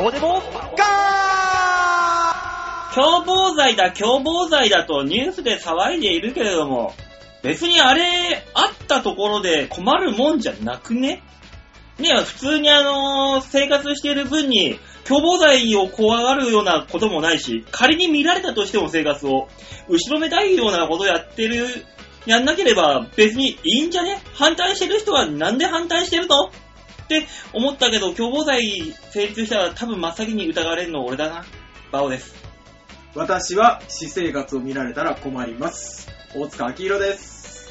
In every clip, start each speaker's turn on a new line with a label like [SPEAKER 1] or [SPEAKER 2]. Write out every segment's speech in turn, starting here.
[SPEAKER 1] オデボガ
[SPEAKER 2] 共謀罪だ、共謀罪だとニュースで騒いでいるけれども、別にあれ、あったところで困るもんじゃなくねねえ普通にあのー生活している分に、共謀罪を怖がるようなこともないし、仮に見られたとしても生活を、後ろめたいようなことやってる、やんなければ別にいいんじゃね反対してる人はなんで反対してるのって思ったけど、共謀罪成立したら多分真っ先に疑われるの俺だな。バオです。
[SPEAKER 3] 私は私生活を見られたら困ります。大塚明宏です。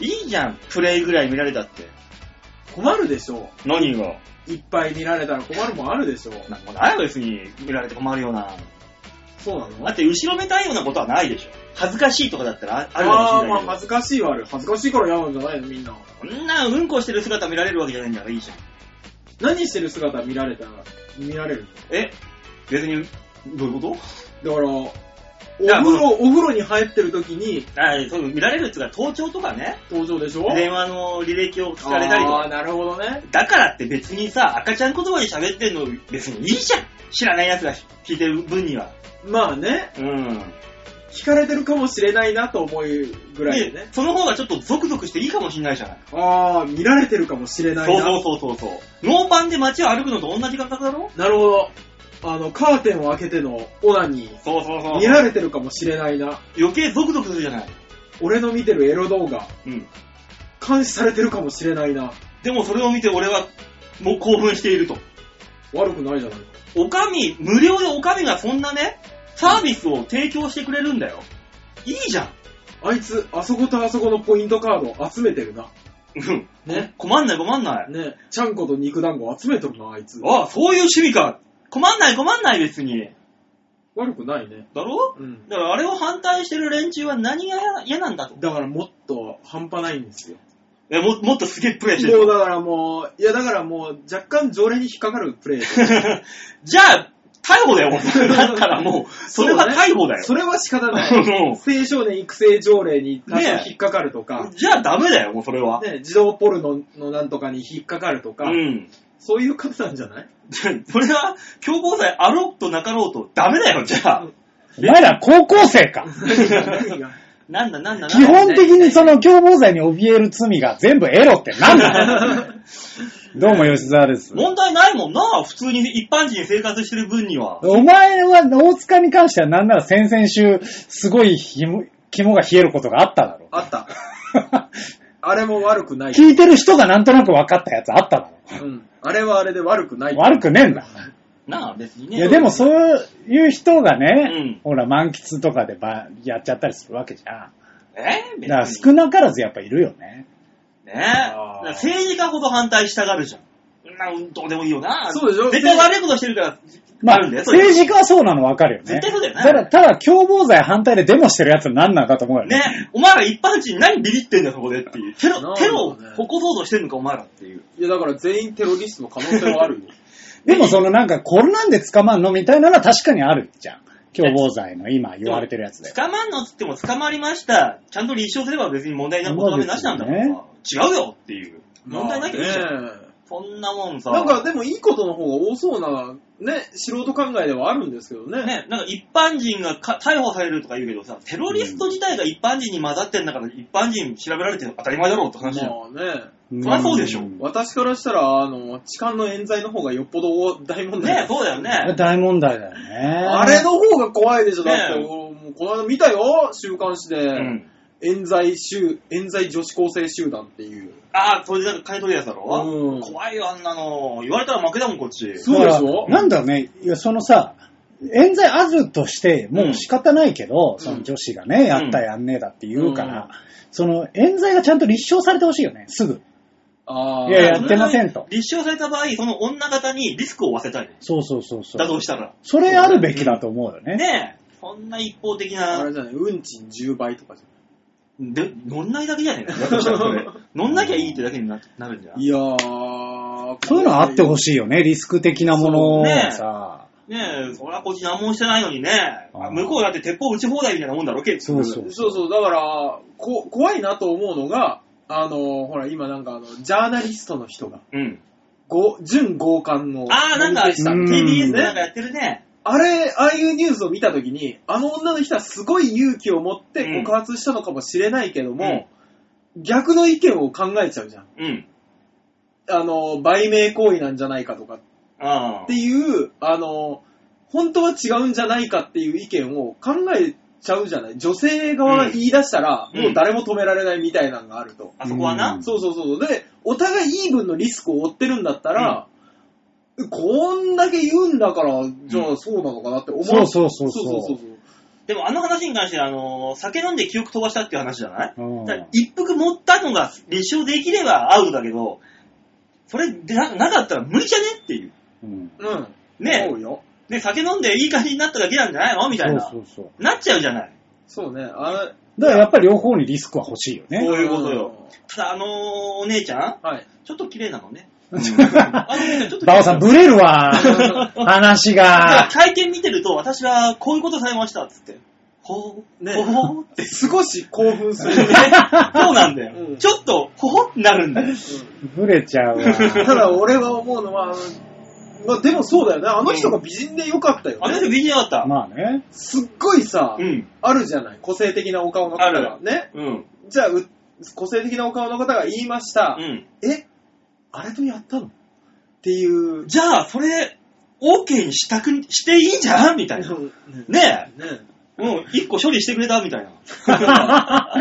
[SPEAKER 2] いいじゃん、プレイぐらい見られたって。
[SPEAKER 3] 困るでしょ
[SPEAKER 2] 何が
[SPEAKER 3] う。いっぱい見られたら困るもあるでしょう。
[SPEAKER 2] なんもないよ、別に。見られて困るような。
[SPEAKER 3] そうなの
[SPEAKER 2] だって、後ろめたいようなことはないでしょ。恥ずかしいとかだったらあある
[SPEAKER 3] あ
[SPEAKER 2] か
[SPEAKER 3] あ、ま
[SPEAKER 2] もし
[SPEAKER 3] あ
[SPEAKER 2] れない
[SPEAKER 3] 恥ずかしいはある。恥ずかしいからやるんじゃないのみんな。
[SPEAKER 2] けど。そんなうんこしてる姿見られるわけじゃないんだからいいじゃん。
[SPEAKER 3] 何してる姿見られたら、見られる
[SPEAKER 2] え別に、どういうこ
[SPEAKER 3] だから、お風
[SPEAKER 2] やも
[SPEAKER 3] 呂、お風呂に入ってる時に
[SPEAKER 2] とあそう見られるっていうか、盗聴とかね。
[SPEAKER 3] 登場でしょ
[SPEAKER 2] 電話の履歴を聞かれたりと
[SPEAKER 3] ああ、
[SPEAKER 2] か。
[SPEAKER 3] なるほどね。
[SPEAKER 2] だからって別にさ、赤ちゃん言葉で喋ってんの別にいいじゃん。知らない奴が聞いてる分には。
[SPEAKER 3] まあね、
[SPEAKER 2] うん。
[SPEAKER 3] 聞かれてるかもしれないなと思うぐらいで
[SPEAKER 2] で
[SPEAKER 3] ね。
[SPEAKER 2] その方がちょっとゾクゾクしていいかもしんないじゃない。
[SPEAKER 3] ああ、見られてるかもしれない
[SPEAKER 2] そう
[SPEAKER 3] な。
[SPEAKER 2] そうそうそうそう。ノーパンで街を歩くのと同じ感覚だろ
[SPEAKER 3] なるほど。あの、カーテンを開けてのオナニー。
[SPEAKER 2] そうそうそ
[SPEAKER 3] 見られてるかもしれないな。
[SPEAKER 2] 余計ゾクゾクするじゃない。
[SPEAKER 3] 俺の見てるエロ動画、
[SPEAKER 2] うん。
[SPEAKER 3] 監視されてるかもしれないな。
[SPEAKER 2] でもそれを見て俺はもう興奮していると。
[SPEAKER 3] 悪くないじゃないか。
[SPEAKER 2] おかみ、無料でおかみがそんなね、サービスを提供してくれるんだよ。いいじゃん。
[SPEAKER 3] あいつ、あそことあそこのポイントカード集めてるな。
[SPEAKER 2] うん。
[SPEAKER 3] ね。
[SPEAKER 2] 困んない困んない。
[SPEAKER 3] ね。ちゃんこと肉団子集めとるな、あいつ。
[SPEAKER 2] ああ、そういう趣味か。困んない困んない別に。
[SPEAKER 3] 悪くないね。
[SPEAKER 2] だろ
[SPEAKER 3] うん。
[SPEAKER 2] だからあれを反対してる連中は何が嫌なんだと。
[SPEAKER 3] だからもっと半端ないんですよ。
[SPEAKER 2] え、も、もっとすげえプレイして
[SPEAKER 3] もう
[SPEAKER 2] る。
[SPEAKER 3] だからもう、いやだからもう若干条例に引っかかるプレイ。
[SPEAKER 2] じゃあ、逮捕だよ、だったらもう、 それは逮捕だよ。
[SPEAKER 3] それは仕方 ない。
[SPEAKER 2] うん
[SPEAKER 3] 青少年育成条例に多少
[SPEAKER 2] ねえ
[SPEAKER 3] 引っかかるとか、
[SPEAKER 2] じゃあダメだよ、もうそれは。
[SPEAKER 3] ね、児童ポルノのなんとかに引っかかると
[SPEAKER 2] う
[SPEAKER 3] か、
[SPEAKER 2] ん。
[SPEAKER 3] そういう方なんじゃない
[SPEAKER 2] それは、共謀罪あろうとなかろうとダメだよ、じゃあ。
[SPEAKER 1] お前ら高校生か
[SPEAKER 3] 何が
[SPEAKER 2] なんだなんだなんだ。
[SPEAKER 1] 基本的にその共謀罪に怯える罪が全部エロってなんだどうも吉沢です。
[SPEAKER 2] 問題ないもんな、普通に一般人生活してる分には。
[SPEAKER 1] お前は大塚に関してはなんなら先々週、すごい紐肝が冷えることがあっただろ。
[SPEAKER 3] あった。あれも悪くない。
[SPEAKER 1] 聞いてる人がなんとなく分かったやつあっただ
[SPEAKER 3] うん。あれはあれで悪くない。
[SPEAKER 1] ろ。悪くねえんだ。
[SPEAKER 2] なあ、別にね。
[SPEAKER 1] いやでもそういう人が
[SPEAKER 2] うん
[SPEAKER 1] ね、ほら満喫とかでばやっちゃったりするわけじゃん。
[SPEAKER 2] え別
[SPEAKER 1] だ
[SPEAKER 2] に。
[SPEAKER 1] から少なからずやっぱいるよね。
[SPEAKER 2] ねだから政治家ほど反対したがるじゃん。なんどうでもいいよな。
[SPEAKER 3] そうでしょ
[SPEAKER 2] 絶対悪いことしてるから、
[SPEAKER 1] まあ、
[SPEAKER 2] るんだよ、それ
[SPEAKER 1] 政治家はそうなの分かるよね。
[SPEAKER 2] 絶対そうだよね
[SPEAKER 1] ただ、ただ、共謀罪反対でデモしてるやつになんなのかと思うよね。
[SPEAKER 2] ね、お前ら一般人何ビビってんだよ、そこでっていう。テ
[SPEAKER 3] な
[SPEAKER 2] ロ、
[SPEAKER 3] あ
[SPEAKER 2] テロを
[SPEAKER 3] ね
[SPEAKER 2] 起こそうとしてんのか、お前らっていう。
[SPEAKER 3] いやだから全員テロリストの可能性はあるよ。
[SPEAKER 1] でもそのなんか、こんなんで捕まんのみたいなのは確かにあるじゃん。共謀罪の今言われてるやつで。
[SPEAKER 2] 捕まんのっつっても捕まりました。ちゃんと立証すれば別に問題な、お咎めなしなんだからさ、違うよっていう。 問題なきゃいいじゃん。
[SPEAKER 3] まあね
[SPEAKER 2] そんなもんさ。
[SPEAKER 3] なんかでもいいことの方が多そうな、ね、素人考えではあるんですけどね。
[SPEAKER 2] ね、なんか一般人がか逮捕されるとか言うけどさ、テロリスト自体が一般人に混ざってんだから、一般人調べられて当たり前だろうって
[SPEAKER 3] まあ
[SPEAKER 2] 話じゃん。
[SPEAKER 3] ね、
[SPEAKER 1] うん
[SPEAKER 2] そりゃそうでしょ
[SPEAKER 3] 私からしたら、あの、痴漢の冤罪の方がよっぽど大問題
[SPEAKER 2] ねそうだよね。
[SPEAKER 1] 大問題だよね。
[SPEAKER 3] あれの方が怖いでしょ。
[SPEAKER 2] ね
[SPEAKER 3] だって、もうこの間見たよ、週刊誌で。
[SPEAKER 2] うん。
[SPEAKER 3] 冤罪集、冤罪女子高生集団っていう。
[SPEAKER 2] ああ、それだけ金取るやつだろ、
[SPEAKER 3] うん
[SPEAKER 2] 怖いよ、あんなの。言われたら負けだもん、こっち。
[SPEAKER 3] そうでしょ
[SPEAKER 1] だからなんだろうね、いや、そのさ、冤罪あるとして、もう仕方ないけど、その女子がね、やったやんねえだって言うから、
[SPEAKER 3] うん
[SPEAKER 1] その冤罪がちゃんと立証されてほしいよね、すぐ。
[SPEAKER 3] ああ。
[SPEAKER 1] いややってませんと
[SPEAKER 2] 立証された場合、その女方にリスクを負わせたいね。
[SPEAKER 1] そうそうそうそ
[SPEAKER 2] だと
[SPEAKER 1] う。
[SPEAKER 2] したら。
[SPEAKER 1] それあるべきだと思うよね。
[SPEAKER 2] ねえ、そんな一方的
[SPEAKER 3] あ
[SPEAKER 2] な
[SPEAKER 3] れ、じゃない、運賃10倍とかじ
[SPEAKER 2] で乗んないだけじゃねえか。だとしたら それ乗んなきゃいいってだけにななるんじゃ
[SPEAKER 3] ゃ
[SPEAKER 2] ん。
[SPEAKER 3] ん。
[SPEAKER 2] ね
[SPEAKER 3] いやー。
[SPEAKER 1] そういうのあってほ
[SPEAKER 3] しい。
[SPEAKER 1] しいよね、リスク的なものを
[SPEAKER 2] そうね
[SPEAKER 1] さ。
[SPEAKER 2] え、そりゃこっち何もしてないのにね
[SPEAKER 1] あ。ー
[SPEAKER 2] 向こうだって鉄砲撃ち放題みたいなもんだろ、結
[SPEAKER 1] そう
[SPEAKER 2] 局。
[SPEAKER 1] そう。
[SPEAKER 3] そうそう、だから、こ怖いなと思うのが、あの、ほら、今なんかあの、ジャーナリストの人が、
[SPEAKER 2] うん。
[SPEAKER 3] ご、準強姦の。
[SPEAKER 2] あー、なんか、
[SPEAKER 3] でした
[SPEAKER 2] TBS でなんかやってるね。
[SPEAKER 3] あれ、ああいうニュースを見たときに、あの女の人はすごい勇気を持って
[SPEAKER 2] うん
[SPEAKER 3] 告発したのかもしれないけども、逆の意見を考えちゃうじゃん。
[SPEAKER 2] うん。
[SPEAKER 3] あの、売名行為なんじゃないかとかっ
[SPEAKER 2] あ
[SPEAKER 3] ていう、あの、本当は違うんじゃないかっていう意見を考えちゃうじゃない。女性側が言い出したら、
[SPEAKER 2] うん
[SPEAKER 3] もう誰も止められないみたいなのがあると。
[SPEAKER 2] あそこはな
[SPEAKER 1] う。ん
[SPEAKER 3] そうそうそう。で、お互いイーブンのリスクを負ってるんだったら、こんだけ言うんだから、じゃあそうなのかなって思う。
[SPEAKER 1] そうそうそう
[SPEAKER 3] そ
[SPEAKER 1] そうう
[SPEAKER 3] そうそうそう。
[SPEAKER 2] でもあの話に関して、あのー、酒飲んで記憶飛ばしたっていう話じゃない
[SPEAKER 1] うん
[SPEAKER 2] だから一服持ったのが立証できればアウトだけど、それでななかったら無理じゃねっていう。
[SPEAKER 1] うん
[SPEAKER 3] うん。
[SPEAKER 2] ね
[SPEAKER 3] そ。うよ。
[SPEAKER 2] ね、酒飲んでいい感じになっただけなんじゃないのみたいな。
[SPEAKER 1] そうそうそう。
[SPEAKER 2] なっちゃうじゃない。
[SPEAKER 3] そうね。あ
[SPEAKER 1] だからやっぱり両方にリスクは欲しいよ
[SPEAKER 3] れ
[SPEAKER 1] ね。
[SPEAKER 2] そういうことよ。ただ、あのー、お姉ちゃん、
[SPEAKER 3] はい。
[SPEAKER 2] ちょっと綺麗なのね。
[SPEAKER 1] バ
[SPEAKER 2] あのね、ちょっと
[SPEAKER 1] オさん、ブレ るわ。話が。
[SPEAKER 2] 会見見てると、私はこういうことされました、つって。ほう、
[SPEAKER 3] ね
[SPEAKER 2] ほほって。
[SPEAKER 3] 少し興奮する ね。
[SPEAKER 2] そうなんだよ。
[SPEAKER 3] うん
[SPEAKER 2] ちょっと、ほほってなるんだよ。
[SPEAKER 1] ブレちゃう
[SPEAKER 3] うん
[SPEAKER 1] わ。
[SPEAKER 3] ただ俺は思うのは、あのまあでもそうだよね。あの人が美人でよかったよ
[SPEAKER 2] あの
[SPEAKER 3] ね。
[SPEAKER 2] 人見てなかった。
[SPEAKER 1] まあね。
[SPEAKER 3] すっごいさ、
[SPEAKER 2] うん。
[SPEAKER 3] あるじゃない。個性的なお顔の方
[SPEAKER 2] あ
[SPEAKER 3] が。ね。
[SPEAKER 2] うん。
[SPEAKER 3] じゃあ、う個性的なお顔の方が言いました。
[SPEAKER 2] うん。
[SPEAKER 3] えあれとやったのっていう。
[SPEAKER 2] じゃあ、それ、OK にしたく、していいんじゃんみたいな。
[SPEAKER 3] ね
[SPEAKER 2] ね
[SPEAKER 3] ね
[SPEAKER 2] え。うん。一個処理してくれたみたいな。
[SPEAKER 1] こ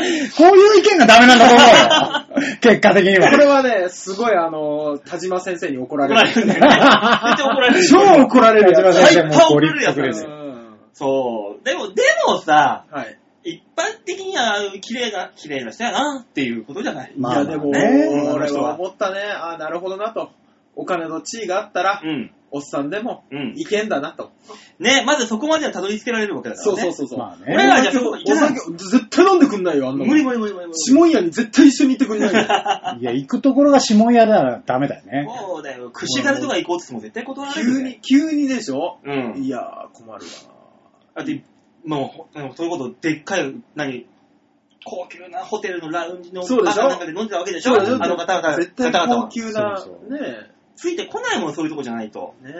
[SPEAKER 1] ういう意見がダメなんだと思う よ。結果的に
[SPEAKER 3] これ
[SPEAKER 1] は。
[SPEAKER 3] はね、すごいあの、田島先生に怒ら
[SPEAKER 2] 怒
[SPEAKER 3] れ
[SPEAKER 2] ら
[SPEAKER 3] る
[SPEAKER 2] れ。るんだよね。絶対怒られる。
[SPEAKER 1] 超怒られるやつ。
[SPEAKER 2] はい怒るやつ
[SPEAKER 1] で
[SPEAKER 2] で
[SPEAKER 1] ね
[SPEAKER 2] す。
[SPEAKER 3] うん
[SPEAKER 2] そう。でも、でもさ、
[SPEAKER 3] はい。
[SPEAKER 2] 一般的には、綺麗な、綺麗な人やな、っていうことじゃない。
[SPEAKER 1] まあ
[SPEAKER 3] いやでも、
[SPEAKER 1] ね
[SPEAKER 3] 俺は思ったね。ああ、なるほどなと。お金の地位があったら、
[SPEAKER 2] うん。
[SPEAKER 3] おっさんでも
[SPEAKER 2] うん。
[SPEAKER 3] いけんだなと。
[SPEAKER 2] ね、まずそこまではたどり着けられるわけだから
[SPEAKER 3] そう
[SPEAKER 2] ね。
[SPEAKER 3] そうそうそう。
[SPEAKER 1] まあね
[SPEAKER 3] 俺らじゃ
[SPEAKER 2] そう
[SPEAKER 3] お酒、絶対飲んでくんないよ、あんなもん
[SPEAKER 2] 無理無理無理無理無理。
[SPEAKER 3] 下屋に絶対一緒に行ってくんないよ。
[SPEAKER 1] いや、行くところが下屋ならダメだよね。
[SPEAKER 2] そうだよ。串狩りとか行こうって言っても絶対断られる。
[SPEAKER 3] 急に、。急にでしょ
[SPEAKER 2] う
[SPEAKER 3] い
[SPEAKER 2] ん。
[SPEAKER 3] やー、困る
[SPEAKER 2] だって、もう、ほそういうこと、でっかい、何、高級なホテルのラウンジの
[SPEAKER 3] そうでしょ
[SPEAKER 2] バーなんかで飲んでたわけでしょ
[SPEAKER 3] そうでしょ
[SPEAKER 2] あの方々
[SPEAKER 3] わ。
[SPEAKER 2] は。
[SPEAKER 3] 絶対
[SPEAKER 2] 方々
[SPEAKER 3] 高
[SPEAKER 2] は
[SPEAKER 3] 級な
[SPEAKER 1] そう、そう
[SPEAKER 3] ね
[SPEAKER 2] ついてこないもん、そういうとこじゃないと。
[SPEAKER 3] え。ね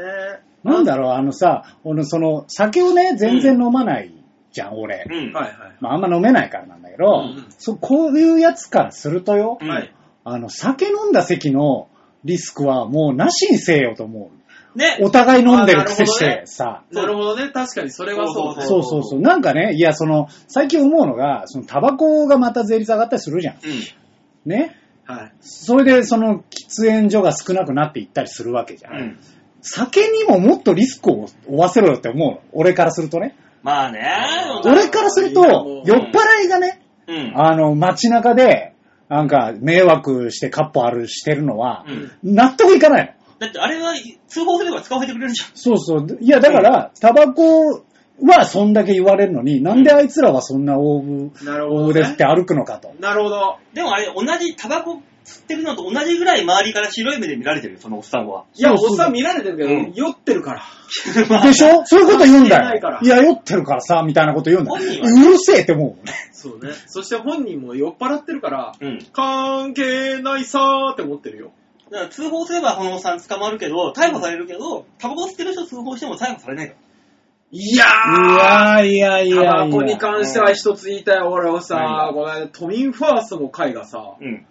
[SPEAKER 1] なんだろう、あのさ、俺、その、酒をね、全然飲まないじゃん、俺。
[SPEAKER 2] うん。
[SPEAKER 3] え。はいはい。
[SPEAKER 1] まあ、あんま飲めないからなんだけど、
[SPEAKER 3] うん
[SPEAKER 1] そうこういうやつからするとよ、
[SPEAKER 2] うん
[SPEAKER 3] はい。
[SPEAKER 1] あの、酒飲んだ席のリスクはもうなしにせよと思
[SPEAKER 2] ね
[SPEAKER 1] う。。お互い飲んでるくせし
[SPEAKER 3] あなるほど
[SPEAKER 1] て
[SPEAKER 3] ね
[SPEAKER 1] さ。
[SPEAKER 3] なるほどね。確かに、それはそう
[SPEAKER 2] ほど
[SPEAKER 3] ね。
[SPEAKER 1] そうそうそう。なんかね、いや、その、最近思うのが、その、タバコがまた税率上がったりするじゃん。
[SPEAKER 2] うん。
[SPEAKER 1] ね。
[SPEAKER 3] はい。
[SPEAKER 1] それで、その、喫煙所が少なくなっていったりするわけじゃん。
[SPEAKER 2] うん。
[SPEAKER 1] 酒にももっとリスクを負わせろよって思うの。俺からするとね。
[SPEAKER 2] まあね。
[SPEAKER 1] 俺からする
[SPEAKER 3] いやも
[SPEAKER 1] と、
[SPEAKER 3] う
[SPEAKER 1] 酔っ払いがね、
[SPEAKER 2] うん。
[SPEAKER 1] あの、街中で、なんか、迷惑してカッポあるしてるのは
[SPEAKER 2] う、ん。
[SPEAKER 1] 納得いかないの。
[SPEAKER 2] だってあれは通報すれば使わせてくれるじ
[SPEAKER 1] そうそう。いや、だから、タバコはそんだけ言われるのに、なんであいつらはそんな大ぶ、
[SPEAKER 3] なる
[SPEAKER 1] 大
[SPEAKER 3] ほど
[SPEAKER 1] 腕振
[SPEAKER 3] ね
[SPEAKER 1] って。歩くのかと。
[SPEAKER 3] なるほど。
[SPEAKER 2] ゃん。でもあれ、同じタバコ吸ってるのと同じぐらい周りから白い目で見られてるよ、そのおっさ んは。
[SPEAKER 3] いや、
[SPEAKER 1] そ
[SPEAKER 3] お
[SPEAKER 1] うそう
[SPEAKER 3] っさん見られてるけど、
[SPEAKER 2] うん
[SPEAKER 3] 酔ってるから。
[SPEAKER 1] でしょそういうこと言うん
[SPEAKER 3] 知ら
[SPEAKER 1] だ
[SPEAKER 3] ないから
[SPEAKER 1] よ。いや、酔ってるからさ、みたいなこと言うんだ
[SPEAKER 2] 本人
[SPEAKER 1] よ。
[SPEAKER 2] は
[SPEAKER 1] うるせえって思うもんね。
[SPEAKER 3] そうね。そして本人も酔っ払ってるから、
[SPEAKER 2] うん。
[SPEAKER 3] 関係ないさーって思ってるよ。
[SPEAKER 2] だから通報すればこのおっさん捕まるけど、逮捕されるけど、タバコ吸ってる人通報しても逮捕されないか
[SPEAKER 3] いや
[SPEAKER 1] うわいやいやい
[SPEAKER 3] タ
[SPEAKER 1] や。
[SPEAKER 3] バコに関しては一つ言いたい。俺はさ
[SPEAKER 2] 何が、
[SPEAKER 3] この間、都民ファーストの会がさ、
[SPEAKER 2] ら。うん。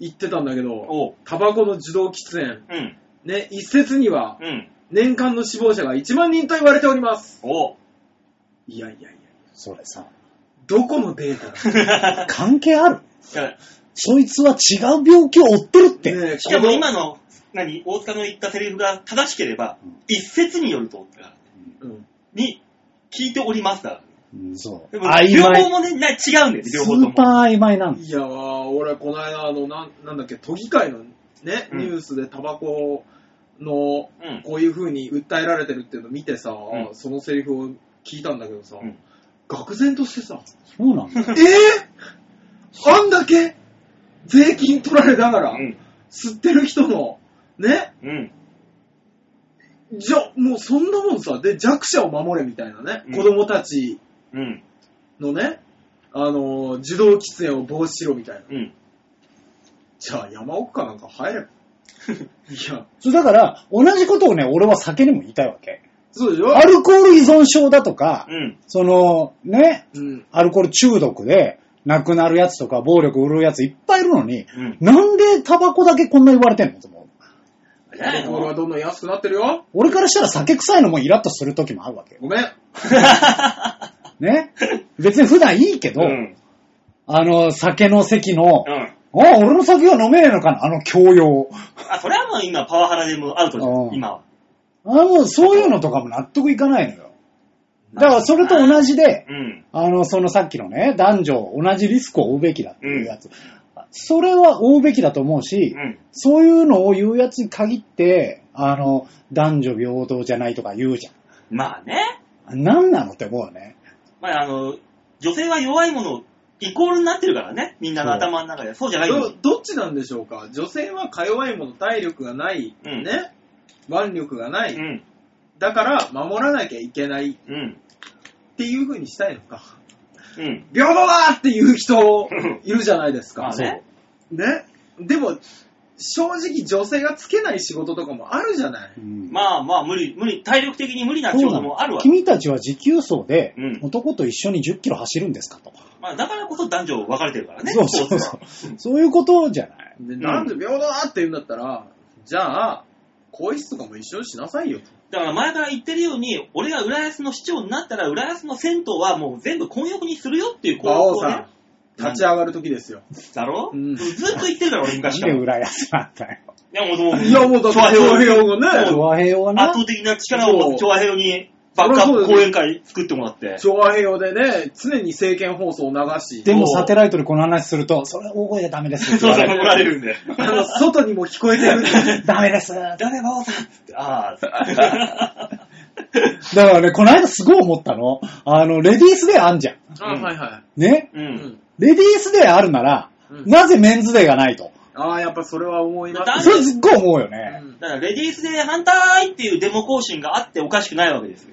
[SPEAKER 3] 言ってたんだけど、
[SPEAKER 2] おう。
[SPEAKER 3] タバコの受動喫煙。
[SPEAKER 2] うん。
[SPEAKER 3] ね、一説には、
[SPEAKER 2] うん。
[SPEAKER 3] 年間の死亡者が1万人と言われております。
[SPEAKER 2] おう。
[SPEAKER 3] いやいやいや。
[SPEAKER 1] それさ、
[SPEAKER 3] どこのデータ だ
[SPEAKER 1] 関係ある
[SPEAKER 2] だから
[SPEAKER 1] そいつは違う病気を負ってるって。
[SPEAKER 3] ねえ
[SPEAKER 2] しかも
[SPEAKER 3] この
[SPEAKER 2] 今の、何、大塚の言ったセリフが正しければ、一説によると、
[SPEAKER 3] うん
[SPEAKER 2] に聞いておりますから。
[SPEAKER 1] うんそう。
[SPEAKER 2] でも、
[SPEAKER 1] 曖
[SPEAKER 2] 両方
[SPEAKER 1] 昧。
[SPEAKER 2] もね、な違うんです、
[SPEAKER 1] ス
[SPEAKER 2] 両方と
[SPEAKER 1] ー
[SPEAKER 2] も。
[SPEAKER 1] パー曖昧なんだよ
[SPEAKER 3] いやー、俺、この間、あの、なんなんだっけ、都議会のね、
[SPEAKER 2] うん
[SPEAKER 3] ニュースでタバコの、
[SPEAKER 2] うん
[SPEAKER 3] こういう風に訴えられてるっていうの見てさ、
[SPEAKER 2] うん
[SPEAKER 3] そのセリフを聞いたんだけどさ、
[SPEAKER 2] うん
[SPEAKER 3] 愕然としてさ、
[SPEAKER 1] そうなんだよ。
[SPEAKER 3] えぇ、あんだけ税金取られながら、
[SPEAKER 2] うん。
[SPEAKER 3] 吸ってる人の、ね、
[SPEAKER 2] うん。
[SPEAKER 3] じゃ、もうそんなもんさ、で、弱者を守れみたいなね、
[SPEAKER 2] うん
[SPEAKER 3] 子供たち
[SPEAKER 2] うん。
[SPEAKER 3] のね、あのー、受動喫煙を防止しろみたいな。
[SPEAKER 2] うん。
[SPEAKER 3] じゃあ、山奥かなんか入ればいや、
[SPEAKER 1] そうだから、同じことをね、俺は酒にも言いたいわけ。
[SPEAKER 3] そうでしょ
[SPEAKER 1] アルコール依存症だとか、
[SPEAKER 2] うん。
[SPEAKER 1] その、ね、
[SPEAKER 3] うん。
[SPEAKER 1] アルコール中毒で亡くなるやつとか、暴力売るやついっぱいいるのに、
[SPEAKER 2] うん。
[SPEAKER 1] なんでタバコだけこんな言われてんのと思う。
[SPEAKER 3] 俺はどんどん安くなってるよ。
[SPEAKER 1] 俺からしたら酒臭いのもイラッとする時もあるわけよ。
[SPEAKER 3] ごめん。
[SPEAKER 1] ね。別に普段いいけど、
[SPEAKER 2] うん。
[SPEAKER 1] あの、酒の席の、
[SPEAKER 2] う
[SPEAKER 1] あ、
[SPEAKER 2] ん。
[SPEAKER 1] 俺の酒は飲めねえのかなあの教養。
[SPEAKER 2] あ、それはもう今、パワハラでもアウト
[SPEAKER 1] うん
[SPEAKER 2] です、今は。
[SPEAKER 1] あの、そういうのとかも納得いかないのよ。だからそれと同じで、
[SPEAKER 2] うん。
[SPEAKER 1] あの、そのさっきのね、男女同じリスクを負うべきだっていうやつ。それは負うべきだと思うし、
[SPEAKER 2] うん。
[SPEAKER 1] そういうのを言うやつに限って、あの、男女平等じゃないとか言うじゃん。
[SPEAKER 2] まあね。
[SPEAKER 1] 何なのって思うよね。
[SPEAKER 2] まあ、あの、女性は弱いもの、イコールになってるからね。みんなの頭の中で。そうじゃない
[SPEAKER 3] ど
[SPEAKER 2] よ。
[SPEAKER 3] どっちなんでしょうか女性はか弱いもの、体力がない、
[SPEAKER 2] うん
[SPEAKER 3] ね。腕力がな
[SPEAKER 2] う
[SPEAKER 3] い、
[SPEAKER 2] ん。
[SPEAKER 3] だから守らなきゃいけないっ
[SPEAKER 2] うん。
[SPEAKER 3] ていう風にしたいのか。
[SPEAKER 2] うん。
[SPEAKER 3] 平等だっていう人いるじゃないです
[SPEAKER 2] ま
[SPEAKER 3] か
[SPEAKER 2] あ。ね。
[SPEAKER 3] ね。でも、正直女性がつけない仕事とかもあるじゃない。
[SPEAKER 1] うん
[SPEAKER 2] まあまあ、無理、無理、体力的に無理な仕
[SPEAKER 1] そうな
[SPEAKER 2] 事
[SPEAKER 1] の
[SPEAKER 2] もあるわけ。
[SPEAKER 1] 君たちは時給層で
[SPEAKER 2] うん
[SPEAKER 1] 男と一緒に10キロ走るんですかと。
[SPEAKER 2] まあ、だからこそ男女分かれてるからね。
[SPEAKER 1] そうそ
[SPEAKER 2] ス
[SPEAKER 1] うそ
[SPEAKER 2] ポーツは
[SPEAKER 1] う。そういうことじゃない。
[SPEAKER 3] でなんで平等だって言うんだったら、じゃあ、更衣室とかも一緒にしなさいよと。
[SPEAKER 2] だから前から言ってるように、俺が浦安の市長になったら、浦安の銭湯はもう全部混浴にするよっていう
[SPEAKER 3] 馬
[SPEAKER 2] 広
[SPEAKER 3] 王
[SPEAKER 2] 告を
[SPEAKER 3] さ
[SPEAKER 2] ね。
[SPEAKER 3] ん、立ち上がる時ですよ。
[SPEAKER 2] だろ、
[SPEAKER 3] うん
[SPEAKER 2] ずっと言ってるから、俺
[SPEAKER 1] なん
[SPEAKER 2] 昔か
[SPEAKER 1] で
[SPEAKER 2] ら。い
[SPEAKER 1] 裏安なんだよ。
[SPEAKER 2] や、もう、もう、
[SPEAKER 3] いや、もうだって、
[SPEAKER 2] 調和平和
[SPEAKER 3] 和がね、
[SPEAKER 1] 和平はな
[SPEAKER 2] 圧倒、的な力を調和平和にバックアップ講演会作ってもらって。
[SPEAKER 3] 調和平和でね、常に政見放送を流し、
[SPEAKER 1] でもサテライトでこの話すると、それ大声でダメです
[SPEAKER 2] そう
[SPEAKER 1] って
[SPEAKER 2] そ
[SPEAKER 1] 言
[SPEAKER 2] う、
[SPEAKER 1] わ
[SPEAKER 2] 怒られ
[SPEAKER 1] れる。
[SPEAKER 2] るんで。
[SPEAKER 3] あの、外にも聞こえてるんで。
[SPEAKER 1] ダメです。だ
[SPEAKER 2] 誰馬王さんってああ。
[SPEAKER 1] からね、この間すごい思ったの。あの、レディースデーあんじゃん。
[SPEAKER 3] あ、はいは
[SPEAKER 1] ね。
[SPEAKER 2] う。
[SPEAKER 3] い。うんん。
[SPEAKER 1] レディースデーあるなら、
[SPEAKER 3] うん
[SPEAKER 1] なぜメンズデーがないと。
[SPEAKER 3] ああ、やっぱそれは思います
[SPEAKER 2] あ
[SPEAKER 1] それすっごい思うよね。
[SPEAKER 3] うん
[SPEAKER 2] だから、レディースで反対っていうデモ行進があっておかしくないわけですよ。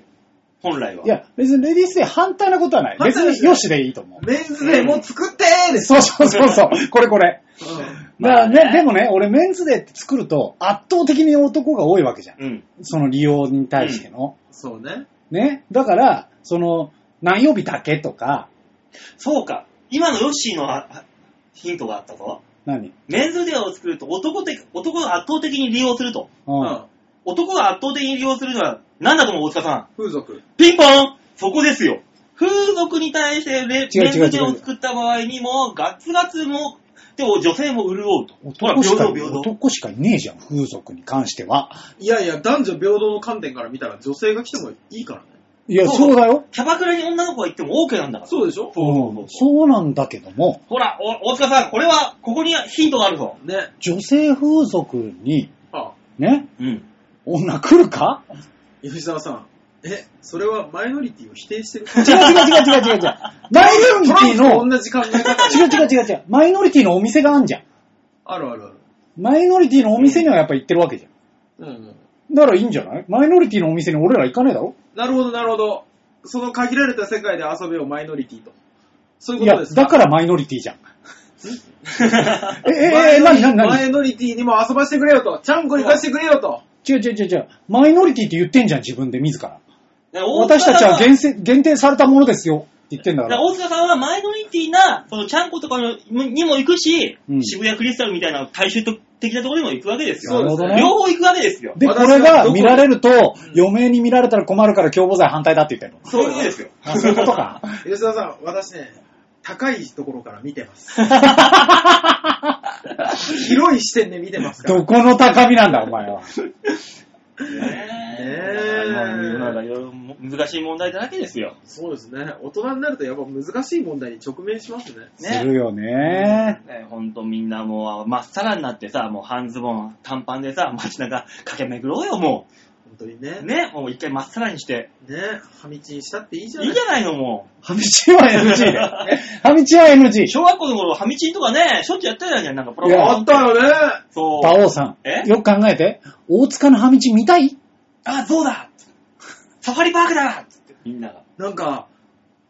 [SPEAKER 2] 本来は。
[SPEAKER 1] いや、別にレディースデー反対なことはない。
[SPEAKER 3] 反
[SPEAKER 1] 別
[SPEAKER 3] 対です
[SPEAKER 1] に
[SPEAKER 3] よ
[SPEAKER 1] よしでいいと思う。
[SPEAKER 3] メンズデーも作ってーです。
[SPEAKER 1] そうそうそうそう。これこれ。だからね、
[SPEAKER 2] まあね
[SPEAKER 1] でもね、俺メンズデーって作ると圧倒的に男が多いわけじゃん。
[SPEAKER 2] うん。
[SPEAKER 1] その利用に対しての。
[SPEAKER 3] そうね。
[SPEAKER 1] ね。だから、その、何曜日だけとか、
[SPEAKER 2] そうか。今のヨッシーのあヒントがあったぞ。
[SPEAKER 1] 何
[SPEAKER 2] メンズデーを作ると男的、男が圧倒的に利用すると。
[SPEAKER 1] う。
[SPEAKER 3] うんん。
[SPEAKER 2] 男が圧倒的に利用するのは、なんだと思う、大塚さん。
[SPEAKER 3] 風俗。
[SPEAKER 2] ピンポンそこですよ。風俗に対してレ
[SPEAKER 1] 違
[SPEAKER 2] メン
[SPEAKER 1] う違う
[SPEAKER 2] ズデー
[SPEAKER 1] 違
[SPEAKER 2] を
[SPEAKER 1] う
[SPEAKER 2] 作った場合にも、ガツガツも、でも女性も潤うと。ほら、
[SPEAKER 1] 男し
[SPEAKER 2] 平
[SPEAKER 1] か、
[SPEAKER 2] 等平等。
[SPEAKER 1] 男しかいねえじゃん、風俗に関しては。
[SPEAKER 3] いやいや、男女平等の観点から見たら女性が来てもいいからね。
[SPEAKER 1] いや、
[SPEAKER 2] そ
[SPEAKER 1] そううだよ。
[SPEAKER 2] キャバクラに女の子が行っても OK なんだから。
[SPEAKER 3] そうでしょ
[SPEAKER 1] うんそうなんだけども、
[SPEAKER 2] ほら、お大塚さん、これは、ここにヒントがあるぞ。
[SPEAKER 3] ね。
[SPEAKER 1] 女性風俗に、
[SPEAKER 3] あ、
[SPEAKER 1] ね、
[SPEAKER 2] うん。
[SPEAKER 1] 女来るか
[SPEAKER 3] 吉沢さん。え、それはマイノリティを否定して る
[SPEAKER 1] 違う違う違う違う違う違う。 マイノリ
[SPEAKER 3] トラン
[SPEAKER 1] ティ
[SPEAKER 3] プと
[SPEAKER 1] の、
[SPEAKER 3] 同じ考え方。
[SPEAKER 1] 違う違う違う違う。マイノリティのお店があんじゃん。
[SPEAKER 3] あるあるある。
[SPEAKER 1] マイノリティのお店にはやっぱ行ってるわけじゃん。
[SPEAKER 3] うんうん。
[SPEAKER 1] だからいいんじゃないマイノリティのお店に俺ら行かねえだろ
[SPEAKER 3] なるほど、なるほど。その限られた世界で遊べよ、マイノリティと。そういう
[SPEAKER 1] い
[SPEAKER 3] こと
[SPEAKER 1] や、
[SPEAKER 3] ですか
[SPEAKER 1] だからマイノリティじゃん。え、え、え、
[SPEAKER 3] マイ
[SPEAKER 1] え、
[SPEAKER 3] ノ
[SPEAKER 1] な
[SPEAKER 3] リ
[SPEAKER 1] になにな
[SPEAKER 3] マ
[SPEAKER 1] に
[SPEAKER 3] イノリティにも遊ばしてくれよと。ちゃんこに貸してくれよと。
[SPEAKER 1] 違う違う違う違う。マイノリティって言ってんじゃん、自分で自ら。
[SPEAKER 2] 大塚
[SPEAKER 1] 私
[SPEAKER 2] さん
[SPEAKER 1] たちは限制限定されたものですよって言ってんだ
[SPEAKER 2] だ
[SPEAKER 1] か
[SPEAKER 2] から
[SPEAKER 1] ら。
[SPEAKER 2] 大塚さんはマイノリティな、そのちゃんことかのにも行くし、
[SPEAKER 1] うん
[SPEAKER 2] 渋谷クリスタルみたいな大衆的なところにも行くわけです
[SPEAKER 3] そ
[SPEAKER 2] よ。
[SPEAKER 3] うですね
[SPEAKER 1] なるほ
[SPEAKER 2] 両方行くわけですよ。
[SPEAKER 1] どね。で、こ
[SPEAKER 3] 私は
[SPEAKER 1] れ
[SPEAKER 3] ど
[SPEAKER 1] が
[SPEAKER 3] こで
[SPEAKER 1] 見られると、余命に見られたら困るから共謀罪反対だって言ってんの。
[SPEAKER 2] そういうことですよ。
[SPEAKER 1] あ、そういうことか。
[SPEAKER 3] 吉沢さん、私ね、高いところから見てます。広い視点で見てますから。
[SPEAKER 1] どこの高みなんだ、お前は。
[SPEAKER 2] ね
[SPEAKER 3] え
[SPEAKER 2] まあ世の中いろいろ難しい問題だらけですよ。
[SPEAKER 3] そうですね。大人になるとやっぱ難しい問題に直面しますね。
[SPEAKER 1] するよね。
[SPEAKER 2] ね、ほんとみんなもう、まっさらになってさ、もう半ズボン、短パンでさ、街中駆け巡ろうよ、も
[SPEAKER 3] 本当にね。
[SPEAKER 2] う。
[SPEAKER 3] ね。
[SPEAKER 2] ね、もう一回まっさらにして。
[SPEAKER 3] ハミチンしたっていいじゃない
[SPEAKER 2] いいじゃないの、も
[SPEAKER 1] ハミチンは NG で。 ハミチンは
[SPEAKER 2] う。
[SPEAKER 1] NG。
[SPEAKER 2] 小学校の頃、ハミチンとかね、しょっちゅうやってたじゃん、なんかプロ
[SPEAKER 1] いや
[SPEAKER 3] あったよね。
[SPEAKER 2] そう。
[SPEAKER 1] 馬王さ
[SPEAKER 2] え
[SPEAKER 1] ん、よく考えて、大塚のハミチン見たい
[SPEAKER 2] あ、そうだサファリパークだつってみんなが。
[SPEAKER 3] なんか、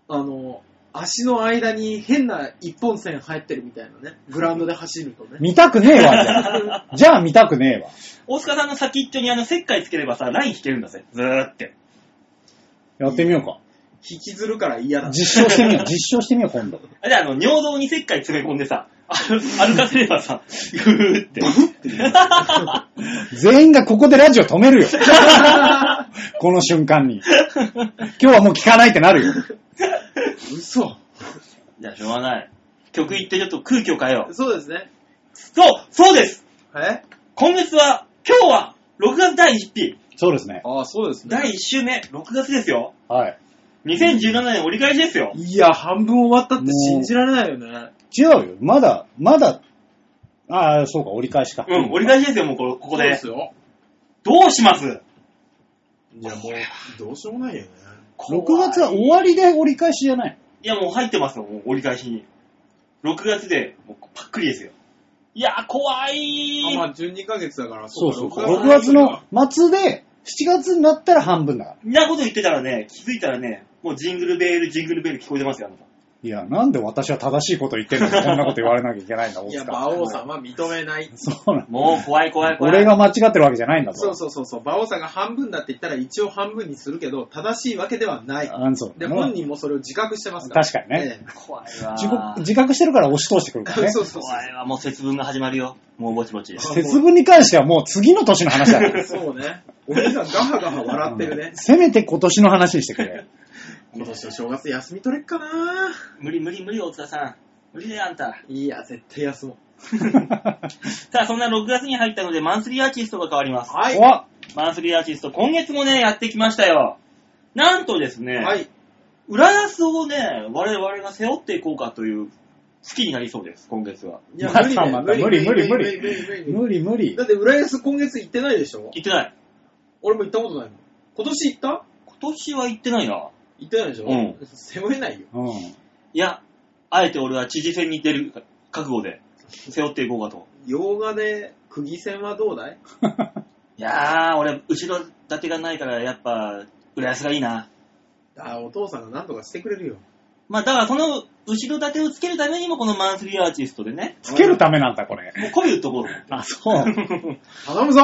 [SPEAKER 3] あの、足の間に変な一本線入ってるみたいなね。グラウンドで走るとね。
[SPEAKER 1] 見たくねえわ、じゃ あ。じゃあ見たくねえわ。
[SPEAKER 2] 大塚さんの先っちょにあの、石灰つければさ、ライン引けるんだぜ。ずーって。
[SPEAKER 1] やってみようか。
[SPEAKER 3] 引きずるから嫌だ。
[SPEAKER 1] 実証し てみよう、実証してみよう、今度。
[SPEAKER 2] あじゃあ、あの、尿道に石灰詰め込んでさ、歩 歩かせればさ、ぐーって。
[SPEAKER 1] 全員がここでラジオ止めるよ。この瞬間に。今日はもう聞かないってなるよ。
[SPEAKER 3] 嘘。
[SPEAKER 2] じゃあ、しょうがない。曲行ってちょっと空気を変えよう。
[SPEAKER 3] そうですね。
[SPEAKER 2] そうそうです
[SPEAKER 3] え
[SPEAKER 2] 今月は、今日は、6月第1日、
[SPEAKER 1] そうですね。
[SPEAKER 3] ああ、そうですね。
[SPEAKER 2] 第1週目、6月ですよ。
[SPEAKER 1] はい。
[SPEAKER 2] 2017年折り返しですよ。
[SPEAKER 3] いや、半分終わったって信じられないよね。
[SPEAKER 1] 違うよ。まだ、まだ、ああ、そうか、折り返しか。
[SPEAKER 2] うん、折り返しですよ、もうこれここ
[SPEAKER 3] そうで。
[SPEAKER 2] です
[SPEAKER 3] よ。
[SPEAKER 2] どうします
[SPEAKER 3] いや、もう、どうしようもないよね。
[SPEAKER 1] 6月は終わりで折り返しじゃない。
[SPEAKER 2] いや、もう入ってますよ、もう折り返しに。6月で、もうパックリですよ。いやー、怖い
[SPEAKER 3] あ、まあ、12ヶ月だから、
[SPEAKER 1] そうそうそう。
[SPEAKER 3] か
[SPEAKER 1] 6月の末で、7月になったら半分だから。
[SPEAKER 2] なこと言ってたらね、気づいたらね、もうジングルベール、ジングルベール聞こえてますよ、あなた。
[SPEAKER 1] いや、なんで私は正しいこと言ってんのにこんなこと言われなきゃいけないんだ、大
[SPEAKER 3] いや、
[SPEAKER 1] 塚。
[SPEAKER 3] 馬王さんは認めない。
[SPEAKER 1] そうなん
[SPEAKER 2] もう怖い怖い怖い。
[SPEAKER 1] 俺が間違ってるわけじゃないんだぞ。
[SPEAKER 3] そうそうそうそう、馬王さんが半分だって言ったら一応半分にするけど、正しいわけではない。
[SPEAKER 1] あそう
[SPEAKER 3] で、本人もそれを自覚してますから。
[SPEAKER 1] 確かにね。
[SPEAKER 3] え
[SPEAKER 2] 怖いわ
[SPEAKER 1] 自覚自覚してるから押し通してくるか
[SPEAKER 3] え。
[SPEAKER 1] らね。
[SPEAKER 3] そうそうそう。
[SPEAKER 2] 怖いわ、もう節分が始まるよ。もうぼちぼちです。
[SPEAKER 1] 節分に関してはもう次の年の話だから。
[SPEAKER 3] そうね。俺がガハガハ 笑ってるね。
[SPEAKER 1] せめて今年の話にしてくれ。
[SPEAKER 3] 今年の正月休み取れっかな
[SPEAKER 2] 無理無理無理、大塚さん。無理だよ、あんた。
[SPEAKER 3] いや、絶対休もう。
[SPEAKER 2] さあ、そんな6月に入ったので、マンスリーアーティストが変わります。
[SPEAKER 3] はい。
[SPEAKER 1] お
[SPEAKER 2] マンスリーアーティスト、今月もね、やってきましたよ。なんとですね、
[SPEAKER 3] はい。
[SPEAKER 2] 浦安をね、我々が背負っていこうかという、好きになりそうです、今月は。
[SPEAKER 3] いや、
[SPEAKER 1] また
[SPEAKER 3] 無理だよ
[SPEAKER 1] また無理無理無理
[SPEAKER 3] 無理無理無
[SPEAKER 1] 無理無
[SPEAKER 3] 理
[SPEAKER 1] 理
[SPEAKER 3] だ。って、浦安今月行ってないでしょ
[SPEAKER 2] 行ってない。
[SPEAKER 3] 俺も行ったことないもん。今年行った
[SPEAKER 2] 今年は行ってないな。
[SPEAKER 3] 行ってないでしょ
[SPEAKER 2] うん。
[SPEAKER 3] 背負えないよ。
[SPEAKER 1] うん。
[SPEAKER 2] いや、あえて俺は知事選に出る覚悟で、背負っていこうかと。
[SPEAKER 3] 洋画で、釘線はどうだい
[SPEAKER 2] いやー、俺、後ろ盾がないから、やっぱ、浦安がいいな。
[SPEAKER 3] あ、お父さんが何とかしてくれるよ。
[SPEAKER 2] まあ、だからその、後ろ盾をつけるためにも、このマンスリーアーティストでね、
[SPEAKER 1] つけるためなんだ、これ。
[SPEAKER 2] もう媚び打っとこうと思って
[SPEAKER 1] あ、そう。
[SPEAKER 3] 頼むぞ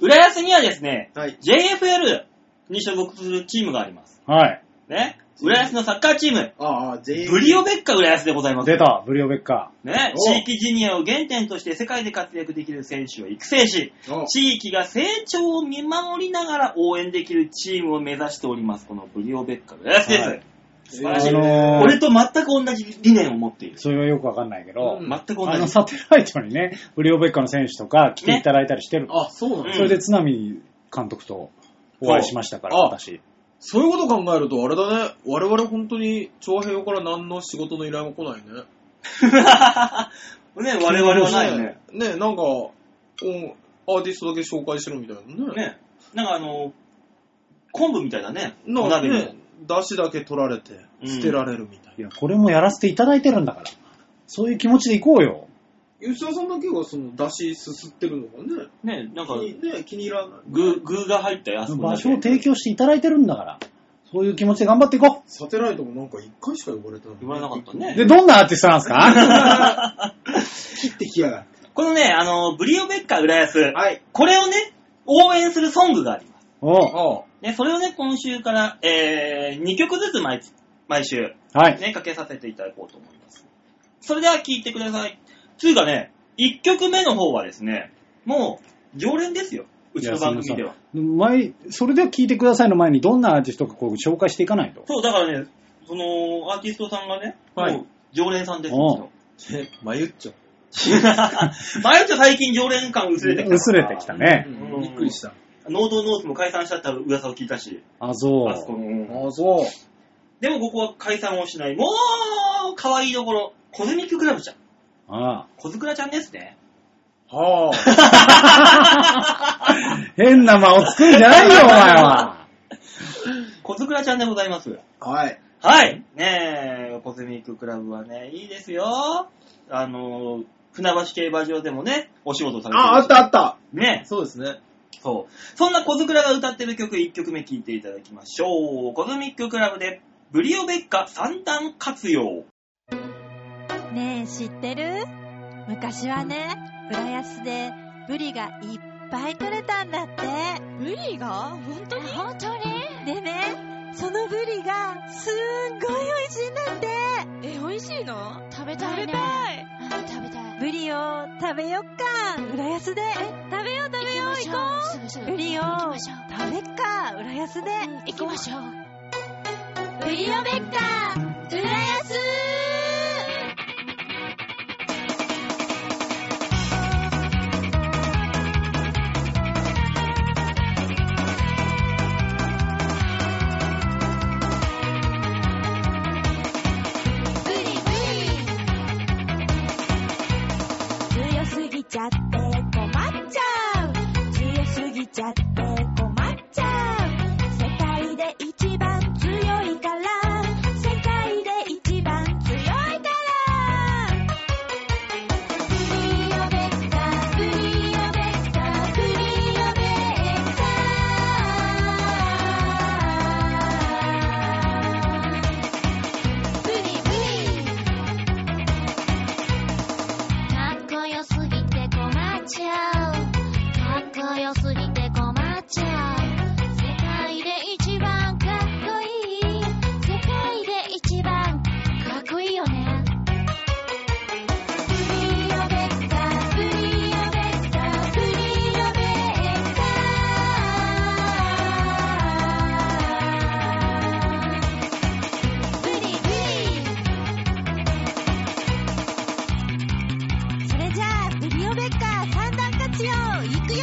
[SPEAKER 2] 浦安にはですね、
[SPEAKER 3] はい。
[SPEAKER 2] JFL に所属するチームがあります。
[SPEAKER 1] はい。
[SPEAKER 2] ね。浦安のサッカーチーム、
[SPEAKER 3] ああ、全員。
[SPEAKER 2] ブリオベッカ浦安でございます。
[SPEAKER 1] 出た、ブリオベッカ
[SPEAKER 2] ね。
[SPEAKER 3] お
[SPEAKER 2] 地域ジュニアを原点として世界で活躍できる選手を育成し、
[SPEAKER 3] お
[SPEAKER 2] 地域が成長を見守りながら応援できるチームを目指しております。このブリオベッカ浦安です。
[SPEAKER 1] はい
[SPEAKER 2] 素晴らしい。
[SPEAKER 1] あのー
[SPEAKER 2] 俺と全く同じ理念を持っている。
[SPEAKER 1] それはよくわかんないけど、
[SPEAKER 3] うん
[SPEAKER 2] 全く
[SPEAKER 1] あ
[SPEAKER 2] 同
[SPEAKER 1] の
[SPEAKER 2] じ。
[SPEAKER 1] サテライトにね、ブリオベッカの選手とか来ていただいたりしてるの。
[SPEAKER 3] あ、そうなんだ
[SPEAKER 2] うん
[SPEAKER 1] それで津波監督とお会いしましたから、
[SPEAKER 3] そうあ
[SPEAKER 1] 私。
[SPEAKER 3] そういうこと考えると、あれだね。我々本当に、長平から何の仕事の依頼も来ないね。
[SPEAKER 2] ね、我々はないよね。
[SPEAKER 3] ね、なんか、おアーティストだけ紹介してるみたいなね。
[SPEAKER 2] ね。なんかあのー、昆布みたいだね。
[SPEAKER 3] な
[SPEAKER 2] お
[SPEAKER 3] んか
[SPEAKER 2] 鍋に。
[SPEAKER 3] ね、出汁だけ取られて、
[SPEAKER 2] うん
[SPEAKER 3] 捨てられるみたい
[SPEAKER 1] いや、これもやらせていただいてるんだから。そういう気持ちでいこうよ。
[SPEAKER 3] な。吉田さんだけがその出汁すすってるのがね、
[SPEAKER 2] ね、なんか、
[SPEAKER 3] 気にね気に入らない。
[SPEAKER 2] 具、具が入ったやつ
[SPEAKER 1] 場所を提供していただいてるんだから。そういう気持ちで頑張っていこ
[SPEAKER 3] サテライトもなんか一回しか呼ばれてない。
[SPEAKER 2] 言われなかった
[SPEAKER 1] う。
[SPEAKER 2] ね。
[SPEAKER 1] で、どんなアーティストなんで すか
[SPEAKER 3] 切ってきやがっ
[SPEAKER 2] このね、あの、ブリオベッカ浦安
[SPEAKER 3] て。、はい。
[SPEAKER 2] これをね、応援するソングがあります。
[SPEAKER 1] おう
[SPEAKER 3] ああ。
[SPEAKER 2] ね、それをね、今週から、えー、2曲ずつ毎つ毎週、
[SPEAKER 1] はい。
[SPEAKER 2] ね、かけさせていただこうと思います。それでは聴いてください。つうかね、1曲目の方はですね、もう、常連ですよ。うちの番組では。
[SPEAKER 1] 前、それでは聞いてくださいの前にどんなアーティストかこう紹介していかないと。
[SPEAKER 2] そう、だからね、その、アーティストさんがね、
[SPEAKER 3] はい
[SPEAKER 2] もう、常連さんです
[SPEAKER 1] おう
[SPEAKER 2] よ。
[SPEAKER 3] え、 迷っちゃっ
[SPEAKER 2] 前ちゃ最近常連感薄れてきた。
[SPEAKER 1] 薄れてきた。
[SPEAKER 3] た。
[SPEAKER 1] ね。
[SPEAKER 2] うん
[SPEAKER 3] びっくりした。
[SPEAKER 2] ノートノーズも解散したって噂を聞いたし、
[SPEAKER 1] あ、そ
[SPEAKER 2] あそこ
[SPEAKER 1] う。
[SPEAKER 2] の。
[SPEAKER 3] ああ、そう。
[SPEAKER 2] でもここは解散をしない。もう、可愛いどころ、コズミッククラブちゃん。
[SPEAKER 1] ああ
[SPEAKER 2] コズクラちゃんですね。
[SPEAKER 3] は
[SPEAKER 1] 変な間を作るんじゃないよ、お前は。
[SPEAKER 2] コズクラちゃんでございます。
[SPEAKER 3] あ。 はい。
[SPEAKER 2] はい。ねえ、コズミッククラブはね、いいですよ。あの、船橋競馬場でもね、お仕事されてる。
[SPEAKER 3] あ、あったあった。
[SPEAKER 2] ね
[SPEAKER 3] そうですね。
[SPEAKER 2] そう。そんなコズクラが歌ってる曲、1曲目聴いていただきましょう。コズミッククラブで、ブリオベッカ三段活用。
[SPEAKER 4] ねえ知ってる昔はね浦安でブリがいっぱい取れたんだってブリが本当に本当にでねそのブリがすんごい美味しいんだってえ美味しいの食べたい、食べたい
[SPEAKER 5] 食べたい。
[SPEAKER 4] ブリを食べよっか浦安で食べよう食べよう行こ
[SPEAKER 5] 行きましょうすぐす
[SPEAKER 4] う
[SPEAKER 5] ぐ
[SPEAKER 4] ブリを
[SPEAKER 5] 行きましょ
[SPEAKER 4] 食べっか浦安で
[SPEAKER 5] 行きましょう。
[SPEAKER 4] ブリオベッカ浦安
[SPEAKER 5] ブリブ
[SPEAKER 4] 強すぎちゃって困っちゃう強すぎちゃって困っちゃう世界で一番強いから世界で一番強いからブリオベッカブリオベッカブリオベッカブリブリかっこよすぎて困っちゃうかっこよすぎて困っちゃう世界で一番かっこいい世界で一番かっこいいよねブリオベッカブリオベッカブリオベッカブリブリそれじゃあ、ブリオベッカー三段活用、いくよー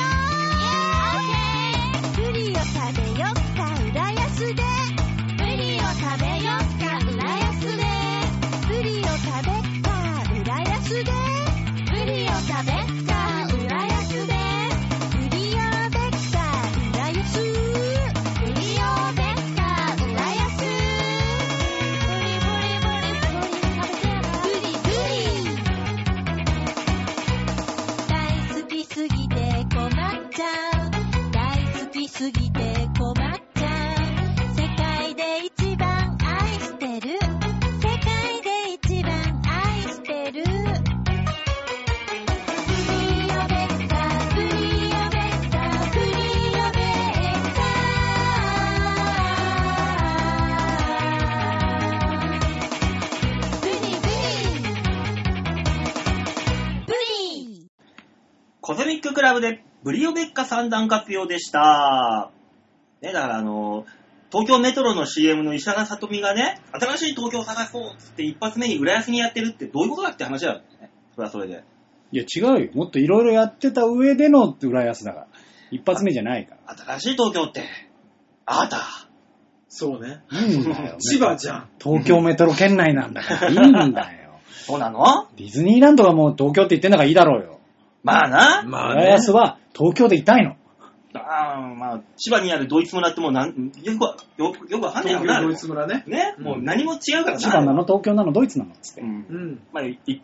[SPEAKER 4] イェーイブリを食べよっか、浦安で。ブリを食べよっか、浦安で。ブリを食べっか、浦安で。ブリを食べっか、浦安で。ブリオベッカー、浦安。ブリオベッカー、浦安。ブリブリブリブリ、食べてブリブリ。大好きすぎて困っちゃう大好きすぎて困っちゃう世界で一番愛してる世界で一番愛してるブリオベッカブリオベッカブリオベッカブリブリブリ
[SPEAKER 2] コズミッククラブでブリオベッカ三段活用でした。ね、だからあの、東京メトロの CM の石原さとみがね、新しい東京を探そうっつって一発目に浦安にやってるってどういうことだって話だよね。それはそれで。
[SPEAKER 1] いや、違うよ。もっといろいろやってた上での浦安だから。一発目じゃないから。
[SPEAKER 2] 新しい東京って、あなた。
[SPEAKER 3] そうね。
[SPEAKER 1] いいんだよ、 ね。
[SPEAKER 3] 千葉じゃん。
[SPEAKER 1] 東京メトロ圏内なんだから。いいんだよ。
[SPEAKER 2] そうなの
[SPEAKER 1] ディズニーランドがもう東京って言ってんだからいいだろうよ。
[SPEAKER 2] まあな。
[SPEAKER 3] ま
[SPEAKER 1] 浦安は東京でいたいの。
[SPEAKER 2] あーまあ、千葉にあるドイツ村ってもうなん、よくわ、よく、よくわかんないよ
[SPEAKER 3] 東
[SPEAKER 2] な
[SPEAKER 3] 京ドイツ村ね。
[SPEAKER 2] ね、もう何も違うから
[SPEAKER 1] 千葉なの、東京なの、ドイツなのっつって。
[SPEAKER 2] うん
[SPEAKER 3] う。ん。
[SPEAKER 2] まあ、行って。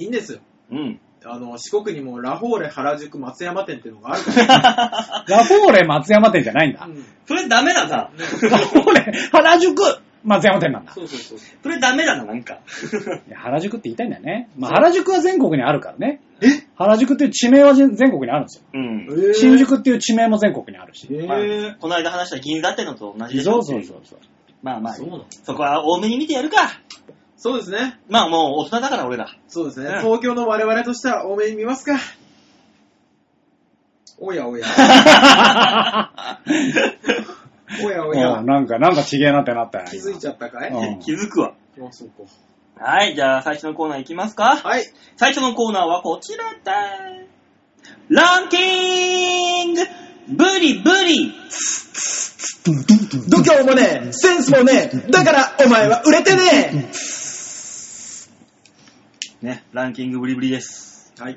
[SPEAKER 3] いいんですよ。
[SPEAKER 2] うん。
[SPEAKER 3] あの、四国にもラフォーレ原宿松山店っていうのがあるから。
[SPEAKER 1] ラフォーレ松山店じゃないんだ。
[SPEAKER 3] うん
[SPEAKER 2] それダメだな。
[SPEAKER 1] ラフォーレ原宿松山店なん だ。
[SPEAKER 3] そうそうそうそう。
[SPEAKER 2] それダメだな、なんか。
[SPEAKER 1] いや原宿って言いたいんだよね。まあ、原宿は全国にあるからね。原宿っていう地名は全全国にあるんですよ。
[SPEAKER 2] うん。
[SPEAKER 3] えー
[SPEAKER 1] 新宿っていう地名も全国にあるし。
[SPEAKER 3] え
[SPEAKER 2] まあ
[SPEAKER 3] ー
[SPEAKER 2] この間話した銀座ってのと同じでし
[SPEAKER 1] そ
[SPEAKER 2] ょ
[SPEAKER 1] うそうそうそう。
[SPEAKER 2] まあまあ、
[SPEAKER 3] そうなの
[SPEAKER 2] そこは多めに見てやるか。
[SPEAKER 3] そうですね。
[SPEAKER 2] まあもう大人だから俺ら。
[SPEAKER 3] そうですね。
[SPEAKER 2] うん
[SPEAKER 3] 東京の我々としては多めに見ますか。おやお や。おやお
[SPEAKER 1] う
[SPEAKER 3] や
[SPEAKER 1] ん。なんか、なんかちげえなってなったよ
[SPEAKER 3] 気づいちゃったかい
[SPEAKER 1] うん
[SPEAKER 2] 気づくわ。
[SPEAKER 3] あ、そうか。
[SPEAKER 2] はい、じゃあ最初のコーナーいきますか。
[SPEAKER 3] はい。
[SPEAKER 2] 最初のコーナーはこちらだ。ランキングブリブリ
[SPEAKER 3] 度胸もねえ、センスもねえ、だからお前は売れてね
[SPEAKER 2] ね、ランキングブリブリです。
[SPEAKER 3] えはい。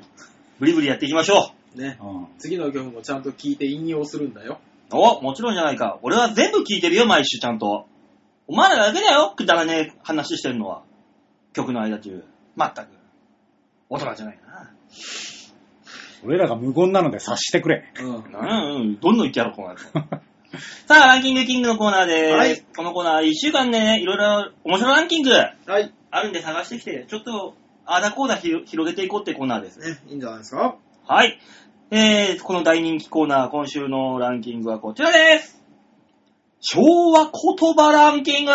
[SPEAKER 2] ブリブリやっていきましょ
[SPEAKER 3] ね。
[SPEAKER 1] うん
[SPEAKER 3] 次の曲もちゃんと聞いて引用するんだよ。
[SPEAKER 2] う。お、もちろんじゃないか。俺は全部聞いてるよ、毎週ちゃんと。お前らだけだよ、くだらねえ話してるのは。曲の間中。まったく。大人じゃないな。
[SPEAKER 1] 俺らが無言なので察してくれ。
[SPEAKER 3] うん。
[SPEAKER 2] うんうん、どんどん行ってやろう、このやつ。 さあ、ランキングキングのコーナーです。
[SPEAKER 3] はい
[SPEAKER 2] このコーナー、1週間ね、いろいろ面白いランキング
[SPEAKER 3] はい。
[SPEAKER 2] あるんで探してきて、ちょっと、あだこうだひろ広げていこうってコーナーです。
[SPEAKER 3] ね、いいんじゃないですか。
[SPEAKER 2] はい。えー、この大人気コーナー、今週のランキングはこちらです。昭和言葉ランキングと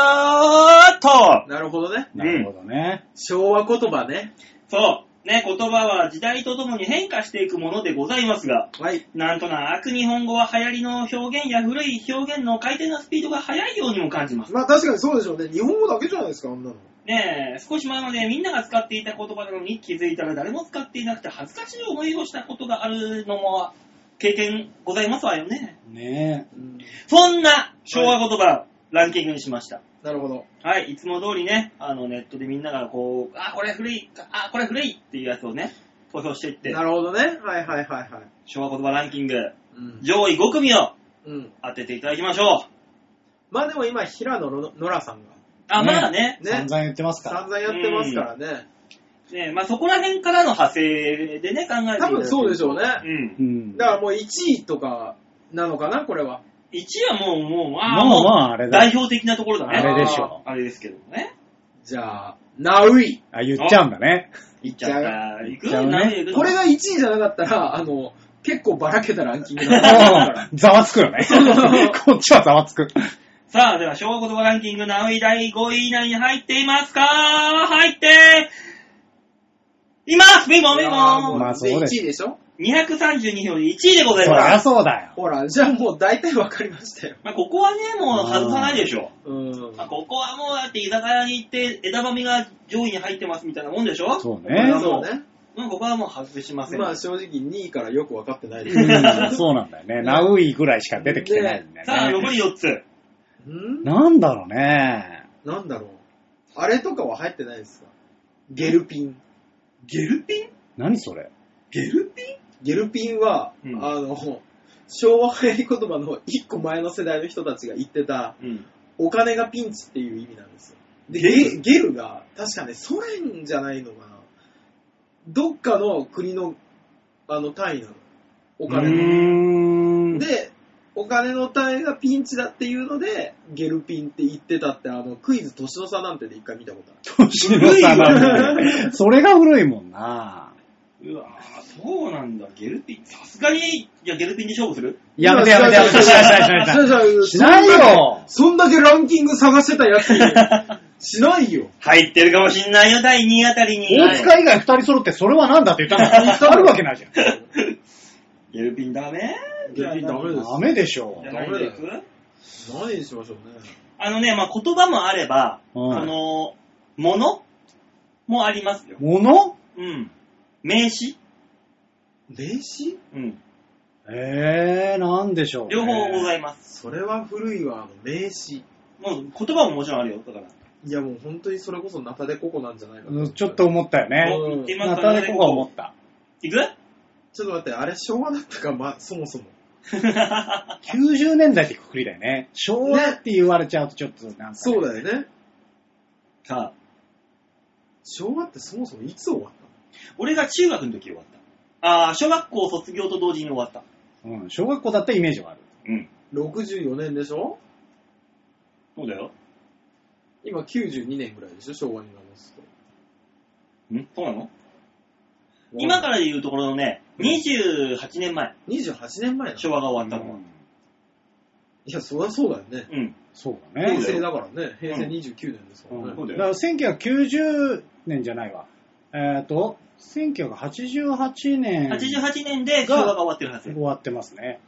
[SPEAKER 3] なるほどね。
[SPEAKER 1] なるほどね。
[SPEAKER 3] 昭和言葉ね。
[SPEAKER 2] そう。ね、言葉は時代とともに変化していくものでございますが、
[SPEAKER 3] はい。
[SPEAKER 2] なんとなく日本語は流行りの表現や古い表現の回転のスピードが速いようにも感じます。
[SPEAKER 3] まあ確かにそうでしょうね。日本語だけじゃないですか、あんなの。
[SPEAKER 2] ねえ、少し前までみんなが使っていた言葉なのに気づいたら誰も使っていなくて恥ずかしい思いをしたことがあるのも経験ございますわよね。
[SPEAKER 1] ね
[SPEAKER 3] うん、
[SPEAKER 2] そんな昭和言葉、ランキングにしました。
[SPEAKER 3] なるほど。
[SPEAKER 2] はい、いつも通りね、あのネットでみんながこう、あ、これ古い、あ、これ古いっていうやつをね、投票していって
[SPEAKER 3] な、るほどね。はいはいはいはい。
[SPEAKER 2] 昭和言葉ランキング
[SPEAKER 3] うん。
[SPEAKER 2] 上位5組を
[SPEAKER 3] うん。
[SPEAKER 2] 当てていただきましょう。
[SPEAKER 3] まあでも今、平野のノラさんが
[SPEAKER 2] あ、
[SPEAKER 1] ね
[SPEAKER 2] まあね。
[SPEAKER 1] え、
[SPEAKER 3] ね
[SPEAKER 1] 散々言ってますから
[SPEAKER 3] 散。々やってますからね。
[SPEAKER 2] ねまあそこら辺からの派生でね、考えていただ
[SPEAKER 3] 多分そうでし
[SPEAKER 2] ょ
[SPEAKER 3] ょうね。
[SPEAKER 2] う。うん
[SPEAKER 1] う。ん。
[SPEAKER 3] だからもう1位とかなのかな、これは。
[SPEAKER 2] 1はもう、もう、あ
[SPEAKER 1] ま
[SPEAKER 2] あ、
[SPEAKER 1] あ
[SPEAKER 2] もう
[SPEAKER 1] まあ、あれだ
[SPEAKER 2] 代。表的なところだね。
[SPEAKER 1] あれでしょ
[SPEAKER 2] あれですけどね。
[SPEAKER 3] じゃあ、ナウイ。
[SPEAKER 1] あ、言っちゃうんだね。
[SPEAKER 2] いっちゃうか。い
[SPEAKER 1] いっ
[SPEAKER 2] く
[SPEAKER 1] ちゃうね
[SPEAKER 2] 何で行く
[SPEAKER 3] これが1位じゃなかったら、あの、結構ばらけたランキングだったか
[SPEAKER 1] あ
[SPEAKER 3] ら
[SPEAKER 1] あざわつくよね。こっちはざわつく。
[SPEAKER 2] さあ、では、昭和言葉ランキング何位第5位以内に入っていますか入っていますビンボンビンボ
[SPEAKER 3] も
[SPEAKER 2] ン
[SPEAKER 1] まあ
[SPEAKER 3] う
[SPEAKER 1] そう
[SPEAKER 3] 1
[SPEAKER 1] で
[SPEAKER 3] 位
[SPEAKER 1] す
[SPEAKER 3] でしょ
[SPEAKER 2] !232 票で1位でござい
[SPEAKER 1] そり
[SPEAKER 2] ま
[SPEAKER 1] ゃ
[SPEAKER 2] す。
[SPEAKER 1] そうだよ。
[SPEAKER 3] ほら、じゃあもう大体わかりましたよ。
[SPEAKER 2] まあ、ここはね、もう外さないでしょ。
[SPEAKER 3] うん。
[SPEAKER 2] まあ、ここはもうだって居酒屋に行って枝豆が上位に入ってますみたいなもんでしょ
[SPEAKER 1] そう
[SPEAKER 3] ま
[SPEAKER 1] ね
[SPEAKER 3] あ。そうね。
[SPEAKER 2] まあ、ここはもう外しません。
[SPEAKER 3] まあ正直2位からよくわかってない です。
[SPEAKER 1] うんそうなんだよね。ナウイぐらいしか出てきてないんだ
[SPEAKER 2] さあ、
[SPEAKER 1] よ
[SPEAKER 2] 残
[SPEAKER 1] ね。
[SPEAKER 2] り4つ。
[SPEAKER 3] ん
[SPEAKER 1] なんだろうね。
[SPEAKER 3] なんだろう。あれとかは入ってないですかゲルピン。
[SPEAKER 2] ゲルピン
[SPEAKER 1] 何それ
[SPEAKER 2] ゲルピン
[SPEAKER 3] ゲルピンは、
[SPEAKER 2] うん
[SPEAKER 3] あの、昭和流行り言葉の一個前の世代の人たちが言ってた、
[SPEAKER 2] うん。
[SPEAKER 3] お金がピンチっていう意味なんですよ。で、
[SPEAKER 2] ゲル
[SPEAKER 3] ゲゲルが、確かね、ソ連じゃないのかな。どっかの国の、あの、単位なの。お
[SPEAKER 1] う
[SPEAKER 3] 金の。
[SPEAKER 1] ー ん。
[SPEAKER 3] で、お金の単位がピンチだっていうので、ゲルピンって言ってたって、あの、クイズ年の差なんてで一回見たことある。
[SPEAKER 1] 年の差なんだよね。それが古いもんな。
[SPEAKER 2] うわぁ、そうなんだ。ゲルピン。さすがに、いや、ゲルピンに勝負する
[SPEAKER 1] やめてやめてやめて。しないしないしないしない。しないよ
[SPEAKER 3] そんだけランキング探してたやつにしないよ。
[SPEAKER 2] 入ってるかもしんないよ、第2位あたりに。
[SPEAKER 1] 大塚以外二人揃ってそれは何だって言ったんだよ。あるわけないじゃん。
[SPEAKER 2] ゲルピンダメ
[SPEAKER 3] ゲルピンダメです
[SPEAKER 1] ダメでしょ
[SPEAKER 2] じゃあ何でいく
[SPEAKER 3] 何にしましょうね。
[SPEAKER 2] あのね、まあ、言葉もあれば、
[SPEAKER 1] うん
[SPEAKER 2] あの、ものもありますよ
[SPEAKER 1] う。。物
[SPEAKER 2] うん。名詞
[SPEAKER 3] 名詞
[SPEAKER 2] うん。
[SPEAKER 1] えー、なんでしょう、ね。
[SPEAKER 2] 両方ござ
[SPEAKER 1] い
[SPEAKER 2] います。
[SPEAKER 3] それは古いわ、あの名詞。
[SPEAKER 2] もう言葉ももちろんあるよ、だから。
[SPEAKER 3] いやもう本当にそれこそナタデココなんじゃないかな
[SPEAKER 1] ちょっと。思ったよ
[SPEAKER 3] う
[SPEAKER 1] ね。
[SPEAKER 3] ん
[SPEAKER 2] 言ってみます
[SPEAKER 1] な
[SPEAKER 2] か
[SPEAKER 1] たねここは思った。
[SPEAKER 2] いく
[SPEAKER 3] ちょっと待って、あれ昭和だったか、ま、そもそも。
[SPEAKER 1] 90年代ってくくりだよね。昭和って言われちゃうとちょっとなんかね、
[SPEAKER 3] そうだよね。
[SPEAKER 2] さあ、
[SPEAKER 3] 昭和ってそもそもいつ終わっ
[SPEAKER 2] 俺が中学の時終わった。ああ、小学校卒業と同時に終わった。
[SPEAKER 1] うん。小学校だったイメージはある。
[SPEAKER 2] うん。
[SPEAKER 3] たの ?64 年でしょ
[SPEAKER 2] そうだよ。
[SPEAKER 3] 今92年ぐらいでしょ昭和になりますと。
[SPEAKER 2] んそうなの今から言うところのね、28年前、
[SPEAKER 3] 28年前なの
[SPEAKER 2] 昭和が終わった
[SPEAKER 1] う
[SPEAKER 2] の。
[SPEAKER 1] ん
[SPEAKER 3] いや、そりゃそうだよね。
[SPEAKER 2] うん。
[SPEAKER 1] そうだ
[SPEAKER 3] 平
[SPEAKER 1] ね。
[SPEAKER 3] 成だからね。平成29年ですからね。
[SPEAKER 1] だから1990年じゃないわ。えっ、ー、と、1988年
[SPEAKER 2] 88年で昭和が終わってるはず
[SPEAKER 1] 終。わってますね。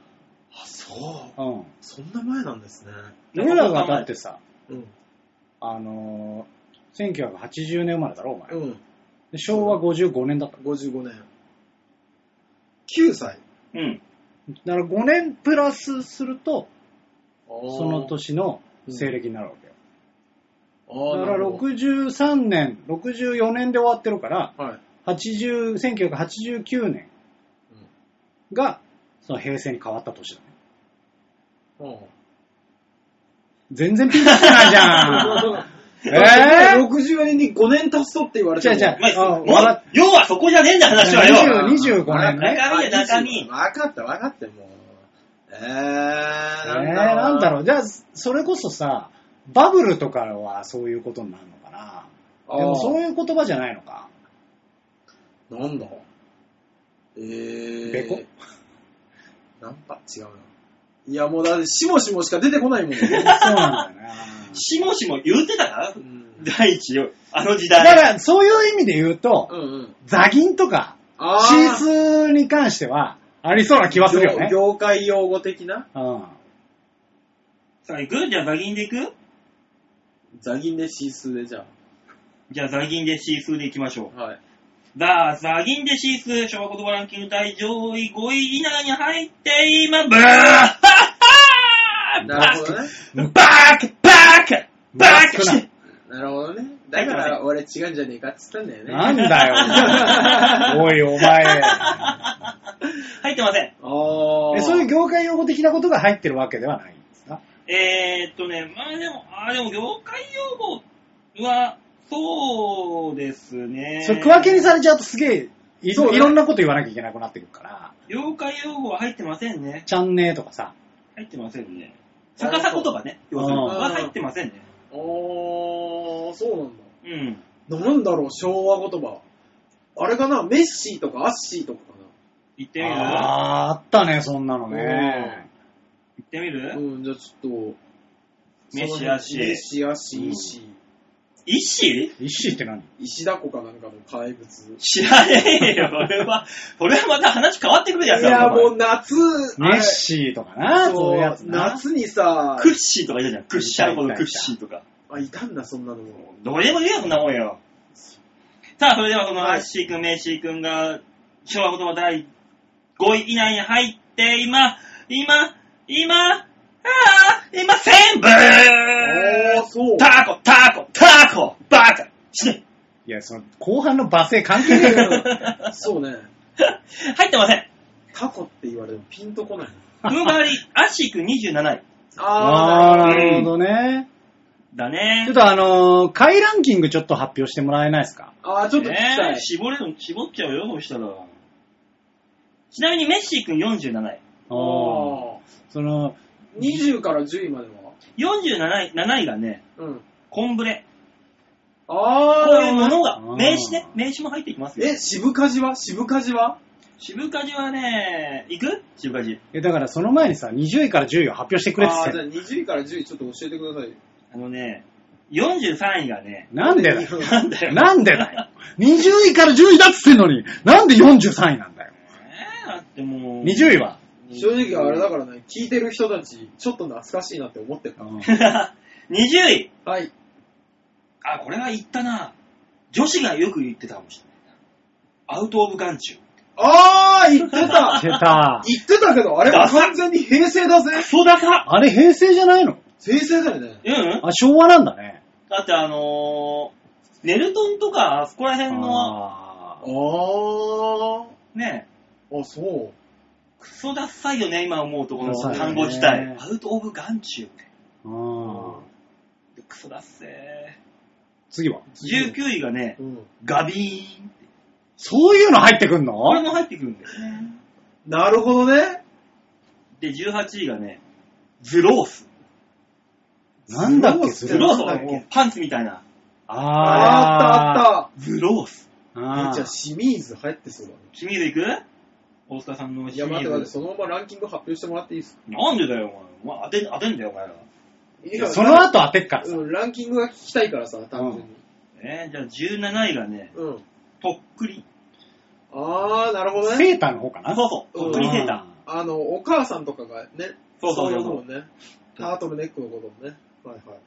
[SPEAKER 3] あ、そう。
[SPEAKER 1] うん。
[SPEAKER 3] そんな前なんですね。
[SPEAKER 1] 俺らがだってさ、
[SPEAKER 3] うん。
[SPEAKER 1] あのー、1980年生まれだろ、お前。
[SPEAKER 3] うん。
[SPEAKER 1] で昭和55年だった。
[SPEAKER 3] 55年。9歳。
[SPEAKER 2] うん。
[SPEAKER 1] だから5年プラスすると、そ
[SPEAKER 3] そ
[SPEAKER 1] の。年の西暦になるわけよ。
[SPEAKER 3] あー
[SPEAKER 1] だから。63年、64年で終わってるから、
[SPEAKER 3] なるほどはい。
[SPEAKER 1] 80 1989年
[SPEAKER 3] うん
[SPEAKER 1] が、その平成に変わった年だね。全然ピンときてないじ ゃん。
[SPEAKER 3] え
[SPEAKER 1] え
[SPEAKER 3] ぇ、?60 年に5年足すとって言われても
[SPEAKER 1] 違う違う
[SPEAKER 2] まあ、
[SPEAKER 1] あ
[SPEAKER 2] もう
[SPEAKER 1] 笑っ
[SPEAKER 2] 要はそこじゃねえんだ話はよ。
[SPEAKER 1] 20 25年ね。
[SPEAKER 2] 中身だ中身
[SPEAKER 3] 分かった分かった、もう。えー、
[SPEAKER 1] え
[SPEAKER 3] な
[SPEAKER 1] ー、
[SPEAKER 3] んだろうな。
[SPEAKER 1] なんだろう。じゃあ、それこそさ、バブルとかはそういうことになるのかな。
[SPEAKER 3] あー
[SPEAKER 1] でもそういう言葉じゃないのか。
[SPEAKER 3] なんだえー。
[SPEAKER 1] べこ
[SPEAKER 3] ナンパ違うな。いや、もうだって、しもしもしか出てこないもん。
[SPEAKER 1] そうな んだよな。
[SPEAKER 2] しもしも言うてた な
[SPEAKER 3] うん
[SPEAKER 2] 第一よ。あの時
[SPEAKER 1] だか
[SPEAKER 2] 代。
[SPEAKER 1] ら、そういう意味で言う
[SPEAKER 3] う
[SPEAKER 1] と、
[SPEAKER 3] んうん。
[SPEAKER 1] ザギンとか、
[SPEAKER 3] あー
[SPEAKER 1] シースーに関しては、ありそうな気はするよね。
[SPEAKER 3] 業業界用語的な
[SPEAKER 1] うん。
[SPEAKER 2] さあ行くじゃあザギンで行く
[SPEAKER 3] ザギンでシースーでじゃ
[SPEAKER 2] じゃあザギンでシースーで行きましょ
[SPEAKER 3] あ。はい。
[SPEAKER 2] う。さあ、ザギンでシースー、昭和言葉ランキング第上位5位以内に入っていま、ブーハッハッ
[SPEAKER 3] なるほどね。
[SPEAKER 2] バークバークバーク
[SPEAKER 1] 少ない
[SPEAKER 3] なるほどね。だから、俺違うんじゃねえかって言ったんだよね。
[SPEAKER 1] なんだ よ。おい、お前。
[SPEAKER 2] 入ってません。
[SPEAKER 3] ああ。
[SPEAKER 1] えそういう業界用語的なことが入ってるわけではないんですか
[SPEAKER 2] えー、っとね、まあでも、あーでも業界用語は、そうですね。
[SPEAKER 1] それ区分けにされちゃうとすげえい、
[SPEAKER 3] そうね
[SPEAKER 1] いろんなこと言わなきゃいけなくなってくるから、
[SPEAKER 2] 業界用語は入ってませんね。
[SPEAKER 1] チャンネルとかさ、
[SPEAKER 2] 入ってませんね。逆さ言葉ね。
[SPEAKER 1] うん
[SPEAKER 2] 要するに。は入ってませんね。
[SPEAKER 3] あー、そうなんだ。
[SPEAKER 2] うん。
[SPEAKER 3] なんだろう、昭和言葉。あれかな、メッシーとかアッシーとかか
[SPEAKER 2] 行ってみる行
[SPEAKER 1] あーあったね、そんなのね。
[SPEAKER 2] ってみ
[SPEAKER 3] な。
[SPEAKER 2] る
[SPEAKER 3] うん、じゃあちょっと。
[SPEAKER 2] メッシアッシー
[SPEAKER 3] その辺メッシアッシ
[SPEAKER 1] う
[SPEAKER 3] ー、
[SPEAKER 1] ん
[SPEAKER 3] 石。
[SPEAKER 2] 石
[SPEAKER 1] 石って何
[SPEAKER 3] 石田子かなんかの怪物。
[SPEAKER 2] 知らねえよ、 俺は。それはまた話変わってくる
[SPEAKER 3] い
[SPEAKER 2] やつだ
[SPEAKER 3] や、
[SPEAKER 2] お前
[SPEAKER 3] もう夏、
[SPEAKER 1] メッシーとかな、
[SPEAKER 3] あれ
[SPEAKER 1] そういうや
[SPEAKER 3] そ
[SPEAKER 1] つ
[SPEAKER 3] う
[SPEAKER 1] な。
[SPEAKER 3] 夏にさ、
[SPEAKER 2] クッシーとかいたじゃん。クッシャーこのクッシーとか。
[SPEAKER 3] あ、いたんだ、そんなのも。
[SPEAKER 2] どうでもいいよ、そんなもんよ。さあ、それではこの
[SPEAKER 3] は
[SPEAKER 2] ア
[SPEAKER 3] い
[SPEAKER 2] ッシーくん、メイシーくんが、昭和言葉第5位以内に入って、今、今、今、ああ、今、全部
[SPEAKER 3] あー、そう。
[SPEAKER 2] タコ、タコ、タコ、バカ死 ね
[SPEAKER 1] いや、その、後半の罵声関係ねえ よ。
[SPEAKER 3] そうね。
[SPEAKER 2] 入ってま せん。
[SPEAKER 3] タコって言われてもピンとこない。
[SPEAKER 2] その代わり、アッシーくん27位。
[SPEAKER 1] あー、
[SPEAKER 3] ー
[SPEAKER 1] な
[SPEAKER 3] なる
[SPEAKER 1] るほどね。
[SPEAKER 2] だ
[SPEAKER 1] ち
[SPEAKER 2] ね
[SPEAKER 1] ょっ。とあのー、下位ランキングちょっと発表してもらえないですか
[SPEAKER 3] ほどあー、ちょっと聞きた
[SPEAKER 2] ね
[SPEAKER 3] い
[SPEAKER 2] え、。絞れる、絞っちゃうよ、そしたら。ちなみにメッシーくん47位。
[SPEAKER 1] あーその、
[SPEAKER 3] あー20から10位までは。
[SPEAKER 2] 47位、7位がね、
[SPEAKER 3] うん。
[SPEAKER 2] コンブレ。
[SPEAKER 3] あー、
[SPEAKER 2] こういうものが
[SPEAKER 1] う、ん
[SPEAKER 2] 名詞ね、名詞も入ってきますよ。
[SPEAKER 3] え、渋かじは渋かじは
[SPEAKER 2] 渋かじはね、行く渋かじ。
[SPEAKER 1] え、だからその前にさ、20位から10位を発表してくれって
[SPEAKER 3] あ
[SPEAKER 1] 言
[SPEAKER 3] ー
[SPEAKER 1] って
[SPEAKER 3] じゃあ
[SPEAKER 1] たよ
[SPEAKER 3] 20位から10位ちょっと教えてください。
[SPEAKER 2] あのね、43位がね、
[SPEAKER 1] なんでだよ。
[SPEAKER 2] なんだよ。
[SPEAKER 1] なんでだよ。20位から10位だっつってんのに、なんで43位なんだ
[SPEAKER 2] えー
[SPEAKER 1] よ。
[SPEAKER 2] だってもう。
[SPEAKER 1] 20位は、
[SPEAKER 3] 正直あれだからね、聞いてる人たち、ちょっと懐かしいなって思って た。
[SPEAKER 2] 20位。
[SPEAKER 3] はい。
[SPEAKER 2] あ、これは言ったな。女子がよく言ってたかもしれないな。アウトオブ眼中。
[SPEAKER 3] あー、言ってた
[SPEAKER 1] 出た。
[SPEAKER 3] 言ってたけど、あれは完全に平成だぜ
[SPEAKER 2] クソダサ
[SPEAKER 1] あれ平成じゃないの
[SPEAKER 3] 平成だよね。
[SPEAKER 2] うん
[SPEAKER 1] あ、昭和なんだね。
[SPEAKER 2] だってあのー、ネルトンとか、あそこら辺の、
[SPEAKER 1] あ
[SPEAKER 3] あー、
[SPEAKER 2] ね、
[SPEAKER 3] あ、そう。
[SPEAKER 2] クソダッサいよね、今思うと、この
[SPEAKER 1] ダサいね
[SPEAKER 2] 単語自体。アウトオブ眼中。
[SPEAKER 1] ーうん
[SPEAKER 2] クソダッセ
[SPEAKER 1] 次は
[SPEAKER 2] ー。19位がね、
[SPEAKER 3] うん。
[SPEAKER 2] ガビーン。
[SPEAKER 1] そういうの入ってくんの
[SPEAKER 2] これも入ってくるんだよね。
[SPEAKER 3] なるほどね。
[SPEAKER 2] で、18位がね、ズロース。
[SPEAKER 1] なんだっけ
[SPEAKER 2] ズ
[SPEAKER 3] ズ
[SPEAKER 1] そ
[SPEAKER 3] ロ
[SPEAKER 1] れ
[SPEAKER 2] ロ
[SPEAKER 3] ー
[SPEAKER 2] ー
[SPEAKER 3] ス
[SPEAKER 2] ス
[SPEAKER 3] なんだっけ
[SPEAKER 2] パンツみたいな。
[SPEAKER 1] あー。あっ
[SPEAKER 3] あーあったあっ
[SPEAKER 2] ズロース。
[SPEAKER 3] た。
[SPEAKER 1] あ
[SPEAKER 3] えじゃあ、シミーズ入ってそうだね。
[SPEAKER 2] 清水行く大塚さんの
[SPEAKER 3] い
[SPEAKER 2] 清
[SPEAKER 3] や、待って待って、
[SPEAKER 2] 水。
[SPEAKER 3] そのままランキング発表してもらっていいですか
[SPEAKER 2] なんでだよ、お前。お前当て、当てんだよ、お前ら。
[SPEAKER 3] い
[SPEAKER 1] その後当てっからさ。
[SPEAKER 3] うん、ランキングが聞きたいからさ、単純に。
[SPEAKER 2] えー、じゃあ17位がね、
[SPEAKER 3] うん。
[SPEAKER 2] とっくり。
[SPEAKER 3] あー、なるほどね。
[SPEAKER 1] セーターの方か
[SPEAKER 2] あ、
[SPEAKER 1] な
[SPEAKER 2] そうそう、とっくりセーター。
[SPEAKER 3] あの、お母さんとかがね、
[SPEAKER 2] そうそうそう
[SPEAKER 3] いこともね。タートルネックのこともね。はいはい。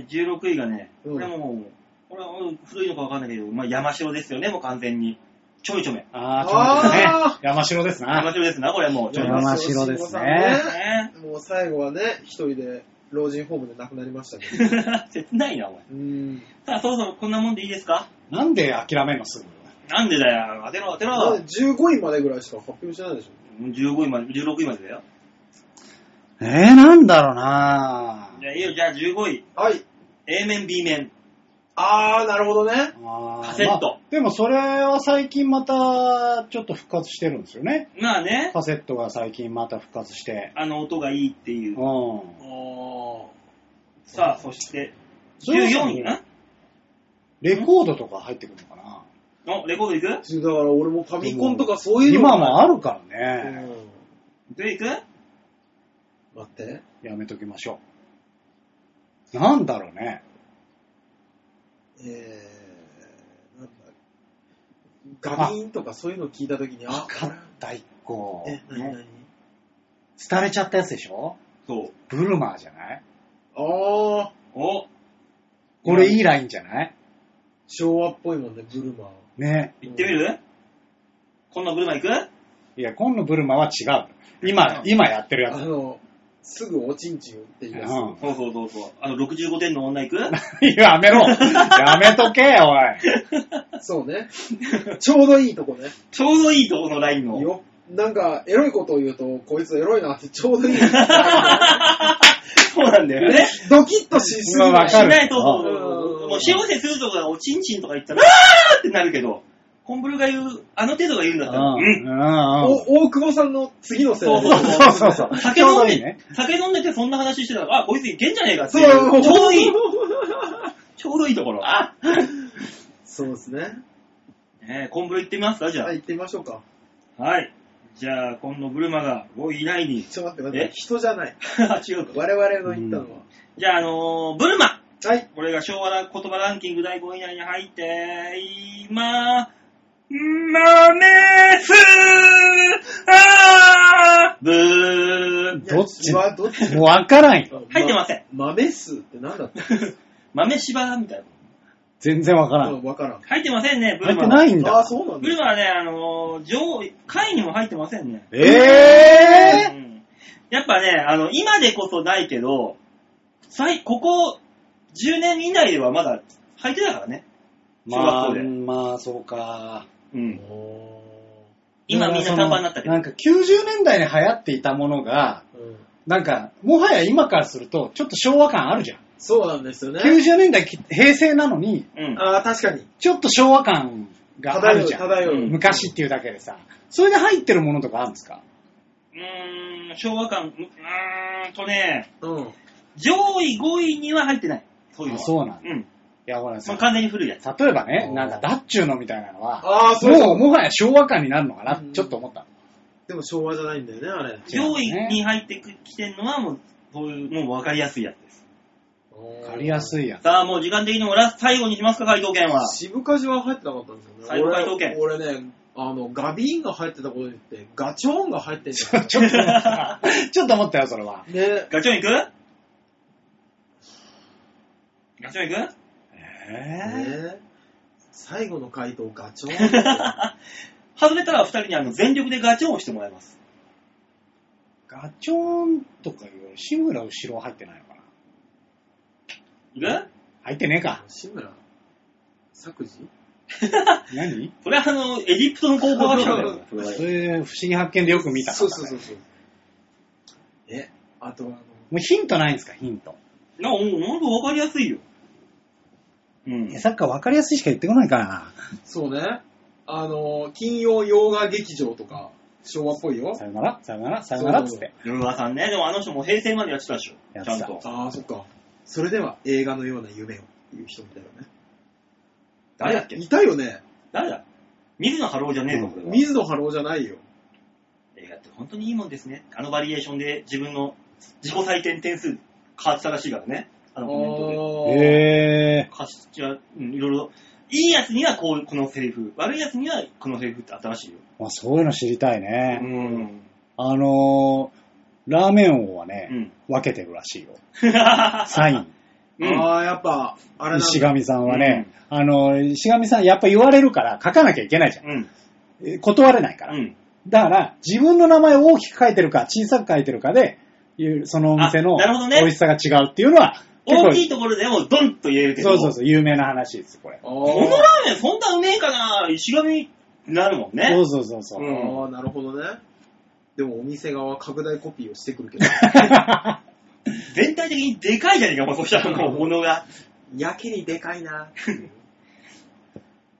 [SPEAKER 2] ね、16位がね、
[SPEAKER 3] うん
[SPEAKER 2] これもう、これはうん古いのかわかんないけど、まあ、山城ですよね、もう完全に。ちょいちょめ。
[SPEAKER 1] あー、ちょうど
[SPEAKER 3] あ
[SPEAKER 1] ね。山城です
[SPEAKER 2] 山
[SPEAKER 1] な。
[SPEAKER 2] 城ですな、これもう、ちょいちょめ。
[SPEAKER 1] 山城ですね
[SPEAKER 2] ね
[SPEAKER 3] もう最後はね、一人で老人ホームで亡くなりました けど。
[SPEAKER 2] 切ないな、お前。
[SPEAKER 3] うん。
[SPEAKER 2] さあ、そろそろこんなもんでいいですか
[SPEAKER 1] なんで諦めんのすぐ。
[SPEAKER 2] なんでだよ、当てろ当て
[SPEAKER 3] ま
[SPEAKER 2] ろ
[SPEAKER 3] だ。15位までぐらいしか発表してないでしょ。
[SPEAKER 2] 15位まで、16位までだよ。
[SPEAKER 1] えー、なんだろうな
[SPEAKER 2] じゃあ、いいよ、じゃあ15位。
[SPEAKER 3] はい。
[SPEAKER 2] A 面、B 面。
[SPEAKER 3] あー、なるほどね。
[SPEAKER 1] あー
[SPEAKER 2] カセット
[SPEAKER 1] まあでもそれは最近またちょっと復活してるんですよね。
[SPEAKER 2] まあね、
[SPEAKER 1] カセットが最近また復活して。
[SPEAKER 2] あの音がいいっていうう。
[SPEAKER 1] ん。
[SPEAKER 2] さあ、そして、
[SPEAKER 1] それこそ
[SPEAKER 2] 14位な
[SPEAKER 1] レコードとか入ってくるのかな
[SPEAKER 2] お、レコードいく
[SPEAKER 3] だから俺もファミコンとかそういうの
[SPEAKER 1] 今もあ
[SPEAKER 3] る。
[SPEAKER 1] るか
[SPEAKER 3] う
[SPEAKER 1] らね。
[SPEAKER 3] ん
[SPEAKER 2] どれいく
[SPEAKER 3] 待って。
[SPEAKER 1] やめときましょう。なんだろうね。
[SPEAKER 3] えー、なんだガビーンとかそういうの聞いたときに、あ
[SPEAKER 1] わ、かった、一個。
[SPEAKER 3] え、なになに
[SPEAKER 1] 廃れちゃったやつでしょ
[SPEAKER 2] そう。
[SPEAKER 1] ブルマーじゃない
[SPEAKER 3] あー、
[SPEAKER 2] お、
[SPEAKER 1] これいいラインじゃない
[SPEAKER 3] 昭和っぽいもんね、ブルマー。
[SPEAKER 1] ね。
[SPEAKER 2] 行ってみるこんなブルマいく
[SPEAKER 1] いや、今のブルマは違う。今、今やってるや
[SPEAKER 3] あ
[SPEAKER 1] つ。
[SPEAKER 3] の、すぐおちんちん打っていいやつ。
[SPEAKER 1] うん
[SPEAKER 2] そうそうそうそう。あの、65点の女いく
[SPEAKER 1] やめろやめとけお
[SPEAKER 3] そうね。 ちょうどいいとこね。
[SPEAKER 2] ちょうどいいとこのラインの。
[SPEAKER 3] よ。なんか、エロいことを言うと、こいつエロいなってちょうどい い。
[SPEAKER 2] そうなんだよね。
[SPEAKER 3] ドキッとしすぎ
[SPEAKER 1] まあ
[SPEAKER 3] な
[SPEAKER 1] わ
[SPEAKER 3] い
[SPEAKER 1] か
[SPEAKER 2] し
[SPEAKER 1] る
[SPEAKER 2] ないと思う。もう、幸せするとか、おちんちんとか言ったら、あーってなるけど、コンブルが言う、あの程度が言うんだったら、う
[SPEAKER 1] い。
[SPEAKER 2] ん。
[SPEAKER 1] んうん。
[SPEAKER 3] お大久保さんの次の世代
[SPEAKER 2] そうそう
[SPEAKER 1] そうそうそう。
[SPEAKER 2] 酒飲ん
[SPEAKER 1] ちょうどい
[SPEAKER 2] で、
[SPEAKER 1] いね。
[SPEAKER 2] 酒飲んでてそんな話してたら、あ、こいついけんじゃねえかって
[SPEAKER 3] そ
[SPEAKER 2] いうう。ちょうどいい。
[SPEAKER 3] い。
[SPEAKER 2] ちょうどいいところ。あ
[SPEAKER 3] そうですね。
[SPEAKER 2] ねえ、コンブル行ってみますかじゃあ。
[SPEAKER 3] は、
[SPEAKER 2] はいい。
[SPEAKER 3] 行ってみましょうか。
[SPEAKER 2] じゃあ、今度ブルマが5位以内に。
[SPEAKER 3] ちょっと待って待っ
[SPEAKER 2] え
[SPEAKER 3] て、人じゃない。
[SPEAKER 2] あ違うか。
[SPEAKER 3] 我々の言ったのは。
[SPEAKER 2] じゃあ、あのーブルマ
[SPEAKER 3] はい。
[SPEAKER 2] これが昭和な言葉ランキング第5位以内に入って、いま、まめすあーブー
[SPEAKER 1] どっち
[SPEAKER 3] いやはどっち
[SPEAKER 1] もうわからんよ。
[SPEAKER 2] 入ってません。
[SPEAKER 3] 豆酢って何だった
[SPEAKER 2] 豆柴みたいな。
[SPEAKER 1] 全然わから
[SPEAKER 3] の
[SPEAKER 1] ん。
[SPEAKER 3] わからん。
[SPEAKER 2] 入ってませんね、ブ
[SPEAKER 1] 入
[SPEAKER 2] ルマ
[SPEAKER 1] って
[SPEAKER 2] は。
[SPEAKER 1] ないん
[SPEAKER 3] ああ、
[SPEAKER 1] だ。
[SPEAKER 3] そうなん
[SPEAKER 2] ブ
[SPEAKER 3] だ。
[SPEAKER 2] ルマはね、あのー上位、下位にも入ってませんね。
[SPEAKER 1] ええ
[SPEAKER 2] うんやっぱね、あの、今でこそないけど、最、ここ10年以内ではまだ履いてたからね。中学
[SPEAKER 1] まあ、
[SPEAKER 2] 校で。
[SPEAKER 1] まあ、そうか。
[SPEAKER 2] うん。
[SPEAKER 3] お
[SPEAKER 2] 今みんな短パンになったけど
[SPEAKER 1] なん。か90年代に流行っていたものが、
[SPEAKER 3] ーうん
[SPEAKER 1] なんか、もはや今からすると、ちょっと昭和感あるじゃん。
[SPEAKER 3] そうなんですよね。
[SPEAKER 1] 90年代、平成なのに、
[SPEAKER 2] うん。
[SPEAKER 3] ああ、確かに。
[SPEAKER 1] ちょっと昭和感があ
[SPEAKER 3] 漂
[SPEAKER 1] る
[SPEAKER 3] う、
[SPEAKER 1] じゃん。
[SPEAKER 3] 漂う。
[SPEAKER 2] うん
[SPEAKER 1] 昔っていうだけでさ。それで入ってるものとかあるんですか
[SPEAKER 2] うーん、昭和感、うーんとね、
[SPEAKER 3] うん。
[SPEAKER 2] 上位5位には入ってない。そういうのは。
[SPEAKER 1] あそうなんだ
[SPEAKER 2] うん。
[SPEAKER 1] いや、ほら
[SPEAKER 2] まあ
[SPEAKER 1] さ、
[SPEAKER 2] 完全に古いやつ。
[SPEAKER 1] 例えばね
[SPEAKER 3] う、ん
[SPEAKER 1] なんか、ダッチューのみたいなのは、
[SPEAKER 3] ああ、そう
[SPEAKER 1] もう、
[SPEAKER 3] そう。
[SPEAKER 1] もはや昭和感になるのかな、
[SPEAKER 3] うん
[SPEAKER 1] ちょっと思った。
[SPEAKER 3] でも昭和じゃないんだよね、あれ。
[SPEAKER 1] 違う
[SPEAKER 2] 上
[SPEAKER 1] ね
[SPEAKER 2] 位に入ってくきてんのはもう、そういう、もう分かりやすいやつです。
[SPEAKER 1] わかりやす
[SPEAKER 3] い。
[SPEAKER 1] いやつ。
[SPEAKER 2] さあ、もう時間的にもラス最後にしますか、回答権は。
[SPEAKER 3] 渋かじは入ってなかったんですよね。
[SPEAKER 2] 最後回答権
[SPEAKER 3] 俺俺ね、あの、ガビーンが入ってたことによって、ガチョーンが入ってんじゃん。
[SPEAKER 1] ちょっと思った。ちょっと思ったよ、それは。
[SPEAKER 3] ね。
[SPEAKER 2] ガチョン行くガチョン行く
[SPEAKER 1] え
[SPEAKER 3] ね最後の回答、ガチョーン。
[SPEAKER 2] 外れたら二人にあの全力でガチョンをしてもらいます。
[SPEAKER 1] ガチョーンとかいうより、志村後ろ入ってないのかない
[SPEAKER 2] く
[SPEAKER 1] 入ってねえか。
[SPEAKER 3] 志村作事
[SPEAKER 1] 何
[SPEAKER 2] それはあの、エジプトの高校学者だよ。
[SPEAKER 1] それ、不思議発見でよく見たから
[SPEAKER 3] そう
[SPEAKER 1] ね
[SPEAKER 3] そうそうそう。え、あとあの、
[SPEAKER 1] もうヒントないんですか、ヒント。
[SPEAKER 2] な、おなんかわかりやすいよ。うん。
[SPEAKER 1] サッカー分かりやすいしか言ってこないからな。
[SPEAKER 3] そうね。あの、金曜洋画劇場とか、昭和っぽいよ
[SPEAKER 1] さ。よなら、さよなら、さよならっつって。
[SPEAKER 2] ヨルワさんね、でもあの人も平成までやってたでしょ。
[SPEAKER 1] やっ
[SPEAKER 2] ち
[SPEAKER 1] てた
[SPEAKER 2] ゃんと。
[SPEAKER 3] ああ、そっか。それでは映画のような夢をっていう人みたいなね。
[SPEAKER 2] 誰だっけ
[SPEAKER 3] いたよね。
[SPEAKER 2] 誰だ水野晴郎じゃねえぞ、
[SPEAKER 1] うん
[SPEAKER 2] これは。
[SPEAKER 3] 水野晴郎じゃないよ。
[SPEAKER 2] 映画って本当にいいもんですね。あのバリエーションで自分の自己採点点数変わってたらしいからね。あのコメントで。
[SPEAKER 3] あ
[SPEAKER 1] へえ。
[SPEAKER 2] 歌詞じゃ、うん、いろいろ。いいやつにはこう、このセリフ。悪いやつにはこのセリフって新しいよ。
[SPEAKER 1] まあそういうの知りたいうね。
[SPEAKER 2] ん。
[SPEAKER 1] あのー、ラーメン王は
[SPEAKER 2] う
[SPEAKER 1] ね、
[SPEAKER 2] ん。
[SPEAKER 1] 分けてるら しいよ。サイン。
[SPEAKER 3] ーあー、やっぱ、あれなん
[SPEAKER 1] 石
[SPEAKER 3] だ。
[SPEAKER 1] 神さんはね、あの、石神さんやっぱ言われるから書かなきゃいけないじゃん
[SPEAKER 2] うん。
[SPEAKER 1] え。断れないから。
[SPEAKER 2] うん。
[SPEAKER 1] だから、自分の名前を大きく書いてるか小さく書いてるかで、いうそのお店の
[SPEAKER 2] あなるほどね
[SPEAKER 1] 美味しさが違うっていうのは、結構
[SPEAKER 2] 大きいところでもドンと言えるけど。
[SPEAKER 1] そうそうそう、有名な話です、こ
[SPEAKER 3] あ
[SPEAKER 1] れ。
[SPEAKER 2] この
[SPEAKER 3] ー
[SPEAKER 2] ラーメンそんなうめえかな石神になるもんね。
[SPEAKER 1] そうそうそうそう。
[SPEAKER 2] う
[SPEAKER 3] あ
[SPEAKER 2] ん
[SPEAKER 3] ー、なるほどね。でもお店側拡大コ ピーをしてくるけど。
[SPEAKER 2] 全体的にでかいじゃねえか、お前そしたらもう物が。
[SPEAKER 3] やけにでかいな。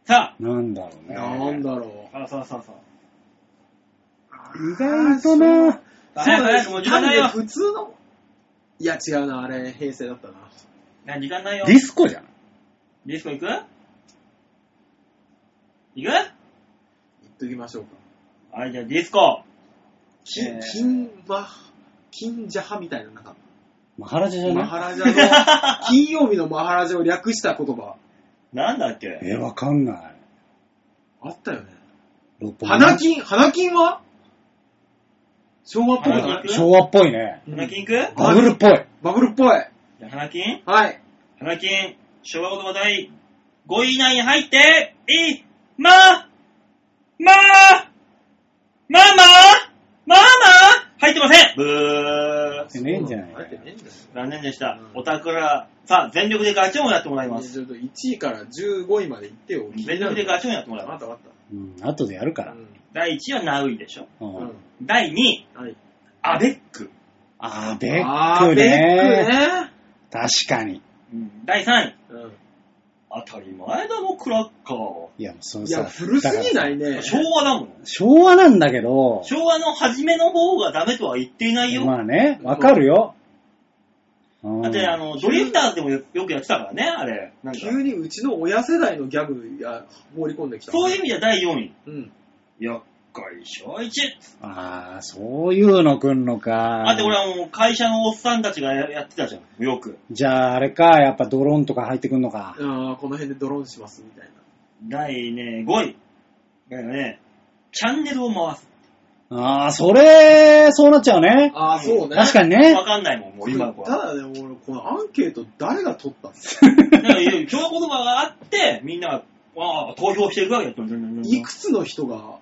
[SPEAKER 2] さ
[SPEAKER 1] なんだろうね。
[SPEAKER 3] なんだろ
[SPEAKER 2] あ、そうそうそう。
[SPEAKER 3] う。
[SPEAKER 1] 意外とな、
[SPEAKER 3] あー。
[SPEAKER 2] 早く早く
[SPEAKER 3] そう
[SPEAKER 2] もう時間ないよ
[SPEAKER 3] 単に普通の。いや、違うな、あれ、平成だったな。
[SPEAKER 2] な、時間ないよ。
[SPEAKER 1] ディスコじゃん。
[SPEAKER 2] ディスコ行く行く
[SPEAKER 3] 言っときましょうか。
[SPEAKER 2] はい、じゃあディス コ。
[SPEAKER 3] 金、
[SPEAKER 1] えー
[SPEAKER 3] 金は、金ジャハみたいな、なんか、
[SPEAKER 1] マハラジャじゃ
[SPEAKER 3] マ
[SPEAKER 1] な
[SPEAKER 3] ハラジ ャの、金曜日のマハラジャを略した言葉、
[SPEAKER 2] なんだっけ
[SPEAKER 1] いえ、わかんない。
[SPEAKER 3] あったよね。
[SPEAKER 1] 六本木
[SPEAKER 3] 花金、花金は昭和っぽく
[SPEAKER 2] 花
[SPEAKER 3] ない
[SPEAKER 2] 金
[SPEAKER 1] 昭和っぽいね。
[SPEAKER 2] 花金行く
[SPEAKER 1] バブルっぽい。
[SPEAKER 3] バブルっぽい。
[SPEAKER 2] じゃあ花金
[SPEAKER 3] はい。
[SPEAKER 2] 花金、昭和言葉第5位以内に入って、い、ま、ま、ママママ入ってませんブー。
[SPEAKER 1] 入ってねえんじゃない
[SPEAKER 3] 入ってねえんじゃない
[SPEAKER 2] 残念でした
[SPEAKER 3] うん。
[SPEAKER 2] オタクら、さあ、全力でガチョンをやってもらいます。
[SPEAKER 3] ちょっと1位から15位まで行ってよ。
[SPEAKER 2] 全力でガチョンやってもらい
[SPEAKER 3] わか
[SPEAKER 2] ま
[SPEAKER 3] っ
[SPEAKER 2] す。
[SPEAKER 3] たわかっ
[SPEAKER 1] うん、後でやるか
[SPEAKER 3] た。
[SPEAKER 1] ら。
[SPEAKER 2] 第1位はナウイでしょ。
[SPEAKER 1] う
[SPEAKER 3] うん
[SPEAKER 1] ん。
[SPEAKER 2] 第2位、
[SPEAKER 3] はい。
[SPEAKER 2] アベック。
[SPEAKER 1] あー、ベ
[SPEAKER 3] あー
[SPEAKER 1] ック
[SPEAKER 3] ベック
[SPEAKER 1] ね。
[SPEAKER 3] ね。
[SPEAKER 1] 確かに。
[SPEAKER 2] 第3位、
[SPEAKER 3] うん
[SPEAKER 2] 当たり前だもんクラッカー。
[SPEAKER 1] いや、もうその
[SPEAKER 3] いや、
[SPEAKER 1] さ、
[SPEAKER 3] 古すぎ
[SPEAKER 1] だか
[SPEAKER 3] ないね
[SPEAKER 2] ね。昭和だもん。
[SPEAKER 1] ら昭和なんだけど、
[SPEAKER 2] 昭和の初めの方がダメとは言っていないよ。
[SPEAKER 1] まあね、わかるよ。うん
[SPEAKER 2] だって、あの、ドリフターズでもよくやってたからね、あれ。なんか
[SPEAKER 3] 急にうちの親世代のギャグが放り込んできた。
[SPEAKER 2] そういう意味では第4位。
[SPEAKER 3] うん。
[SPEAKER 2] 厄介小一。
[SPEAKER 1] あー、そういうのくんのか。
[SPEAKER 2] あって俺はもう会社のおっさんたちがややってたじゃん、よく。
[SPEAKER 1] じゃあ、あれか、やっぱドローンとか入ってくんのか。
[SPEAKER 3] あーこの辺でドローンしますみたい
[SPEAKER 2] 第ね、5位。だよね、チャンネルを回す。
[SPEAKER 1] あー、それ、そうなっちゃうね。
[SPEAKER 3] な。あーそうね。
[SPEAKER 1] 確かに
[SPEAKER 2] わ
[SPEAKER 1] ね。
[SPEAKER 2] かんないもん、もう今の子
[SPEAKER 3] た
[SPEAKER 2] は。
[SPEAKER 3] だね、俺、このアンケート誰が取ったんですか
[SPEAKER 2] だ から、今日言葉があって、みんなが、わあ、投票していくわけよ。
[SPEAKER 3] いくつの人が、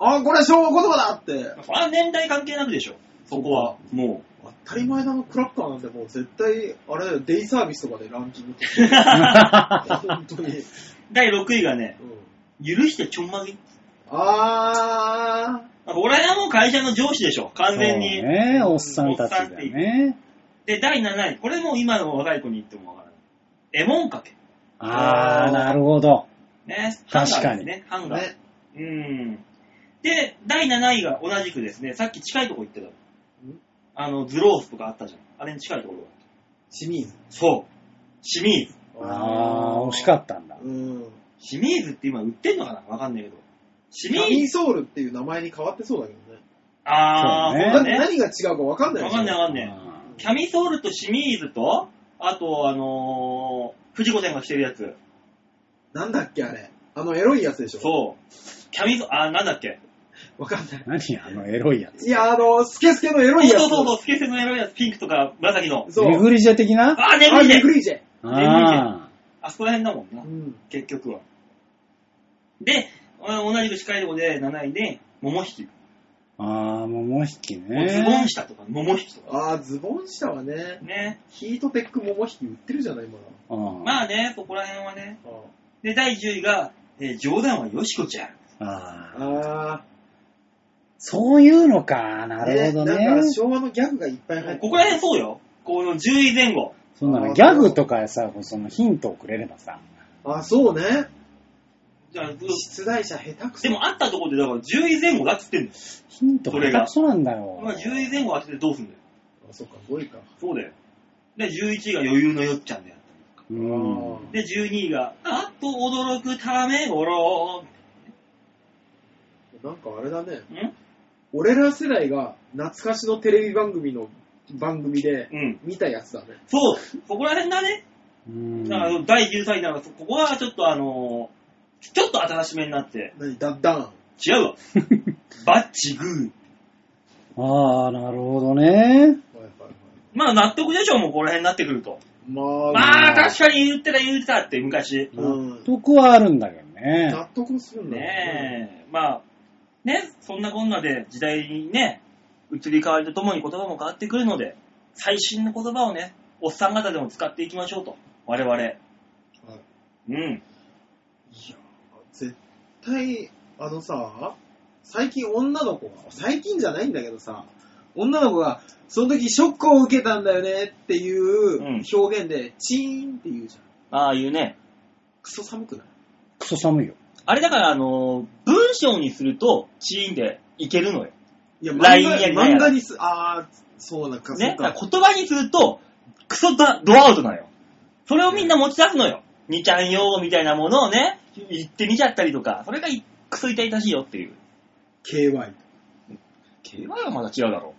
[SPEAKER 3] あーこれ昭和言葉だって。
[SPEAKER 2] それは年代関係なくでしょ。そこは。も
[SPEAKER 3] 当たり前だな、クラッカーなんてもう絶対、あれだよ、デイサービスとかでランキング取って
[SPEAKER 2] う。
[SPEAKER 3] る。本当に。うん
[SPEAKER 2] 第6位がね、許してちょんまげ。
[SPEAKER 3] あ
[SPEAKER 2] 俺はもう会社の上司でしょ、完全に。
[SPEAKER 1] そうね、おっさんたちだよね。
[SPEAKER 2] で、第7位。これもう今の若い子に言ってもわからない。エモンかけ。
[SPEAKER 1] あー、なるほど。
[SPEAKER 2] ね。
[SPEAKER 1] 確
[SPEAKER 2] ハ
[SPEAKER 1] かに
[SPEAKER 2] ンガーですね、ハ
[SPEAKER 3] ー、
[SPEAKER 2] ンガー。
[SPEAKER 3] ね。
[SPEAKER 2] うん。で、第7位が同じくですね、さっき近いとこ行ってたの。あの、ズロースとかあったじゃん。あれに近いところが。
[SPEAKER 3] 清水。
[SPEAKER 2] そう。シミーズ。
[SPEAKER 1] あー、惜しかったんだ。
[SPEAKER 3] うん。
[SPEAKER 2] シミーズって今売ってんのかなわかんないけど。シミ
[SPEAKER 3] キャ
[SPEAKER 2] ー
[SPEAKER 3] ミ
[SPEAKER 2] ズ。
[SPEAKER 3] ンソールっていう名前に変わってそうだけどね。
[SPEAKER 2] あー、
[SPEAKER 1] そうね
[SPEAKER 2] そうだね。
[SPEAKER 3] 何が違うか分かんない
[SPEAKER 2] わかんないわかんない。
[SPEAKER 1] あ
[SPEAKER 2] キャミソールとシミーズと、あと、あのー、藤子ちゃんが着てるやつ。
[SPEAKER 3] なんだっけ、あれ。あの、エロいやつでしょ。
[SPEAKER 2] そう。キャミソ、あー、なんだっけ。
[SPEAKER 3] わかんない
[SPEAKER 1] ー。何あのエロいやつ。
[SPEAKER 3] いや、あの、スケスケのエロいやつ。
[SPEAKER 2] そうそうそうそう、スケセのエロいやつ、ピンクとか紫の。
[SPEAKER 3] そう。
[SPEAKER 1] ネグリジェ的な
[SPEAKER 2] あー、
[SPEAKER 3] あ、
[SPEAKER 2] 眠い
[SPEAKER 3] ネ
[SPEAKER 2] ね
[SPEAKER 3] グ。リジェ。
[SPEAKER 1] あ
[SPEAKER 2] あそこら辺だもん
[SPEAKER 3] う
[SPEAKER 2] な、
[SPEAKER 3] ん。
[SPEAKER 2] 結局は。で、あ同じく近いとこで7位で、桃引き。
[SPEAKER 1] ー、あー、桃引き
[SPEAKER 2] もうズボン
[SPEAKER 1] ね。
[SPEAKER 2] 下とか、桃引きとか。
[SPEAKER 3] あー、ズボン下はね、
[SPEAKER 2] ね。
[SPEAKER 3] ヒートテック桃引き売ってるじゃない、今。
[SPEAKER 1] うん
[SPEAKER 2] まあね、そこら辺はね。
[SPEAKER 3] あ
[SPEAKER 2] で、第10位が、えー冗談はよしこちゃん。
[SPEAKER 1] あー
[SPEAKER 3] あ
[SPEAKER 1] そういうのか。な
[SPEAKER 3] ー。
[SPEAKER 1] るほど
[SPEAKER 3] なん
[SPEAKER 1] ね
[SPEAKER 3] か。昭和のギャグがいっぱい入って
[SPEAKER 2] ここら辺そうよ。この10位前後。
[SPEAKER 1] そんなの、ギャグとかさ、そのヒントをくれればさ。
[SPEAKER 3] あ、そうね。
[SPEAKER 2] じゃあう
[SPEAKER 3] 出題者下手くそ。
[SPEAKER 2] でもあったところで、だから10位前後だっつってんの。
[SPEAKER 1] ヒントがそうなんだよ。
[SPEAKER 2] 今10位前後当ててどうすんだよ。
[SPEAKER 3] あ、そっか、5位か。
[SPEAKER 2] そうだよ。で、11位が余裕のよっちゃんであったりとか。
[SPEAKER 1] うん。
[SPEAKER 2] で、12位が、あっと驚くためごろ。
[SPEAKER 3] なんかあれだね。
[SPEAKER 2] ん
[SPEAKER 3] 俺ら世代が懐かしのテレビ番組の番組で
[SPEAKER 2] うん。
[SPEAKER 3] 見たやつだね。
[SPEAKER 2] そう、そこら辺だね。
[SPEAKER 1] うん
[SPEAKER 2] だ から第13位なら、ここはちょっとあのーちょっと新しめになって、
[SPEAKER 3] 何ダッダン。
[SPEAKER 2] 違うわ。バッチグー。
[SPEAKER 1] ああ、なるほどね。
[SPEAKER 3] はいはいはい。
[SPEAKER 2] まあ納得でしょ、もうこの辺になってくると。
[SPEAKER 3] まあ、
[SPEAKER 2] まあ確かに言ってた言ってたって昔。
[SPEAKER 3] うん
[SPEAKER 1] 納得はあるんだけどね。
[SPEAKER 3] 納得するんだね。
[SPEAKER 2] ねえ、まあ、ね、そんなこんなで時代にね、移り変わりとともに言葉も変わってくるので、最新の言葉をね、おっさん方でも使っていきましょうと。我々。うん。
[SPEAKER 3] いや、絶対、あのさ、最近女の子が、最近じゃないんだけどさ、女の子が、その時ショックを受けたんだよねっていう
[SPEAKER 2] うん
[SPEAKER 3] 表現で、チーンって言うじゃん。
[SPEAKER 2] ああいうね。
[SPEAKER 3] クソ寒くない
[SPEAKER 1] クソ寒いよ。
[SPEAKER 2] あれだから、あの、文章にすると、チーンでいけるのよ。
[SPEAKER 3] いや、
[SPEAKER 2] ライン
[SPEAKER 3] 漫
[SPEAKER 2] やりな
[SPEAKER 3] 画
[SPEAKER 2] がら
[SPEAKER 3] 漫画にす、あー、そうなんか、そ
[SPEAKER 2] ね。
[SPEAKER 3] う
[SPEAKER 2] だ
[SPEAKER 3] か
[SPEAKER 2] から言葉にすると、クソだドアウトなのよ。それをみんな持ち出すのよ。にちゃん用語みたいなものをね、言ってみちゃったりとか、それがいクソ痛々しいよっていう。
[SPEAKER 3] KY。
[SPEAKER 2] KY はまだ違うだろ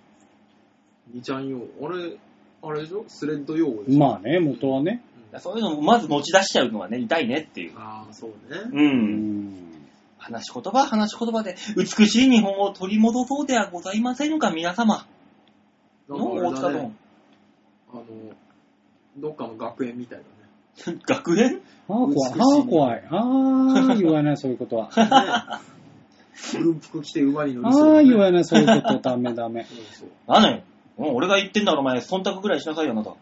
[SPEAKER 3] にちゃん用語。あれ、あれでしょスレッド用語でしょ、
[SPEAKER 1] まあね、元はね。
[SPEAKER 2] う。だからそういうのをまず持ち出しちゃうのはね、痛いねっていう。
[SPEAKER 3] ああー、そうね。
[SPEAKER 2] う。
[SPEAKER 1] うんん。
[SPEAKER 2] 話し言葉、話し言葉で、美しい日本を取り戻そうではございませんか、皆様。
[SPEAKER 3] なん
[SPEAKER 2] の大
[SPEAKER 3] か
[SPEAKER 2] 塚
[SPEAKER 3] あれだ
[SPEAKER 2] と
[SPEAKER 3] ね、あの、どっかの学園みたい
[SPEAKER 2] 学園
[SPEAKER 1] ああ、怖い。
[SPEAKER 3] 美しい
[SPEAKER 1] ああ、怖い。ああ、言わない、そういうこと は。あ
[SPEAKER 3] だね。ね軍服着て馬に乗りそうだ
[SPEAKER 1] あ、
[SPEAKER 3] ね
[SPEAKER 1] 言わない、そういうこと。ダメダメ。
[SPEAKER 3] そうそう。
[SPEAKER 2] なのよ。もう俺が言ってんだろ、お前。忖度ぐらいしなさいよ、あなた。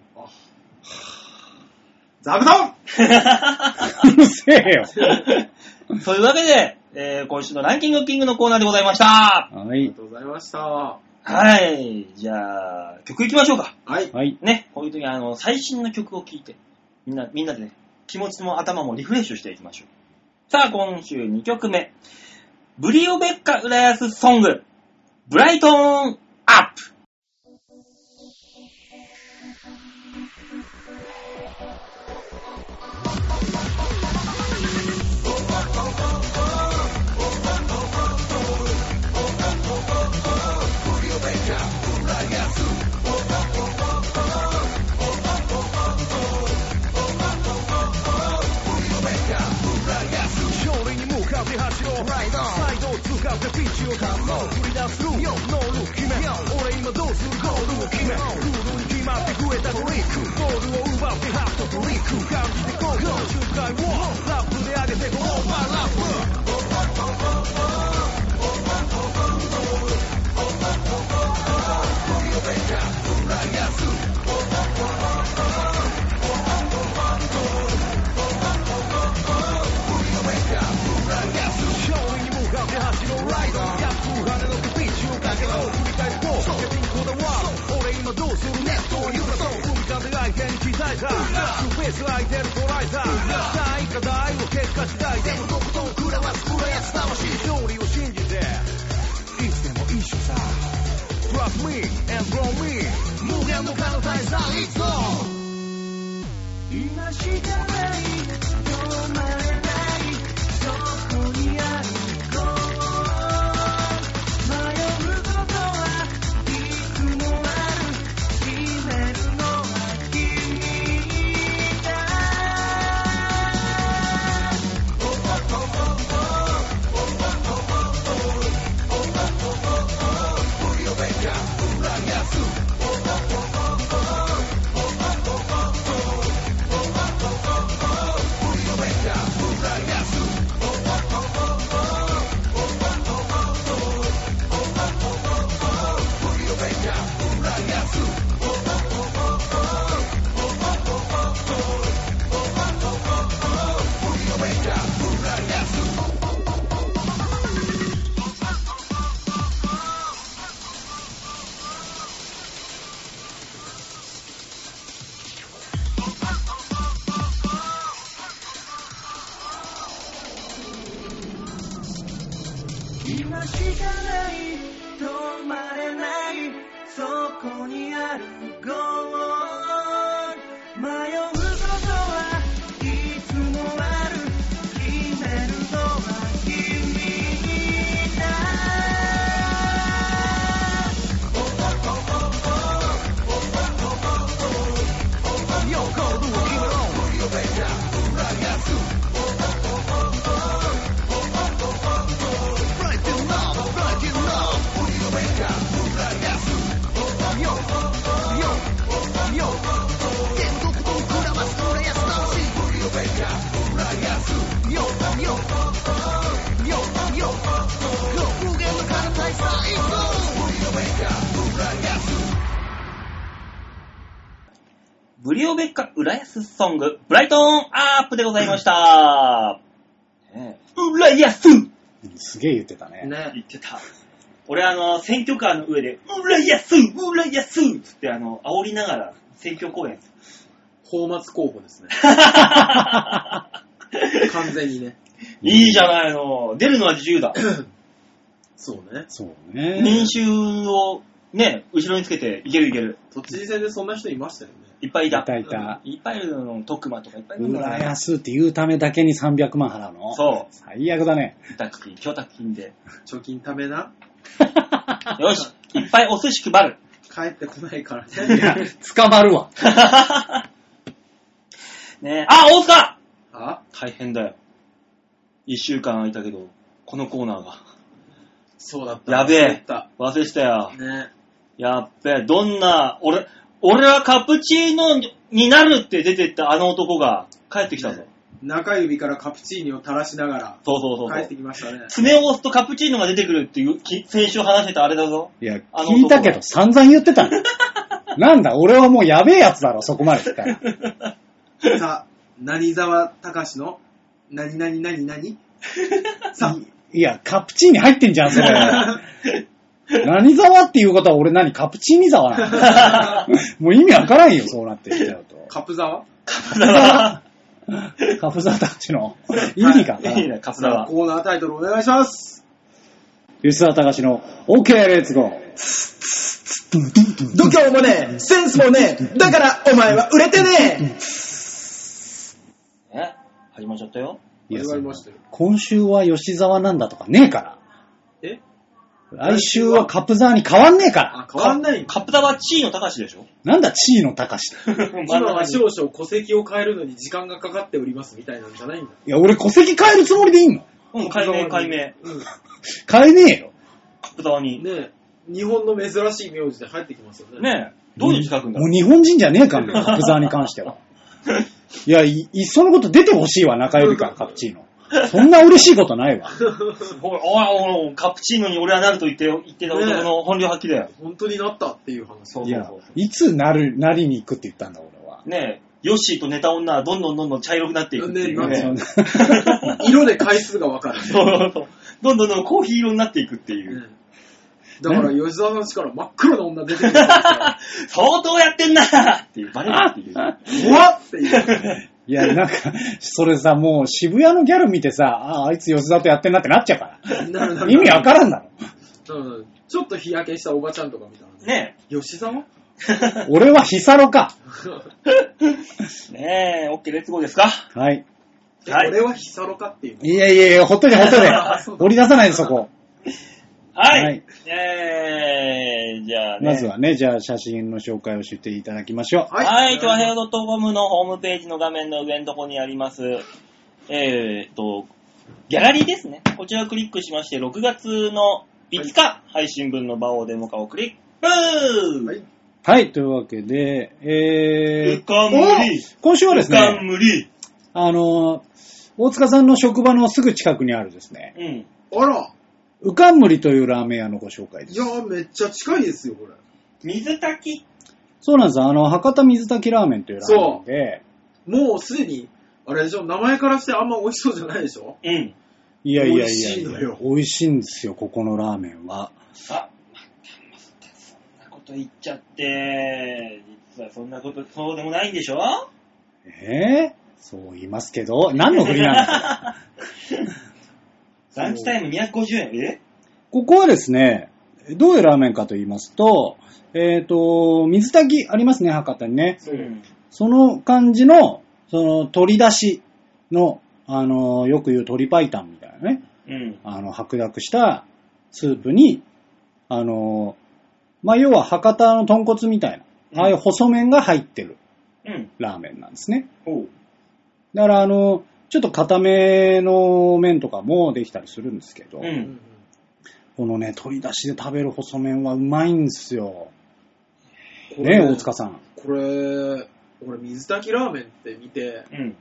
[SPEAKER 3] 座布団
[SPEAKER 1] うるせえよ。
[SPEAKER 2] そういうわけで、えー今週のランキングキングのコーナーでございました。
[SPEAKER 1] は
[SPEAKER 3] あり
[SPEAKER 1] い
[SPEAKER 3] が。とうございました。は
[SPEAKER 2] はい。じゃあ、曲行きましょうか。
[SPEAKER 3] い。
[SPEAKER 1] はい。
[SPEAKER 2] ね。こういう時あの、最新の曲を聴いて、みんな、みんなでね、気持ちも頭もリフレッシュしていきましょう。さあ、今週2曲目。ブリオベッカ・浦安ソング、ブライトーン・アップ。
[SPEAKER 6] 勝利に向かって走ろうサイドを使ってピッチを担当繰り出すルールノールー決め俺今どうするゴールを決めルールに決まって増えたトリックボールを奪ってハットトリック感じてゴールの周回をラップで上げてゴーバーラップ勝利に向かって走ろうライドキャップ跳ねのけピッチをかけろ繰り返すと逆にこだわる俺今どうするネットを揺らそう海風相手に期待さスペース空いてるトライさ大課題を結果次第でもとことん食らわす暗やつ魂勝利を信じていつでも一緒さ Trust me and blow me 無限の可能性さ Let's go 今しかない止まれないそこにあるゴール迷うことはいつもある決めるのは君だ今しかない止まれないそこにあるゴール迷うことはいつもある決めるのは君だよゴールを決めろ
[SPEAKER 2] ブリオベッカ・浦安ソング、ブライトーン・アップでございました。ねえ浦安
[SPEAKER 1] うんすげえ言ってたね。
[SPEAKER 3] ね。
[SPEAKER 2] 言ってた。俺あの、選挙カー の上で、浦安浦安っつってあの、煽りながら選挙公演。
[SPEAKER 3] 泡沫候補ですね。完全にね。
[SPEAKER 2] いいじゃないの。出るのは自由 だ。
[SPEAKER 3] そうね。
[SPEAKER 1] そうね。
[SPEAKER 2] 民衆をね、後ろにつけて、いけるいける。
[SPEAKER 3] 都知事選でそんな人いましたよね。
[SPEAKER 2] いっぱいいた。
[SPEAKER 1] いたいた。
[SPEAKER 2] いっぱいいるの。徳馬とかいっぱいいるの
[SPEAKER 1] 浦
[SPEAKER 2] だよ。
[SPEAKER 1] 安って言うためだけに300万払うの
[SPEAKER 2] そう
[SPEAKER 1] 最悪だね。
[SPEAKER 2] 委託金、供託金で。
[SPEAKER 3] 貯金ためな。
[SPEAKER 2] よし、いっぱいお寿司配 る。
[SPEAKER 3] 帰ってこないから
[SPEAKER 1] い や
[SPEAKER 3] ね。、
[SPEAKER 1] 捕まるわ。
[SPEAKER 2] ねえあ、大塚
[SPEAKER 3] あ
[SPEAKER 2] 大変だよ。一週間空いたけど、このコーナーが。
[SPEAKER 3] そうだった。
[SPEAKER 2] やべえ
[SPEAKER 3] だ。
[SPEAKER 2] 忘れてたよ。
[SPEAKER 3] ね。
[SPEAKER 2] やっべえ、どんな、俺、俺はカプチーノになるって出てったあの男が帰ってきたぞ。
[SPEAKER 3] 中指からカプチーニを垂らしなが
[SPEAKER 2] そうそうそう
[SPEAKER 3] ら
[SPEAKER 2] そう
[SPEAKER 3] 帰って。きましたね。
[SPEAKER 2] 爪を押すとカプチーノが出てくるっていう、き先週話してたあれだぞ。
[SPEAKER 1] いや、
[SPEAKER 2] あの男
[SPEAKER 1] 聞いたけど散々言ってた の。なんだ、俺はもうやべえやつだろ、そこまで言ったら。
[SPEAKER 3] さあ、何沢隆の何々何々さ
[SPEAKER 1] いや、カプチーニ入ってんじゃん、それ。何沢っていうことは俺何カプチーニ沢なの
[SPEAKER 3] あ、
[SPEAKER 1] もう意味わからんよ、そうなってきちゃうと。
[SPEAKER 3] カプ沢
[SPEAKER 1] カプ沢たちの意味がわから
[SPEAKER 2] いい
[SPEAKER 1] ん。
[SPEAKER 2] ね、カツラは。
[SPEAKER 3] コーナータイトルお願いします。
[SPEAKER 1] 吉沢隆の OK、レッツゴー。
[SPEAKER 3] 度胸もねえ、センスもねえ、だからお前は売れてね
[SPEAKER 2] え始まっちゃったよ。
[SPEAKER 1] いや
[SPEAKER 3] 始まりましたよ
[SPEAKER 1] その今週は吉沢なんだとかねえから。
[SPEAKER 3] ええ
[SPEAKER 1] 来週はカプ沢に変わんねえから。
[SPEAKER 3] あ、変わんないんだ
[SPEAKER 2] カプラはチーノ高しでしょ
[SPEAKER 1] なんだ、地位の高し。
[SPEAKER 2] 今
[SPEAKER 3] 今は少々戸籍を変えるのに時間がかかっておりますみたいなんじゃないんだ。
[SPEAKER 1] いや、俺戸籍変えるつもりでいいの
[SPEAKER 2] うん、解明解明。
[SPEAKER 3] うん。
[SPEAKER 1] 変えねえよ。
[SPEAKER 2] カプラに。
[SPEAKER 3] ねえ日本の珍しい名字で入ってきますよね。
[SPEAKER 2] ねえ、どういう資格だ
[SPEAKER 1] も
[SPEAKER 2] ろ
[SPEAKER 1] う
[SPEAKER 2] う。
[SPEAKER 1] 日本人じゃねえからね、カプ沢に関しては。いや、い、いっそのこと出てほしいわ、中指からカプチーノ。そんな嬉しいことないわ。
[SPEAKER 2] おいおいおい、カプチーノに俺はなると言って、言ってた男の本領発揮だよ。
[SPEAKER 3] 本当になったっていう話。
[SPEAKER 2] そう
[SPEAKER 1] い
[SPEAKER 2] そう
[SPEAKER 1] や
[SPEAKER 2] そう、
[SPEAKER 1] いつなる、なりに行くって言ったんだ、俺は。
[SPEAKER 2] ねえ、ヨッシーと寝た女はどんどんどんどん茶色くなっていくっていう
[SPEAKER 3] ね
[SPEAKER 2] ね。
[SPEAKER 1] そ
[SPEAKER 3] そ
[SPEAKER 1] ん
[SPEAKER 3] う
[SPEAKER 1] な
[SPEAKER 3] 色で回数が分か る。
[SPEAKER 2] そうそうそう。どんどんどんコーヒー色になっていくっていう。
[SPEAKER 3] ねだから吉沢さんちから真っ黒な女出てくるんですか
[SPEAKER 2] 相当やってんなっていう、バレるっていう。
[SPEAKER 3] ら怖っっていう。
[SPEAKER 1] いや、なんか、それさ、もう渋谷のギャル見てさ、ああ、あいつ吉沢とやってんなってなっちゃうか
[SPEAKER 3] なるな
[SPEAKER 1] ら。
[SPEAKER 3] る
[SPEAKER 1] 意味わからんだろ。
[SPEAKER 3] うんちょっと日焼けしたおばちゃんとか見たらね。
[SPEAKER 2] ね
[SPEAKER 3] 吉 沢
[SPEAKER 1] 俺はヒサロか。
[SPEAKER 2] え、ねえ、オッケーレッツゴーですか
[SPEAKER 1] はい。
[SPEAKER 3] え
[SPEAKER 2] はい
[SPEAKER 3] 俺はヒサロかっていう。
[SPEAKER 1] いやいやいや、ほっとけほっとけ
[SPEAKER 3] あそう。だ
[SPEAKER 1] 掘り出さないで、そこ。
[SPEAKER 2] はい。
[SPEAKER 1] はい
[SPEAKER 2] えー、じゃあね。
[SPEAKER 1] まずはね、じゃあ写真の紹介をしていただきましょう。
[SPEAKER 2] はい、ちょはへ
[SPEAKER 3] ね
[SPEAKER 2] よ .com のホームページの画面の上のところにあります、えーっと、ギャラリーですね。こちらをクリックしまして、6月の5日、配信分の場をデモ化をクリック、
[SPEAKER 3] はい
[SPEAKER 1] はい、というわけで、えー、
[SPEAKER 2] うかむり
[SPEAKER 1] お今週はですね、
[SPEAKER 2] 無理
[SPEAKER 1] あの、大塚さんの職場のすぐ近くにあるですね、
[SPEAKER 2] うん。
[SPEAKER 3] あら、
[SPEAKER 1] うかんむりというラーメン屋のご紹介で
[SPEAKER 3] い
[SPEAKER 1] す
[SPEAKER 3] や。ーめっちゃ近いですよ、これ。
[SPEAKER 2] 水炊き。
[SPEAKER 1] そうなんですあの、博多水炊きラーメンというラーメンで、
[SPEAKER 3] もうすでに、あれでしょ、名前からしてあんま美味しそうじゃないでしょ
[SPEAKER 2] うん。
[SPEAKER 1] いやいやいや
[SPEAKER 3] 美味しいのよ
[SPEAKER 1] 美味しいんですよ、ここのラーメンは。
[SPEAKER 2] あ、またまたそんなこと言っちゃって、実はそんなこと、そうでもないんでしょ
[SPEAKER 1] えー、そう言いますけど、何の振りなんです か
[SPEAKER 2] ランチタイム250円。え
[SPEAKER 1] ここはですね、どういうラーメンかと言いますと、えっ、と、水炊きありますね、博多にね。
[SPEAKER 2] うん。
[SPEAKER 1] その感じの、その、取り出しの、あの、よく言う鶏白湯みたいなね、
[SPEAKER 2] うん。
[SPEAKER 1] あの、白濁したスープに、あの、まあ、要は博多の豚骨みたいな、ああいう細麺が入ってる
[SPEAKER 2] うん。
[SPEAKER 1] ラーメンなんですね。
[SPEAKER 2] おう。
[SPEAKER 1] だから、あの、ちょっと固めの麺とかもできたりするんですけど、
[SPEAKER 2] うん。
[SPEAKER 1] このね、鶏出しで食べる細麺はうまいんですよ。
[SPEAKER 3] こ
[SPEAKER 1] ね、
[SPEAKER 3] れ
[SPEAKER 1] 大塚さん。
[SPEAKER 3] これ、俺水炊きラーメンって見て、
[SPEAKER 2] うん。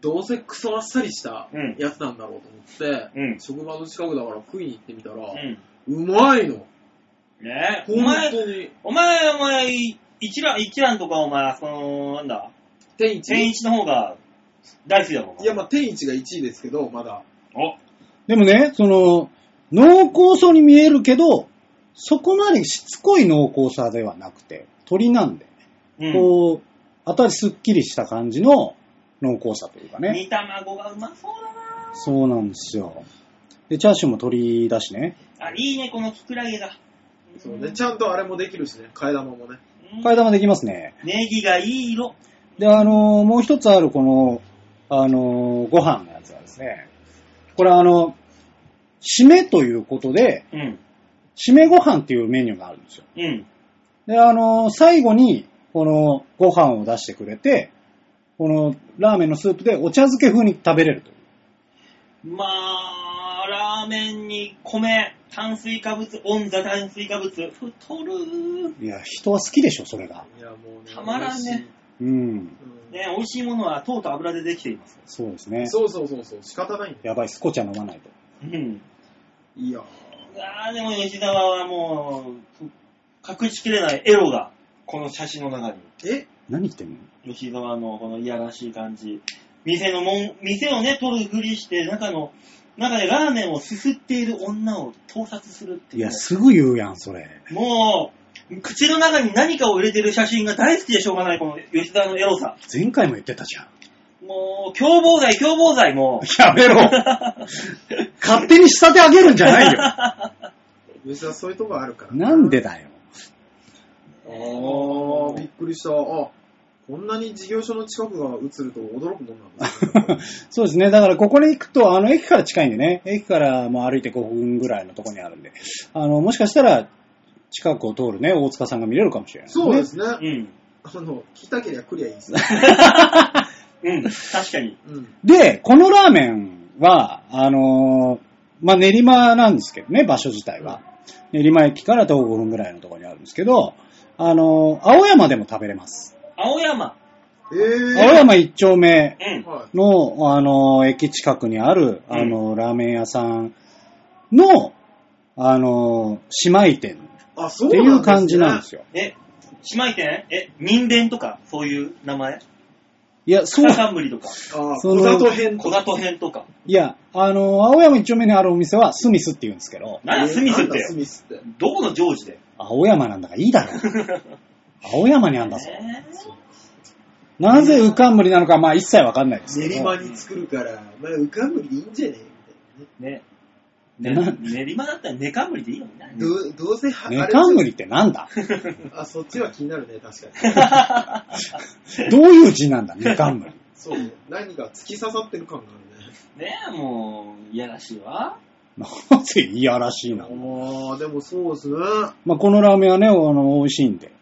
[SPEAKER 3] どうせクソあっさりした
[SPEAKER 2] うん
[SPEAKER 3] やつなんだろうと思って、
[SPEAKER 2] うん
[SPEAKER 3] 職場の近くだから食いに行ってみたら、
[SPEAKER 2] うん。
[SPEAKER 3] うまいの。
[SPEAKER 2] ねえ、お
[SPEAKER 3] 本
[SPEAKER 2] 前、
[SPEAKER 3] 当に。
[SPEAKER 2] お前、お前、一覧、一覧とかお前、その、なんだ、
[SPEAKER 3] 天一
[SPEAKER 2] 天一の方が大好きだもん。
[SPEAKER 3] いや、まあ天一が1位ですけど、まだ。
[SPEAKER 2] お、
[SPEAKER 1] でもね、その、濃厚そうに見えるけど、そこまでしつこい濃厚さではなくて、鳥なんで、
[SPEAKER 2] うん、
[SPEAKER 1] こう、後味すっきりした感じの濃厚さというかね。
[SPEAKER 2] 煮卵がうまそうだな
[SPEAKER 1] そうなんですよ。で、チャーシューも鶏だしね。
[SPEAKER 2] あ、いいね、このキクラゲが。
[SPEAKER 3] そうね、ちゃんとあれもできるしね、替え玉もね。
[SPEAKER 2] うん
[SPEAKER 1] 替え玉できますね。
[SPEAKER 2] ネギがいい色。
[SPEAKER 1] で、あのーもう一つあるこの、あのーご飯のやつはですね、これあの、締めということで、
[SPEAKER 2] うん。
[SPEAKER 1] 締めご飯っていうメニューがあるんですよ。
[SPEAKER 2] うん。
[SPEAKER 1] で、あの、最後に、この、ご飯を出してくれて、この、ラーメンのスープでお茶漬け風に食べれるという。
[SPEAKER 2] まあ、ラーメンに米、炭水化物、オンザ炭水化物、太るー。
[SPEAKER 1] いや、人は好きでしょ、それが。
[SPEAKER 3] いや、もうね。
[SPEAKER 2] たまらんね
[SPEAKER 1] うん。
[SPEAKER 3] 美味しい。
[SPEAKER 2] ね、美味しいものは糖と油でできています。
[SPEAKER 1] そうです
[SPEAKER 3] う
[SPEAKER 1] ね
[SPEAKER 3] ん。そうそうそうそう、仕方ないんだよ。
[SPEAKER 1] やばい、スコチャ飲まないと。
[SPEAKER 2] うん。
[SPEAKER 3] いや
[SPEAKER 2] あーでも吉沢はもう、隠しきれないエロが、この写真の中に。
[SPEAKER 3] ーえ
[SPEAKER 1] 何言ってんの
[SPEAKER 2] 吉沢のこのいやらしい感じ。店のもん、店をね、取るふりして、中の、中でラーメンをすすっている女を盗撮するっていう。
[SPEAKER 1] いや、すぐ言うやん、それ。
[SPEAKER 2] もう、口の中に何かを入れてる写真が大好きでしょうがない、この吉田のエロさ。
[SPEAKER 1] 前回も言ってたじゃん。
[SPEAKER 2] もう、凶暴罪、凶暴罪、も
[SPEAKER 1] や めろ勝手に仕立て上げるんじゃないよ。
[SPEAKER 3] 吉田そういうとこあるから。
[SPEAKER 1] なんでだよ。
[SPEAKER 3] あー、びっくりした。あ、こんなに事業所の近くが映ると驚くもんなんだ。
[SPEAKER 1] そうですね。だから、ここに行くと、あの、駅から近いんでね。駅からもう歩いて5分ぐらいのとこにあるんで。あの、もしかしたら、近くを通るね、大塚さんが見れるかもしれない、
[SPEAKER 3] そうです
[SPEAKER 1] ね。
[SPEAKER 3] ね。
[SPEAKER 2] う。うん。
[SPEAKER 3] あの、来たけりゃ来りゃいいですね。
[SPEAKER 2] うん、確かに。
[SPEAKER 3] うん。
[SPEAKER 1] で、このラーメンは、あのーまあ、練馬なんですけどね、場所自体は。練馬駅から徒歩5分ぐらいのとこにあるんですけど、あのー青山でも食べれます。
[SPEAKER 2] 青山。
[SPEAKER 3] え
[SPEAKER 1] 青
[SPEAKER 3] ー。
[SPEAKER 1] 山一丁目
[SPEAKER 2] うん。
[SPEAKER 3] はい。
[SPEAKER 1] の、あのー駅近くにある、あのーラーメン屋さんの、あのー姉妹店
[SPEAKER 3] あ、そう
[SPEAKER 1] って
[SPEAKER 3] なんです、
[SPEAKER 1] い
[SPEAKER 3] ね、
[SPEAKER 1] う感じなんですよ。
[SPEAKER 2] え、姉妹店え、人弁とか、そういう名前
[SPEAKER 1] いや、そう
[SPEAKER 2] 北、寒ぶりとか、
[SPEAKER 3] あー、
[SPEAKER 1] その
[SPEAKER 3] 小里編
[SPEAKER 2] 小里編とか。
[SPEAKER 1] いや、あの、青山一丁目にあるお店はスミスって言うんですけど、
[SPEAKER 2] なんや、スミスって
[SPEAKER 3] えーなんだスミスって。
[SPEAKER 2] どこのジョージで
[SPEAKER 1] 青山なんだからいい だろ。青山にあんだぞ。
[SPEAKER 2] ね
[SPEAKER 1] なぜ浮かんぶりなのか、まあ一切わかんないですけ
[SPEAKER 3] 練
[SPEAKER 1] ど。
[SPEAKER 3] 馬に作るから、まあ、浮かぶりでいいんじゃねえみ
[SPEAKER 2] ね。
[SPEAKER 1] ね
[SPEAKER 2] ね、練馬だったらネカムリでいいのにな。
[SPEAKER 3] たいなね。どう、どうせは、
[SPEAKER 1] ネカンム
[SPEAKER 3] り
[SPEAKER 1] リってなんだ
[SPEAKER 3] あ、そっちは気になるね、確かに。
[SPEAKER 1] どういう字なんだ、ネカンムリ。
[SPEAKER 3] そうね。何か突き刺さってる感があるね。
[SPEAKER 2] ねえ、もう、いやらしいわ。
[SPEAKER 1] なぜいやらしいな。
[SPEAKER 3] あー、でもそうですね。
[SPEAKER 1] まあこのラーメンはね、あの、美味しいんで。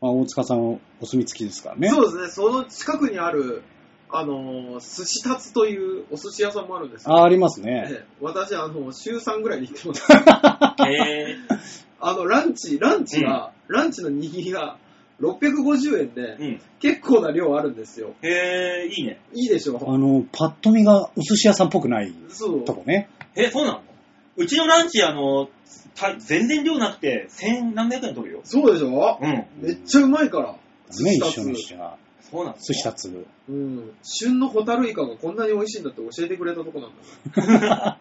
[SPEAKER 1] まあ大塚さんお墨付きですからね。
[SPEAKER 3] そうですね、その近くにある、あのー、寿司たつというお寿司屋さんもあるんですよ。
[SPEAKER 1] あ、ありますね。
[SPEAKER 3] ええ私、あの、週3ぐらいに行って ます。
[SPEAKER 2] へえ。
[SPEAKER 3] あの、ランチ、ランチが、ランチの握りが650円で、
[SPEAKER 2] うん。
[SPEAKER 3] 結構な量あるんですよ。
[SPEAKER 2] へえ、いいね。
[SPEAKER 3] いいでしょ
[SPEAKER 1] あの、パッと見がお寿司屋さんっぽくない
[SPEAKER 3] そう。
[SPEAKER 1] とこね。
[SPEAKER 2] え、そうなのうちのランチ、あの、た全然量なくて、千何百円取るよ。
[SPEAKER 3] そうでしょ
[SPEAKER 2] うん。
[SPEAKER 3] めっちゃうまいから。
[SPEAKER 1] ダメ、一緒にしちゃ。
[SPEAKER 2] そうなの
[SPEAKER 1] 寿司たつ。
[SPEAKER 3] うん。旬のホタルイカがこんなに美味しいんだって教えてくれたとこなんだか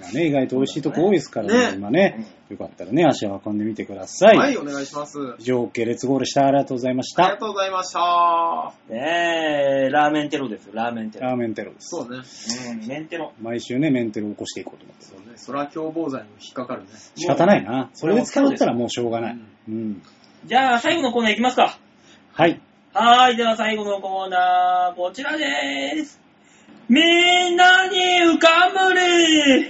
[SPEAKER 1] まあね、意外と美味しいとこ多いですからね、
[SPEAKER 3] ね
[SPEAKER 1] 今
[SPEAKER 2] う
[SPEAKER 1] ね
[SPEAKER 2] ん。
[SPEAKER 1] よかったらね、足を運んでみてください。
[SPEAKER 3] ら。はい、お願いします。あ
[SPEAKER 1] 以上、系列ゴールした。ありがとうございまし
[SPEAKER 3] りが
[SPEAKER 1] た。
[SPEAKER 3] とうございました。
[SPEAKER 2] ねえ、ラーメンテロですよ、ラーメンテロ。
[SPEAKER 1] ラーメンテロです。
[SPEAKER 3] そうね。
[SPEAKER 2] うん、メンテロ。
[SPEAKER 1] 毎週ね、メンテロを起こしていこうと思って。
[SPEAKER 3] そうね。そら凶暴罪に引っかかるね。
[SPEAKER 1] 仕方ないな。それで捕まったら
[SPEAKER 2] も
[SPEAKER 1] もうしょうがない。うん。
[SPEAKER 2] じゃあ、最後のコーナーいきますか。
[SPEAKER 1] はい。
[SPEAKER 2] はーい、では最後のコーナー、こちらでーす。みんなに浮かんむり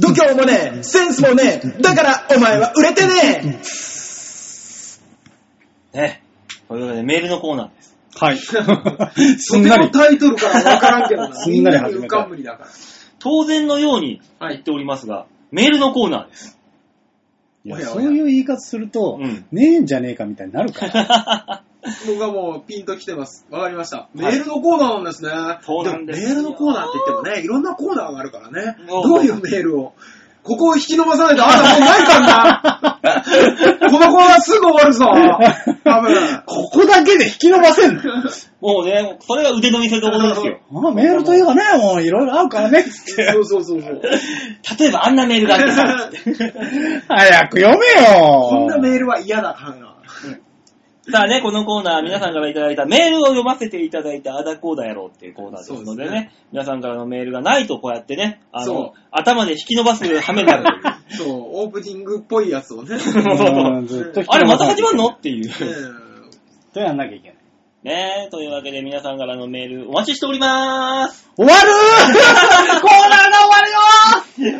[SPEAKER 3] 度胸もねえ、センスもねえ、だからお前は売れてね
[SPEAKER 2] ね。というわけで、メールのコーナーです。
[SPEAKER 1] はい。
[SPEAKER 3] え
[SPEAKER 1] すん
[SPEAKER 3] と
[SPEAKER 1] な
[SPEAKER 3] て
[SPEAKER 1] り
[SPEAKER 3] も。タイトルからわからんけどな。
[SPEAKER 1] すんなり始めた
[SPEAKER 3] みんに浮かんぶりだから。
[SPEAKER 2] 当然のように言っておりますが、メールのコーナーです。
[SPEAKER 1] いやそういう言い方すると、
[SPEAKER 2] うん
[SPEAKER 1] ねえんじゃねえかみたいになるから。
[SPEAKER 3] 僕はもうピンと来てます。わかりました。メールのコーナーなんですね。
[SPEAKER 2] そうなんですよ
[SPEAKER 3] もメールのコーナーって言ってもね、いろんなコーナーがあるからね。
[SPEAKER 2] そう
[SPEAKER 3] どういうメールを。ここを引き伸ばさないとあんたもうない かんな。このコーナーすぐ終わるぞ。多分。
[SPEAKER 1] ここだけで引き伸ばせんの
[SPEAKER 2] もうね、それが腕の見せ所です よ。
[SPEAKER 1] あメールといえばね、もういろいろ合うからね、つって。
[SPEAKER 3] そうそうそうそう。
[SPEAKER 2] 例えばあんなメールがあってさ、
[SPEAKER 1] 早く読めよ
[SPEAKER 3] こんなメールは嫌だからな。
[SPEAKER 2] さあね、このコーナー、皆さんからいただいたメールを読ませていただいたあだこうだやろうっていうコーナーですのでね、
[SPEAKER 3] そうですね
[SPEAKER 2] 皆さんからのメールがないとこうやってね、あ
[SPEAKER 3] そう
[SPEAKER 2] の、頭で引き伸ばす羽目になるという。
[SPEAKER 3] そう、オープニングっぽいやつを
[SPEAKER 2] そ
[SPEAKER 3] ね。
[SPEAKER 2] うそう
[SPEAKER 1] うんずっと引き
[SPEAKER 2] あれ、
[SPEAKER 1] 伸ばさなきゃいけない
[SPEAKER 2] また始まんのっていう。
[SPEAKER 3] え
[SPEAKER 1] とやんなきゃいけない。
[SPEAKER 2] ねえ、というわけで皆さんからのメールお待ちしておりまーす。
[SPEAKER 1] 終わるー コーナーが終わるよ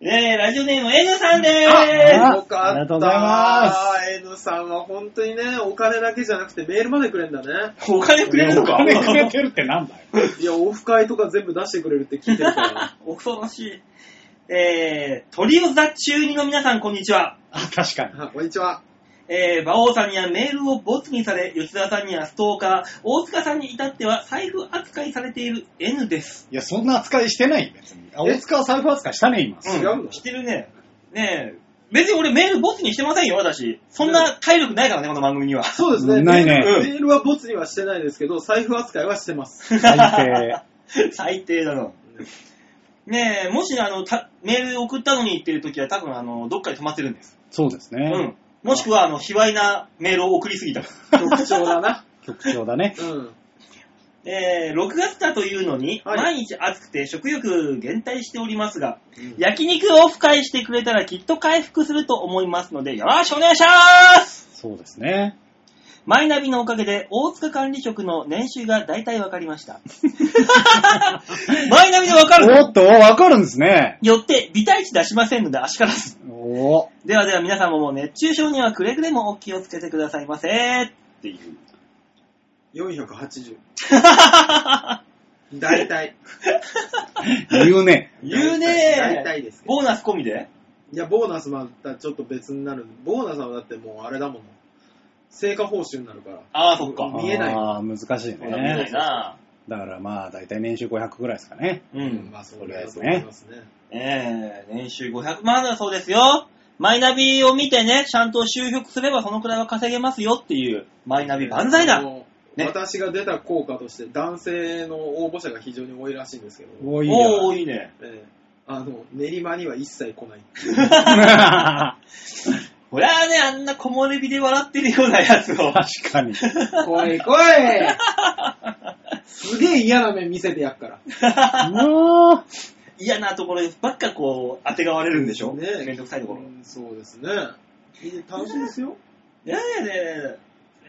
[SPEAKER 2] ねえ、ラジオネーム N さんで
[SPEAKER 3] え
[SPEAKER 1] あ
[SPEAKER 2] ー
[SPEAKER 3] よか
[SPEAKER 1] ありがとう
[SPEAKER 3] っ
[SPEAKER 1] ございま
[SPEAKER 3] た。N さんは本当にね、お金だけじゃなくてメールまでくれんだね。
[SPEAKER 2] す。お金くれるの
[SPEAKER 1] お
[SPEAKER 2] か
[SPEAKER 1] 金くれてるってなんだよ。
[SPEAKER 3] いや、オフ会とか全部出してくれるって聞いてるから。
[SPEAKER 2] 恐ろしい。えー、トリオザ中二の皆さん、こんにちは。
[SPEAKER 1] あ、確かに。
[SPEAKER 3] あこんにちは。
[SPEAKER 2] えー、馬王さんにはメールをボツにされ、吉沢さんにはストーカー、大塚さんに至っては財布扱いされている N です。
[SPEAKER 1] いや、そんな扱いしてないよ別に。あ
[SPEAKER 3] え
[SPEAKER 1] 大塚は財布扱いしたね、今。
[SPEAKER 3] 違うの
[SPEAKER 2] してるね。ねえ、別に俺メールボツにしてませんよ、私。そんな体力ないからね、この番組には。
[SPEAKER 3] そうですね。
[SPEAKER 1] ない
[SPEAKER 3] メ
[SPEAKER 1] ね
[SPEAKER 3] ールメールはボツにはしてないですけど、財布扱いはしてます。
[SPEAKER 1] 最低。
[SPEAKER 2] 最低だな。ねえ、もしあのたメール送ったのにっていう時は多分あのどっかで止まってるんです。
[SPEAKER 1] そうですね。
[SPEAKER 2] うん。もしくはあの卑猥なメールを送りすぎた。
[SPEAKER 3] 特徴だな。
[SPEAKER 1] 局長だね。
[SPEAKER 3] うん。
[SPEAKER 2] えー、6月だというのに、
[SPEAKER 3] はい
[SPEAKER 2] 毎日暑くて食欲減退しておりますが、焼肉をオフ会してくれたらきっと回復すると思いますので、よろしくお願いします
[SPEAKER 1] そうですね。
[SPEAKER 2] マイナビのおかげで、大塚管理職の年収が大体わかりま した。マイナビでわかるの
[SPEAKER 1] おっと、わかるんですね。
[SPEAKER 2] よって、微対値出しませんので、足からず。
[SPEAKER 1] おー
[SPEAKER 2] ではでは皆様も熱中症にはくれぐれもお気をつけてくださいませ。っていう。
[SPEAKER 3] 480。大体。
[SPEAKER 1] 言うね。
[SPEAKER 2] 言う
[SPEAKER 3] 大
[SPEAKER 2] ね
[SPEAKER 3] 体ですけど
[SPEAKER 2] ボーナス込みで
[SPEAKER 3] いや、ボーナスもまたちょっと別になる。ボーナスはだってもうあれだもん。成果報酬になるから。
[SPEAKER 2] ああ、そっか。
[SPEAKER 3] 見えない
[SPEAKER 1] ああ、難しい
[SPEAKER 2] そうだ見えな
[SPEAKER 1] ね
[SPEAKER 2] い。な。
[SPEAKER 1] だからまあ、だいたい年収500ぐらいですかね。
[SPEAKER 2] う。
[SPEAKER 3] うんまあそうだと思いますね。
[SPEAKER 2] ええ年収500万だそうですよ。マイナビを見てね、ちゃんと就職すればそのくらいは稼げますよっていう、マイナビ万歳
[SPEAKER 3] あ
[SPEAKER 2] だ。
[SPEAKER 3] の
[SPEAKER 2] ね
[SPEAKER 3] 私が出た効果として男性の応募者が非常に多いらしいんですけど、
[SPEAKER 1] おーいい
[SPEAKER 2] おー、いいね。
[SPEAKER 3] ええあの練馬には一切来ない。
[SPEAKER 1] な
[SPEAKER 2] こりゃあね、あんな木漏れ日で笑ってるようなやつを。
[SPEAKER 1] 確かに。
[SPEAKER 3] 来 い来いすげえ嫌な面見せてやっから。
[SPEAKER 1] うわー
[SPEAKER 2] 嫌なところばっかこう、当てがわれるんでしょ
[SPEAKER 3] ねえ
[SPEAKER 2] めんどくさいところ
[SPEAKER 3] う。んそうですね。いい楽しいですよ。
[SPEAKER 2] いやいやね、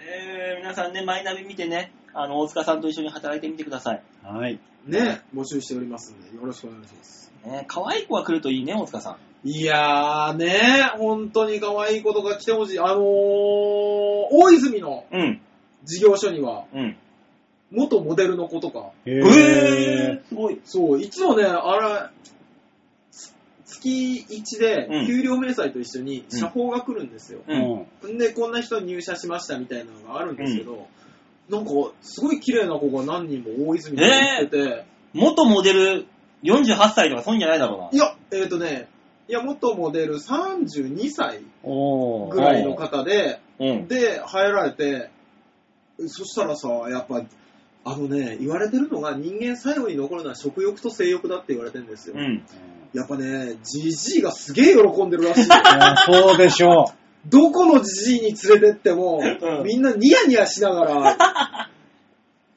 [SPEAKER 2] えー、皆さんね、マイナビ見てね、あの、大塚さんと一緒に働いてみてください。
[SPEAKER 1] はい。
[SPEAKER 3] ね、募集しておりますんで、よろしくお願いします。
[SPEAKER 2] ね、可愛い子が来るといいね、大塚さん。
[SPEAKER 3] いやーね、本当に可愛い子とか来てほしい。あのー、大泉の
[SPEAKER 2] うん、
[SPEAKER 3] 事業所には、
[SPEAKER 2] うん。
[SPEAKER 3] 元モデルの子とか、
[SPEAKER 1] へ
[SPEAKER 2] え
[SPEAKER 1] ー
[SPEAKER 2] ー、すごい。
[SPEAKER 3] そう、いつもね、あれ、つ月1
[SPEAKER 2] う
[SPEAKER 3] で
[SPEAKER 2] ん
[SPEAKER 3] 給料明細と一緒に社報が来るんですよ。
[SPEAKER 2] う。
[SPEAKER 1] うんん。
[SPEAKER 3] ん、で、こんな人入社しましたみたいなのがあるんですけど、なんか、すごい綺麗な子が何人も大泉に来てて、
[SPEAKER 2] 元モデル48歳とかそういうんじゃないだろうな。
[SPEAKER 3] いや、えっ、とね、いや、元モデル32歳
[SPEAKER 1] おー。
[SPEAKER 3] ぐらいの方で、
[SPEAKER 2] うん。
[SPEAKER 3] で、入られて、そしたらさ、やっぱ、あのね、言われてるのが人間最後に残るのは食欲と性欲だって言われてるんですよ。
[SPEAKER 2] うん。
[SPEAKER 3] やっぱね、ジジイがすげえ喜んで るらしいよ。
[SPEAKER 1] いやそうでしょ
[SPEAKER 3] どこのジジイに連れてっても、
[SPEAKER 2] うん
[SPEAKER 3] みんなニヤニヤしながら、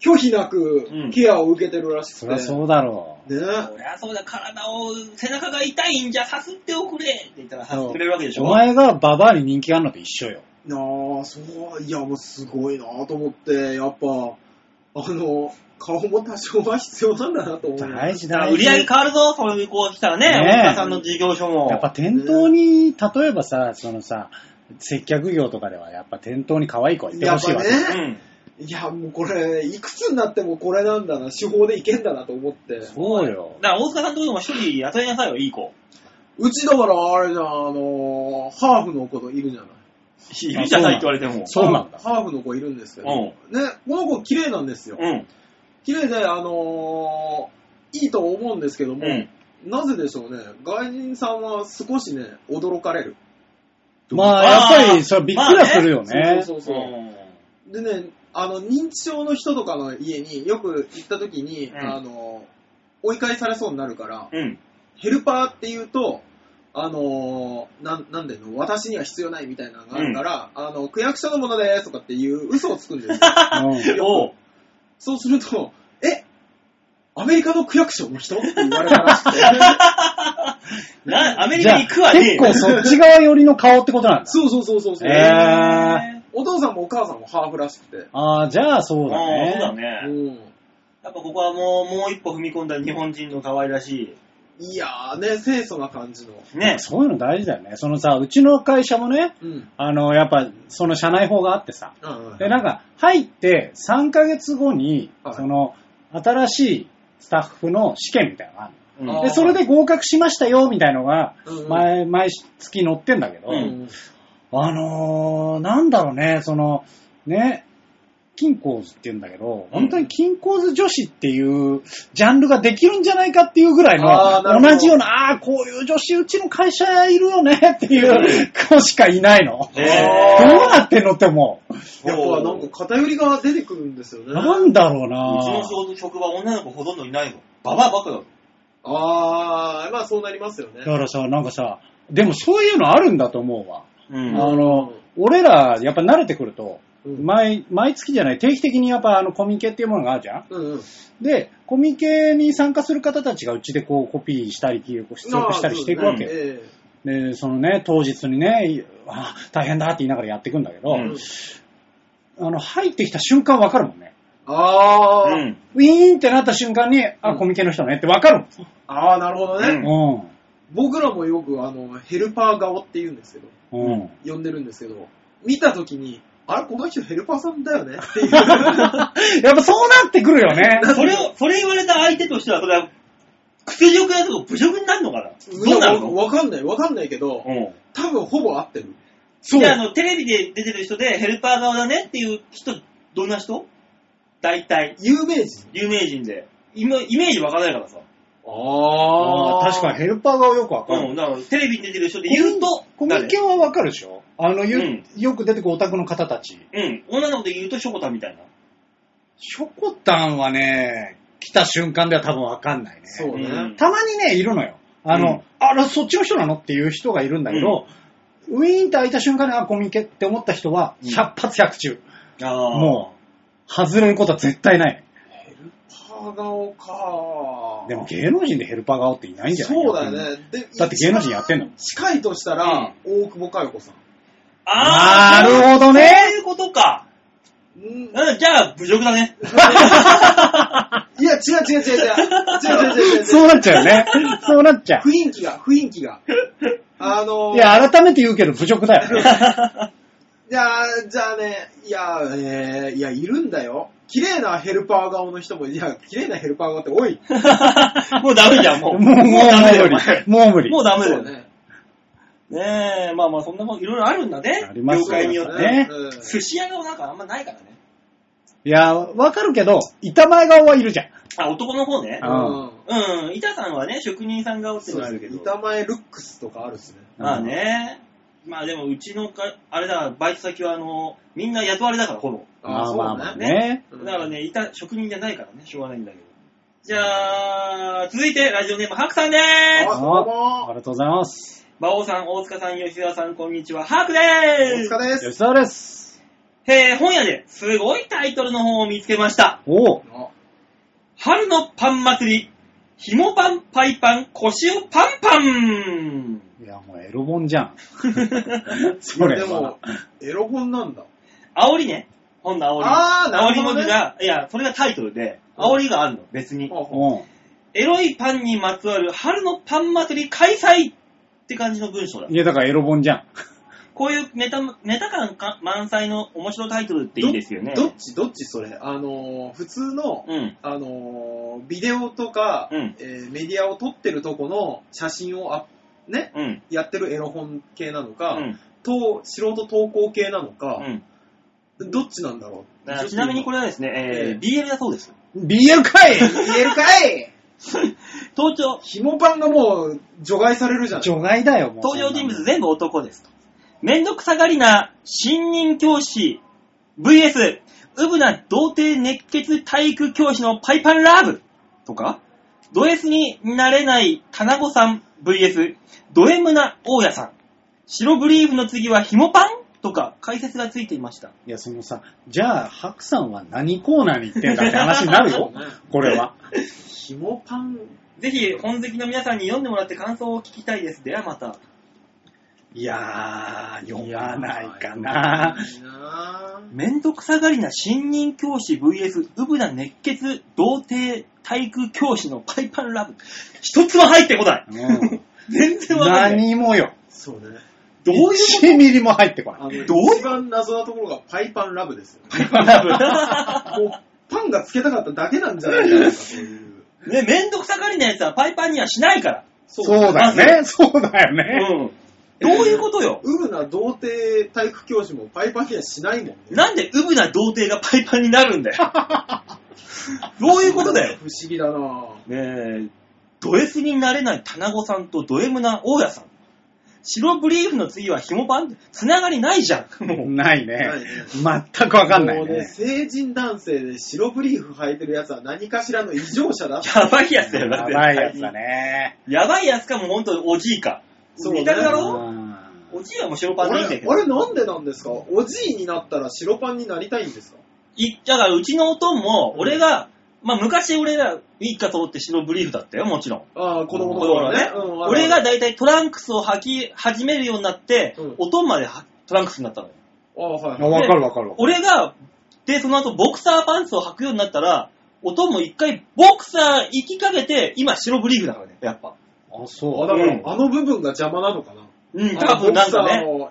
[SPEAKER 3] 拒否なく
[SPEAKER 2] うん
[SPEAKER 3] ケアを受けてるら
[SPEAKER 1] う。
[SPEAKER 3] しく
[SPEAKER 1] そ
[SPEAKER 3] て。
[SPEAKER 1] りゃそうだろう。
[SPEAKER 3] ね、
[SPEAKER 2] そりゃそうだ、体を、背中が痛いんじゃ、さすっておくれって言ったらさすってくれるわけでしょ。
[SPEAKER 1] お前がババアに人気があるのと一緒よ。
[SPEAKER 3] なあ、そう、いや、もうすごいなあと思って、やっぱ、あの、顔も多少は必要なんだなと思う。
[SPEAKER 1] 大事
[SPEAKER 2] だか
[SPEAKER 1] だ
[SPEAKER 2] ら売り上げ変わるぞ、そういう子が来たらね、
[SPEAKER 1] ねえ
[SPEAKER 2] 大塚さんの事業所も。
[SPEAKER 1] やっぱ店頭に、例えばさ、そのさ、接客業とかではやっぱ店頭に可愛い子はいて
[SPEAKER 3] や
[SPEAKER 1] ほ
[SPEAKER 3] っ
[SPEAKER 1] しい
[SPEAKER 3] ぱ
[SPEAKER 1] わけ。
[SPEAKER 3] ね、
[SPEAKER 2] うん。
[SPEAKER 3] いや、もうこれ、いくつになってもこれなんだな、手法でいけんだなと思って。
[SPEAKER 1] そうよ。
[SPEAKER 2] だから大塚さんとこでも一人雇いなさいよ、いい子。
[SPEAKER 3] うちだから、あれじゃん、あの、ハーフの子といるじゃない。
[SPEAKER 2] いるじゃないって言われても。
[SPEAKER 1] そうなんだ。
[SPEAKER 3] ハーフの子いるんですけど、ね、この子綺麗なんですよ。
[SPEAKER 2] うん。
[SPEAKER 3] 綺麗で、あのーいいと思うんですけども、
[SPEAKER 2] うん。
[SPEAKER 3] なぜでしょうね、外人さんは少しね、驚かれる。
[SPEAKER 1] まあ、
[SPEAKER 2] あー
[SPEAKER 1] やっぱり、それびっくりはするよね。
[SPEAKER 3] そうそう
[SPEAKER 2] そ
[SPEAKER 3] そう
[SPEAKER 2] う
[SPEAKER 3] そう。でね、あの、認知症の人とかの家によく行った時に、
[SPEAKER 2] うん
[SPEAKER 3] あの、追い返されそうになるから、
[SPEAKER 2] うん。
[SPEAKER 3] ヘルパーって言うと、あのーなん、なんでの、私には必要ないみたいなのがあるから、あの、区役所のものですとかっていう嘘をつくん ですよ。
[SPEAKER 1] うん
[SPEAKER 2] おう
[SPEAKER 3] そうすると、えアメリカの区役所の人って言われたらし くて。
[SPEAKER 2] な、アメリ
[SPEAKER 1] じゃ
[SPEAKER 2] カ
[SPEAKER 1] あ
[SPEAKER 2] に行くわねえ
[SPEAKER 1] 結構そっち側寄りの顔ってことなんで す
[SPEAKER 3] そうそうそうそうそう、
[SPEAKER 1] えー
[SPEAKER 3] お父さんもお母さんもハーフらしくて。
[SPEAKER 1] ああ、じゃあそうだ
[SPEAKER 2] ああそうだ
[SPEAKER 1] ね。
[SPEAKER 3] う
[SPEAKER 2] ね。
[SPEAKER 3] ん。
[SPEAKER 2] やっぱここはもう、もう一歩踏み込んだ日本人の可愛らし
[SPEAKER 3] いやーね、清楚な感じの。
[SPEAKER 2] い。ね。
[SPEAKER 1] そういうの大事だよね。そのさ、うちの会社もね、
[SPEAKER 3] うん。
[SPEAKER 1] あの、やっぱ、その社内法があってさ、
[SPEAKER 3] うんうん
[SPEAKER 1] で、なんか、入って3ヶ月後に
[SPEAKER 3] はい、
[SPEAKER 1] その、新しいスタッフの試験みたいなのがある
[SPEAKER 2] うん
[SPEAKER 3] あ
[SPEAKER 1] の
[SPEAKER 3] ー
[SPEAKER 1] で、それで合格しましたよ、みたいのが
[SPEAKER 3] うんうん、
[SPEAKER 1] 毎、毎月載ってんだけど、
[SPEAKER 2] うん
[SPEAKER 1] あのー、なんだろうね、その、ね、金ーズって言うんだけど、本当に金ーズ女子っていうジャンルができるんじゃないかっていうぐらい
[SPEAKER 3] あーなる
[SPEAKER 1] の、
[SPEAKER 3] ほど
[SPEAKER 1] 同じような、ああー、こういう女子うちの会社いるよねっていう子しかいないの。
[SPEAKER 2] へ
[SPEAKER 1] ど
[SPEAKER 2] ー
[SPEAKER 1] うなってんのって思う。
[SPEAKER 3] やっぱなんか偏りが出てくるんですよね。
[SPEAKER 1] なんだろう
[SPEAKER 2] うち
[SPEAKER 1] な
[SPEAKER 2] の仕事職場女の子ほとんどいないの。ババアばっかだぞ。
[SPEAKER 3] あー、まあそうなりますよね
[SPEAKER 1] だ。からさ、なんかさ、でもそういうのあるんだと思うわ。
[SPEAKER 2] う
[SPEAKER 1] あ
[SPEAKER 2] ん
[SPEAKER 1] の、俺ら、やっぱ慣れてくると、
[SPEAKER 3] うん
[SPEAKER 1] 毎、毎月じゃない、定期的にやっぱあのコミケっていうものがあるじゃん
[SPEAKER 3] うんうん。
[SPEAKER 1] で、コミケに参加する方たちがうちでこうコピーしたり、出力したりしていくわけ。
[SPEAKER 2] ま
[SPEAKER 1] で
[SPEAKER 3] え
[SPEAKER 1] そのね、当日にね、いあ大変だって言いながらやっていくんだけど、
[SPEAKER 2] う
[SPEAKER 3] え
[SPEAKER 2] ん
[SPEAKER 1] あの、入ってきた瞬間わかるもんね。
[SPEAKER 3] あー、
[SPEAKER 2] うん。
[SPEAKER 1] ウィーンってなった瞬間に、
[SPEAKER 3] う
[SPEAKER 1] あ、
[SPEAKER 3] ん
[SPEAKER 1] コミケの人ねってわかるもん。
[SPEAKER 3] あー、なるほどね。
[SPEAKER 2] うん
[SPEAKER 3] 僕らもよくあの、ヘルパー顔って言うんですけど、
[SPEAKER 1] うん。うん。
[SPEAKER 3] 呼んでるんですけど、見たときに、あれ、この人ヘルパーさんだよねって いう。
[SPEAKER 1] やっぱそうなってくるよね。
[SPEAKER 2] それを、それ言われた相手としては、それは、屈辱だと侮辱になるのかなどうなるの
[SPEAKER 3] わかんない、わかんないけど、
[SPEAKER 2] うん。
[SPEAKER 3] 多分ほぼ合ってる。
[SPEAKER 1] そう
[SPEAKER 2] じゃあ、あの、テレビで出てる人でヘルパー側だねっていう人、どんな人大体、
[SPEAKER 3] 有名人。
[SPEAKER 2] 有名人で。イメイメージわからないからさ。
[SPEAKER 1] あ
[SPEAKER 3] あ
[SPEAKER 1] ー確かに。ヘルパーがよくわかる。
[SPEAKER 2] うん。だから、テレビに出てる人で言うと、
[SPEAKER 1] コミケはわかるでしょあの、ゆ
[SPEAKER 2] うん
[SPEAKER 1] よく出てくるオタクの方たち。
[SPEAKER 2] 誰うん。女の子で言うと、ショコタみたいな。
[SPEAKER 1] ショコタンはね、来た瞬間では多分わかんないね。
[SPEAKER 3] そうね。
[SPEAKER 2] うん
[SPEAKER 1] たまにね、いるのよ。あの、
[SPEAKER 2] うん
[SPEAKER 1] あら、そっちの人なのっていう人がいるんだけど、ウィーンって開いた瞬間に、あ、コミケって思った人は、
[SPEAKER 2] うん
[SPEAKER 1] 百発百中。
[SPEAKER 2] ああ。
[SPEAKER 1] もう、外れることは絶対ない。
[SPEAKER 3] パー顔か。
[SPEAKER 1] でも芸能人でヘルパー顔っていないんじゃない
[SPEAKER 3] そうだよ。ね。で
[SPEAKER 1] だって芸能人やってんの
[SPEAKER 3] 一番近いとしたら、大久保佳代子さん。
[SPEAKER 2] ああ。
[SPEAKER 1] なるほどね
[SPEAKER 2] そういうことか。
[SPEAKER 3] うん
[SPEAKER 2] うん、じゃあ、侮辱だね。
[SPEAKER 3] いや、違う違う違う違う。違う違う違う違 う。
[SPEAKER 1] そうなっちゃ うよね。そうなっちゃう。
[SPEAKER 3] 雰囲気が、雰囲気 が。あのー、
[SPEAKER 1] いや、改めて言うけど、侮辱だよね。
[SPEAKER 3] いやーじゃあね、いやー、えーいや、いるんだよ。綺麗なヘルパー顔の人も、いや、綺麗なヘルパー顔って多い。
[SPEAKER 2] もうダメじ ゃん、も
[SPEAKER 1] もう、
[SPEAKER 2] う。
[SPEAKER 1] もう、もう
[SPEAKER 2] ダメだよ
[SPEAKER 1] 無理。もう無理。
[SPEAKER 2] もうダメだ
[SPEAKER 3] そ
[SPEAKER 2] よ
[SPEAKER 3] う
[SPEAKER 2] ね。
[SPEAKER 3] ね。
[SPEAKER 2] ねえ、まあまあ、そんなもん、いろいろあるんだね。
[SPEAKER 1] ありますよ
[SPEAKER 2] 業界によって。
[SPEAKER 1] ね
[SPEAKER 3] うん
[SPEAKER 2] 寿司屋がなんかあんまないからね。
[SPEAKER 1] いや、わかるけど、板前顔はいるじゃん。
[SPEAKER 2] あ、男の方ね。
[SPEAKER 1] うん
[SPEAKER 3] うん
[SPEAKER 2] うん、板さんはね、職人さん顔っての
[SPEAKER 3] そう
[SPEAKER 2] はある
[SPEAKER 3] で
[SPEAKER 2] け
[SPEAKER 3] す
[SPEAKER 2] ど
[SPEAKER 3] ね。。板前ルックスとかあるっすね。
[SPEAKER 2] まあね。まあでも、うちのか、あれだ、バイト先はあの、みんな雇われだから、ほぼ。
[SPEAKER 1] まあまあまあ
[SPEAKER 3] そう
[SPEAKER 1] ね。
[SPEAKER 3] うん
[SPEAKER 2] だからね、板、職人じゃないからね、しょうがないんだけど。じゃあ、続いて、ラジオネーム、ハクさんで
[SPEAKER 3] あ、
[SPEAKER 2] ーす
[SPEAKER 3] どう
[SPEAKER 1] あり
[SPEAKER 3] も
[SPEAKER 1] がとうございます。
[SPEAKER 2] 馬王さん、大塚さん、吉田さん、こんにちは、ハクで
[SPEAKER 3] お疲
[SPEAKER 2] ーす
[SPEAKER 3] れで
[SPEAKER 1] 吉
[SPEAKER 3] す。
[SPEAKER 1] 沢です。
[SPEAKER 2] えー、本屋ですごいタイトルの本を見つけました。
[SPEAKER 1] おう。
[SPEAKER 3] あ
[SPEAKER 2] 春のパン祭り、ひもパン、パイパン、腰をパンパン
[SPEAKER 1] いや、もうエロ本じゃん。それ
[SPEAKER 3] で
[SPEAKER 1] は
[SPEAKER 3] も。、エロ本なんだ。
[SPEAKER 2] 煽りね。本の煽り。
[SPEAKER 3] あーなる
[SPEAKER 2] 煽り
[SPEAKER 3] ほど
[SPEAKER 2] 文
[SPEAKER 3] ね
[SPEAKER 2] 字が、いや、それがタイトルで、
[SPEAKER 3] うん
[SPEAKER 2] 煽りがあるの、別に。
[SPEAKER 3] ほう
[SPEAKER 1] うん。
[SPEAKER 2] エロいパンにまつわる春のパン祭り開催って感じの文章だ。
[SPEAKER 1] いや、だからエロ本じゃん。
[SPEAKER 2] こういうネタ、ネタ感か満載の面白タイトルっていいですよね。
[SPEAKER 3] どっちどっちそれあのー、普通の、
[SPEAKER 2] うん。
[SPEAKER 3] あのー、ビデオとか、
[SPEAKER 2] うん
[SPEAKER 3] えーメディアを撮ってるとこの写真をあ、ね、
[SPEAKER 2] うん。
[SPEAKER 3] やってるエロ本系なの
[SPEAKER 2] う
[SPEAKER 3] か、
[SPEAKER 2] ん。
[SPEAKER 3] と素人投稿系なのか
[SPEAKER 2] う、ん。
[SPEAKER 3] どっちなんだろ
[SPEAKER 2] だ
[SPEAKER 3] う
[SPEAKER 2] からちなみにこ
[SPEAKER 3] れ、
[SPEAKER 2] れはですね、えー
[SPEAKER 3] え
[SPEAKER 2] BL だそうです。
[SPEAKER 1] BL かい
[SPEAKER 3] 言えるか い
[SPEAKER 2] 登場、
[SPEAKER 3] 紐パンがもう除外されるじゃん。
[SPEAKER 1] 除外だよ、もう。
[SPEAKER 2] 登場人物全部男ですと。めんどくさがりな新任教師 VS、うぶな童貞熱血体育教師のパイパンラブとかド S になれない金子さん VS ド M な大家さん。白ブリーフの次は紐パンとか解説がついていました。
[SPEAKER 1] いや、そのさ、じゃあ、ハクさんは何コーナーに行ってんだって話になるよ。これは。
[SPEAKER 3] ひもパン、
[SPEAKER 2] ぜひ本好きの皆さんに読んでもらって感想を聞きたいです。ではまた。
[SPEAKER 1] いやー、読まないかな。
[SPEAKER 3] いいなぁ
[SPEAKER 2] めんどくさがりな新任教師 VS うぶな熱血童貞体育教師のパイパンラブ。一つも入ってこない。
[SPEAKER 1] うん
[SPEAKER 2] 全然わかんない。
[SPEAKER 1] 何もよ。
[SPEAKER 3] そうね。
[SPEAKER 2] どういうこと
[SPEAKER 1] ?1 ミリも入ってこ
[SPEAKER 3] あ
[SPEAKER 1] な
[SPEAKER 3] の、
[SPEAKER 1] い。
[SPEAKER 2] どういう
[SPEAKER 3] 一番謎なところがパイパンラブですよ。
[SPEAKER 2] パイパンラ
[SPEAKER 3] もう、パンがつけたかっただけなんじゃないかな、そ ういう。
[SPEAKER 2] ブ。ね、めんどくさがりなやつはパイパンにはしないから。
[SPEAKER 1] そうだよね。そうだよね。
[SPEAKER 2] うん。どういうことよ。
[SPEAKER 3] ウブな童貞体育教師もパイパンケアしないもんね。
[SPEAKER 2] なんでウブな童貞がパイパンになるんだ よ。どういうことだよ。
[SPEAKER 3] 不思議だなぁ。
[SPEAKER 2] ねえ、ド S になれないタナゴさんとド M な大家さん。白ブリーフの次は紐パンつながりないじゃん。 もう。
[SPEAKER 1] ないね
[SPEAKER 3] ないね。
[SPEAKER 1] 全くわかんな
[SPEAKER 3] も
[SPEAKER 1] いう
[SPEAKER 3] ね、
[SPEAKER 1] ね。
[SPEAKER 3] 成人男性で白ブリーフ履いてるやつは何かしらの異常者だ。
[SPEAKER 2] やばいやつだ
[SPEAKER 1] や
[SPEAKER 2] よ、だって。
[SPEAKER 1] ばいやつだね。
[SPEAKER 2] やばいやつかも、ほんと、おじいか。
[SPEAKER 3] そうね
[SPEAKER 2] 見た目だ
[SPEAKER 1] う
[SPEAKER 2] ろ
[SPEAKER 1] ん
[SPEAKER 2] おじいはもう白パンでいいんだ
[SPEAKER 3] 俺
[SPEAKER 2] け、ど。
[SPEAKER 3] 俺なんでなんですかおじいになったら白パンになりたいんですか
[SPEAKER 2] いだから、うちのおとんも、俺が、まあ、昔俺ら、一家通って白ブリーフだったよ、もちろん。
[SPEAKER 3] ああ、子供の
[SPEAKER 2] 子供
[SPEAKER 3] 頃
[SPEAKER 2] の
[SPEAKER 3] ね。
[SPEAKER 2] ね
[SPEAKER 3] うんある
[SPEAKER 2] 俺がだいたいトランクスを履き始めるようになって
[SPEAKER 3] うん、
[SPEAKER 2] おとんまではトランクスになったのよ。
[SPEAKER 3] ああ、はい
[SPEAKER 1] あ
[SPEAKER 3] はい。
[SPEAKER 1] わかるわかるわかる。
[SPEAKER 2] 俺が、で、その後、ボクサーパンツを履くようになったら、おとんも一回、ボクサー行きかけて、今、白ブリーフだからね、やっぱ。
[SPEAKER 1] あ、
[SPEAKER 3] あ
[SPEAKER 1] そ
[SPEAKER 3] だから、
[SPEAKER 2] うん
[SPEAKER 3] あの部分が邪魔なのかな
[SPEAKER 2] うん、多分なんかね。
[SPEAKER 3] ボクサーの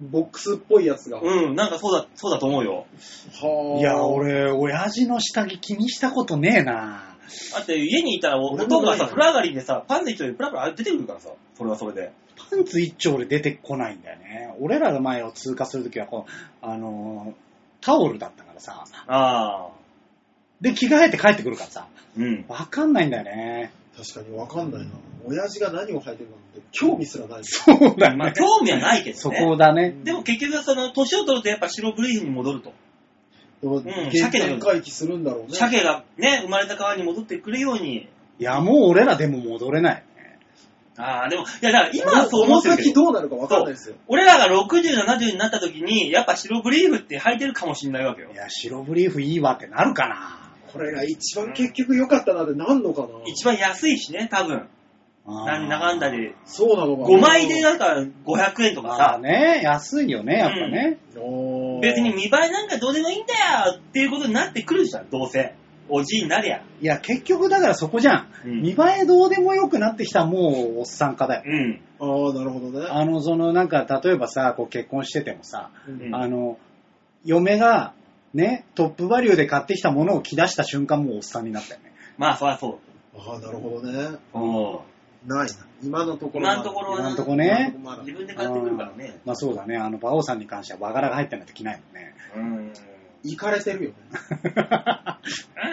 [SPEAKER 3] ボックスっぽいやつが。は
[SPEAKER 2] うん、なんかそうだ、そうだと思うよ。
[SPEAKER 3] あ
[SPEAKER 1] う。いや、。俺、親父の下着気にしたことねえな。
[SPEAKER 2] だって家にいたらお、
[SPEAKER 3] 俺
[SPEAKER 2] お
[SPEAKER 3] も
[SPEAKER 2] と
[SPEAKER 3] ない
[SPEAKER 2] んがさ、
[SPEAKER 3] よ
[SPEAKER 2] 風呂上がりでさ、パンツ一丁でプラプラ出てくるからさ、それはそれで。
[SPEAKER 1] パンツ一丁で出てこないんだよね。俺らの前を通過するときはこう、あのー、タオルだったからさ。
[SPEAKER 2] ああ、
[SPEAKER 1] で、着替えて帰ってくるからさ。
[SPEAKER 2] うん。
[SPEAKER 1] わかんないんだよね。
[SPEAKER 3] 確かにわかんないな。親父が何を履いてるかなんて興味すらない。
[SPEAKER 1] そうだ
[SPEAKER 2] まあ、
[SPEAKER 1] ね。
[SPEAKER 2] 興味はないけど
[SPEAKER 1] そ
[SPEAKER 2] ね。
[SPEAKER 1] こだね。
[SPEAKER 2] でも結局、その、年を取るとやっぱ白ブリーフに戻ると。
[SPEAKER 3] でも、
[SPEAKER 2] ん
[SPEAKER 3] 原点回帰するんだろうね。
[SPEAKER 2] 鮭がね、生まれた川に戻ってくるように。
[SPEAKER 1] いや、もう俺らでも戻れない。
[SPEAKER 2] ああ、でも、いや、だから今はそう思ってる
[SPEAKER 3] この
[SPEAKER 2] け
[SPEAKER 3] 先
[SPEAKER 2] ど、
[SPEAKER 3] どうなるかわかんないですよ。
[SPEAKER 2] 俺らが60、70になった時に、やっぱ白ブリーフって履いてるかもしれないわけよ
[SPEAKER 1] い。や、白ブリーフいいわってなるかな。
[SPEAKER 3] これが一番結局良かったなってなんのかな
[SPEAKER 2] 一番安いしね、多分。なんだかんだ
[SPEAKER 1] で。
[SPEAKER 2] で。
[SPEAKER 3] そうなのかな
[SPEAKER 2] 5枚でなんか500円とか
[SPEAKER 1] まあ
[SPEAKER 2] さ、
[SPEAKER 1] ね、安いよね、やっぱね。
[SPEAKER 3] おー
[SPEAKER 2] 別に見栄えなんかどうでもいいんだよっていうことになってくるじゃん、どうせ。おじいになりゃ。
[SPEAKER 1] いや、結局だからそこじゃん。
[SPEAKER 2] うん
[SPEAKER 1] 見栄えどうでもよくなってきたもうおっさん化だよ。
[SPEAKER 2] うん。
[SPEAKER 3] ああ、なるほどね。
[SPEAKER 1] あの、そのなんか、例えばさ、こう結婚しててもさ、
[SPEAKER 2] うん
[SPEAKER 1] あの、嫁が、ね、トップバリューで買ってきたものを着出した瞬間もうおっさんになったよね。
[SPEAKER 2] まあ、そりゃそ
[SPEAKER 3] ああ、なるほどね。
[SPEAKER 2] う。う
[SPEAKER 3] ないな。今のところ。
[SPEAKER 2] 今のところは
[SPEAKER 1] 今
[SPEAKER 2] な
[SPEAKER 1] の
[SPEAKER 2] ん
[SPEAKER 1] と
[SPEAKER 2] と
[SPEAKER 1] こ
[SPEAKER 2] こ
[SPEAKER 1] ね。
[SPEAKER 3] まだ
[SPEAKER 2] 自分で買ってくるからね。
[SPEAKER 1] まあそうだね、あの、馬王さんに関しては和柄が入ってないと着ないもん ね。
[SPEAKER 2] うん。
[SPEAKER 3] 行かれ てるよね。
[SPEAKER 2] あ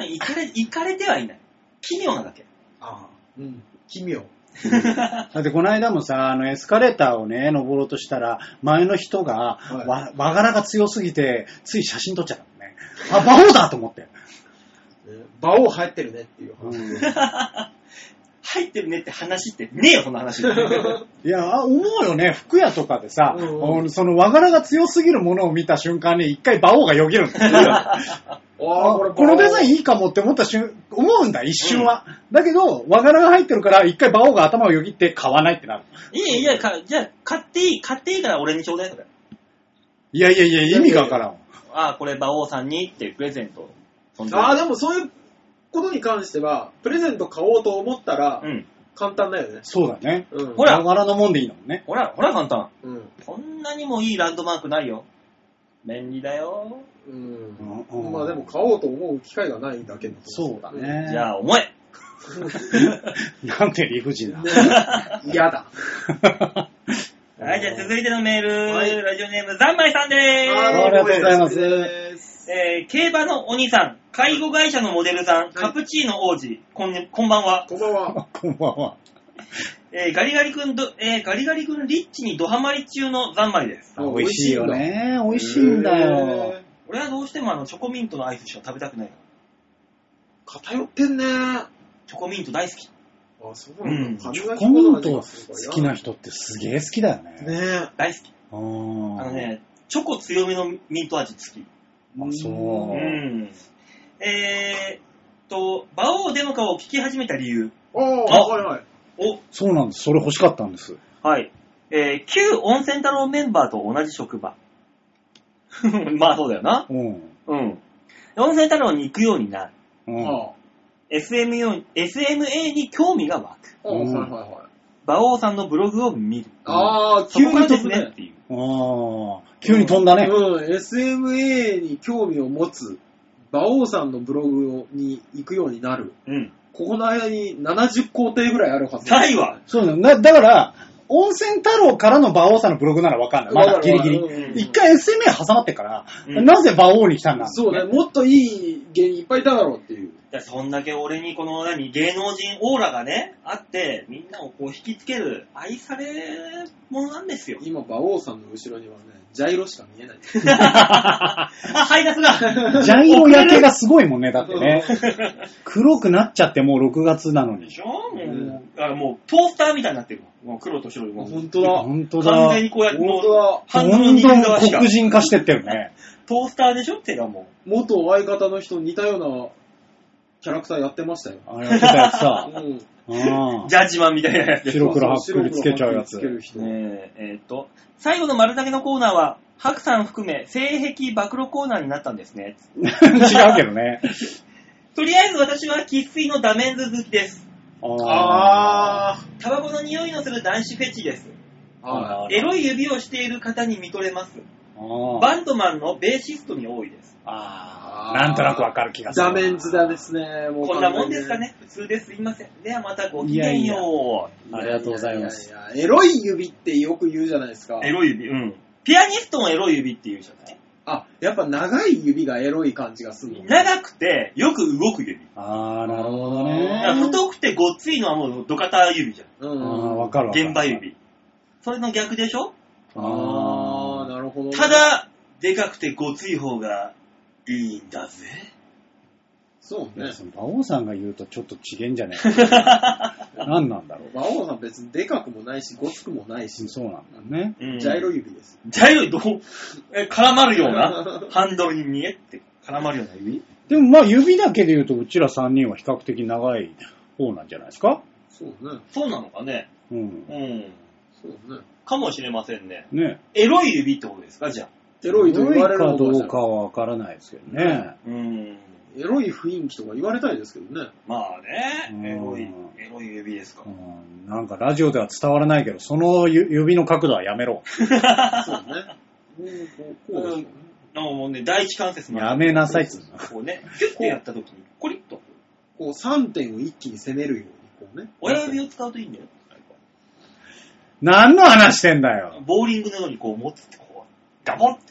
[SPEAKER 2] 行かれ、行かれてはいない。奇妙なだけ。
[SPEAKER 3] ああ、うん。奇妙。
[SPEAKER 1] だってこの間もさ、あのエスカレーターをね、登ろうとしたら、前の人が、
[SPEAKER 3] はい
[SPEAKER 1] わ和柄が強すぎて、つい写真撮っちゃったのね。あ、馬王だと思って。
[SPEAKER 3] ね馬王入ってるねっていう
[SPEAKER 1] う
[SPEAKER 3] 話。
[SPEAKER 1] ん、い
[SPEAKER 2] 入ってるねって話ってねえよ、その 話。
[SPEAKER 1] や、あ思うよね、服屋とかでさ、
[SPEAKER 3] うんうん
[SPEAKER 1] あのその和柄が強すぎるものを見た瞬間に、一回馬王がよぎるんだ
[SPEAKER 3] あ
[SPEAKER 1] あ
[SPEAKER 3] あ、これ
[SPEAKER 1] このデザイ
[SPEAKER 3] ン
[SPEAKER 1] ンいいかもって思った瞬、思うんだ、一瞬は。だけど、和柄が入ってるから、一回馬王が頭をよぎって買わないってなる。
[SPEAKER 2] いやいや、かじゃあ、買っていい、買っていいから俺にちょうだい、それ。
[SPEAKER 1] いやいやいや、意味がわからん。
[SPEAKER 2] ああ、これ、馬王さんにっていうプレゼント。そんな
[SPEAKER 3] ああ、でもそういうことに関しては、プレゼント買おうと思ったら
[SPEAKER 2] う、ん。
[SPEAKER 3] 簡単だよね。
[SPEAKER 1] そうだね。
[SPEAKER 3] うん。
[SPEAKER 2] ほら
[SPEAKER 1] 和柄のもんでいいのもんね。
[SPEAKER 2] ほら、ほら、簡単。
[SPEAKER 3] うん。
[SPEAKER 2] こんなにもいいランドマークないよ。便利だよ。
[SPEAKER 3] うん
[SPEAKER 1] うんうん
[SPEAKER 3] まあでも買おうと思う機会がないだけの
[SPEAKER 1] そうだ。ね。
[SPEAKER 2] じゃあ、重い。
[SPEAKER 1] なんて理不尽な。
[SPEAKER 3] 嫌だ。
[SPEAKER 2] はい、じゃあ続いてのメール、
[SPEAKER 3] はい
[SPEAKER 2] ラジオネーム、ざんまいさんで
[SPEAKER 1] ありがとうございます
[SPEAKER 3] ありがとうございます。
[SPEAKER 2] す。えー、競馬のお兄さん、介護会社のモデルさん、カプチーノ王子、こん,、こんばんは。
[SPEAKER 3] こんばんは。
[SPEAKER 1] こんばんは。
[SPEAKER 2] えー、ガリガリ君ど、えー、ガリガリ君リッチにドハマり中のざんまいです。
[SPEAKER 3] あ
[SPEAKER 1] 美味しいよね。美味しいんだよ。
[SPEAKER 3] へー。
[SPEAKER 2] 俺はどうしてもあの、チョコミントのアイスしか食べたくないか
[SPEAKER 3] 偏ってんね。
[SPEAKER 2] チョコミント大好き。
[SPEAKER 3] あ、そうなん
[SPEAKER 2] う
[SPEAKER 3] だ。
[SPEAKER 2] ん
[SPEAKER 3] 歯
[SPEAKER 1] チ
[SPEAKER 3] 磨
[SPEAKER 1] ョ
[SPEAKER 3] き
[SPEAKER 1] コミ
[SPEAKER 3] 粉
[SPEAKER 1] ン
[SPEAKER 3] とか
[SPEAKER 1] ト
[SPEAKER 3] ね
[SPEAKER 1] 好きな人ってすげえ好きだよね。
[SPEAKER 3] ねえ。
[SPEAKER 2] 大好き。
[SPEAKER 1] あ
[SPEAKER 2] あの
[SPEAKER 1] の。
[SPEAKER 2] ね、チョコ強めのミント味好き。
[SPEAKER 1] あそう
[SPEAKER 2] う
[SPEAKER 1] うん
[SPEAKER 2] ん。えーっと、馬王デモカを聞き始めた理由
[SPEAKER 3] あ
[SPEAKER 2] あ
[SPEAKER 3] あ、はいはい。
[SPEAKER 2] を、
[SPEAKER 1] そうなんです。それ欲しかったんです。
[SPEAKER 2] はい。えー旧温泉太郎メンバーと同じ職場。 まあそうだよな。
[SPEAKER 1] うん。
[SPEAKER 2] うん。温泉太郎に行くようになる。
[SPEAKER 1] うん。
[SPEAKER 3] あ
[SPEAKER 2] SMU SMA に興味が湧く。
[SPEAKER 3] あ、はいはいはい。
[SPEAKER 2] 馬王さんのブログを見る。
[SPEAKER 3] ああ、
[SPEAKER 2] そこか
[SPEAKER 3] 急
[SPEAKER 2] らで
[SPEAKER 3] にです
[SPEAKER 2] す
[SPEAKER 3] ね
[SPEAKER 2] ねっ。ていう。
[SPEAKER 1] ああ、急に飛んだね。
[SPEAKER 3] うん、SMA に興味を持つ、馬王さんのブログに行くようになる。
[SPEAKER 2] うん。
[SPEAKER 3] ここの間に70工程ぐらいあるはず。
[SPEAKER 2] ないわ。
[SPEAKER 1] そうだだだから、温泉太郎からの馬王さんのブログならわかんない。まだギリギ
[SPEAKER 3] わか
[SPEAKER 1] リ。
[SPEAKER 3] るわかる
[SPEAKER 1] 一回 SMA 挟まってから、
[SPEAKER 2] うん
[SPEAKER 1] なぜ馬王に来たんだ
[SPEAKER 3] そうね、もっといい芸人いっぱいいただろうっていう。
[SPEAKER 2] いやそんだけ俺にこの何、芸能人オーラがね、あって、みんなをこう引きつける、愛され者なんですよ。
[SPEAKER 3] 今、馬王さんの後ろにはね、ジャイロしか見えない。
[SPEAKER 2] あ、ハイダスだ
[SPEAKER 1] ジャイロ焼けがすごいもんね、だってね
[SPEAKER 3] う。
[SPEAKER 1] 黒くなっちゃってもう6月なの
[SPEAKER 2] で
[SPEAKER 1] に。
[SPEAKER 2] しょもう、
[SPEAKER 3] うん
[SPEAKER 2] だからもうトースターみたいになってるわもう黒と白で。
[SPEAKER 3] あ
[SPEAKER 2] もう
[SPEAKER 3] 本当だ。
[SPEAKER 1] 本当だ。
[SPEAKER 2] 完全にこうやって、
[SPEAKER 3] 本
[SPEAKER 2] もう、
[SPEAKER 3] 当だ。
[SPEAKER 2] 半
[SPEAKER 1] ど
[SPEAKER 2] 分
[SPEAKER 1] ん
[SPEAKER 2] の
[SPEAKER 1] どん
[SPEAKER 2] 右側しか
[SPEAKER 1] 黒。人化してってるね。
[SPEAKER 2] トースターでしょ手がも
[SPEAKER 3] 元相方の人似たようなキャラクターやってましたよ。
[SPEAKER 1] あれやってたやつ さ
[SPEAKER 3] う。ん。
[SPEAKER 1] うん
[SPEAKER 2] う。ジャッジマンみたいなやつ でしょ
[SPEAKER 1] 白黒はっきりつけちゃうやつ
[SPEAKER 3] 白黒はっきりつける人
[SPEAKER 2] ねええーっと、最後の丸投げのコーナーは、白さん含め、性癖暴露コーナーになったんですね。
[SPEAKER 1] 違うけどね。
[SPEAKER 2] とりあえず私は喫水のダメンズ好きです。
[SPEAKER 1] あー。
[SPEAKER 3] あ
[SPEAKER 2] タバコの匂いのする男子フェチです。
[SPEAKER 3] あ。は
[SPEAKER 2] エロい指をしている方に見とれます。
[SPEAKER 1] あ
[SPEAKER 2] バンドマンのベーシストに多いです。
[SPEAKER 1] あー。なんとなくわかる気が
[SPEAKER 3] い。
[SPEAKER 1] する。
[SPEAKER 3] ダメンズだですね。もう
[SPEAKER 2] こんなもんですかね。普通です。すいません。ではまたごきげんよ
[SPEAKER 3] 完全に。
[SPEAKER 1] ありがとうございます
[SPEAKER 3] ややや。エロい指ってよく言うじゃないですか
[SPEAKER 2] う。。エロい指うん。ピアニストもエロい指っていうじゃない
[SPEAKER 3] あ、やっぱ長い指がエロい感じがするの。
[SPEAKER 2] 長くて、よく動く指。
[SPEAKER 1] あー、なるほ
[SPEAKER 2] だ
[SPEAKER 1] ど
[SPEAKER 2] から
[SPEAKER 1] ね。
[SPEAKER 2] 太くてごっついのはもうドカタ指じゃん。
[SPEAKER 3] う
[SPEAKER 1] あー、
[SPEAKER 3] ん。
[SPEAKER 1] わかるわかる。
[SPEAKER 2] 現場。指。それの逆でしょ
[SPEAKER 3] ああ、なるほどね。
[SPEAKER 2] ただ、でかくてごつい方がいいんだぜ。
[SPEAKER 3] そう
[SPEAKER 1] い
[SPEAKER 3] ね
[SPEAKER 1] や。その馬王さんが言うとちょっと違えんじゃ ねえか。何なんだろ。
[SPEAKER 3] 馬王さん別にでかくもないし、ごつくもないうし、
[SPEAKER 1] そうなんだね。
[SPEAKER 2] うん
[SPEAKER 3] ジャイロ指です。
[SPEAKER 2] ジャイロ どう、え、絡まるような、ハンドルにえって、絡まるような指
[SPEAKER 1] でもまあ指だけで言うとうちら3人は比較的長い方なんじゃないですか
[SPEAKER 3] そうね。
[SPEAKER 2] そうなのかね
[SPEAKER 1] うん。
[SPEAKER 2] うん。
[SPEAKER 3] そうね。
[SPEAKER 2] かもしれませんね。
[SPEAKER 1] ね。
[SPEAKER 2] エロい指ってことですかじゃあ。
[SPEAKER 3] エロいと言われる
[SPEAKER 1] か
[SPEAKER 3] の
[SPEAKER 1] ど
[SPEAKER 3] かし
[SPEAKER 1] う
[SPEAKER 3] ら
[SPEAKER 1] かはわからないですけどね。
[SPEAKER 2] うん。
[SPEAKER 3] エロい雰囲気とか言われたいですけどね。
[SPEAKER 2] まあ
[SPEAKER 1] うん
[SPEAKER 2] ね、エロい、エロい指ですか
[SPEAKER 1] う。ん、なんかラジオでは伝わらないけど、その指の角度はやめろ。
[SPEAKER 3] そうね。 うんこうこうですよね
[SPEAKER 2] あもうね、第一関節の。
[SPEAKER 1] やめなさいっつうの。
[SPEAKER 2] こうね、キュッてやった時に、コリッと。
[SPEAKER 3] こう3点を一気に攻めるように、こうね。
[SPEAKER 2] 親指を使うといいんだよ。
[SPEAKER 1] 何の話してんだよ。
[SPEAKER 2] ボーリングのようにこう持って、こう、ガボッて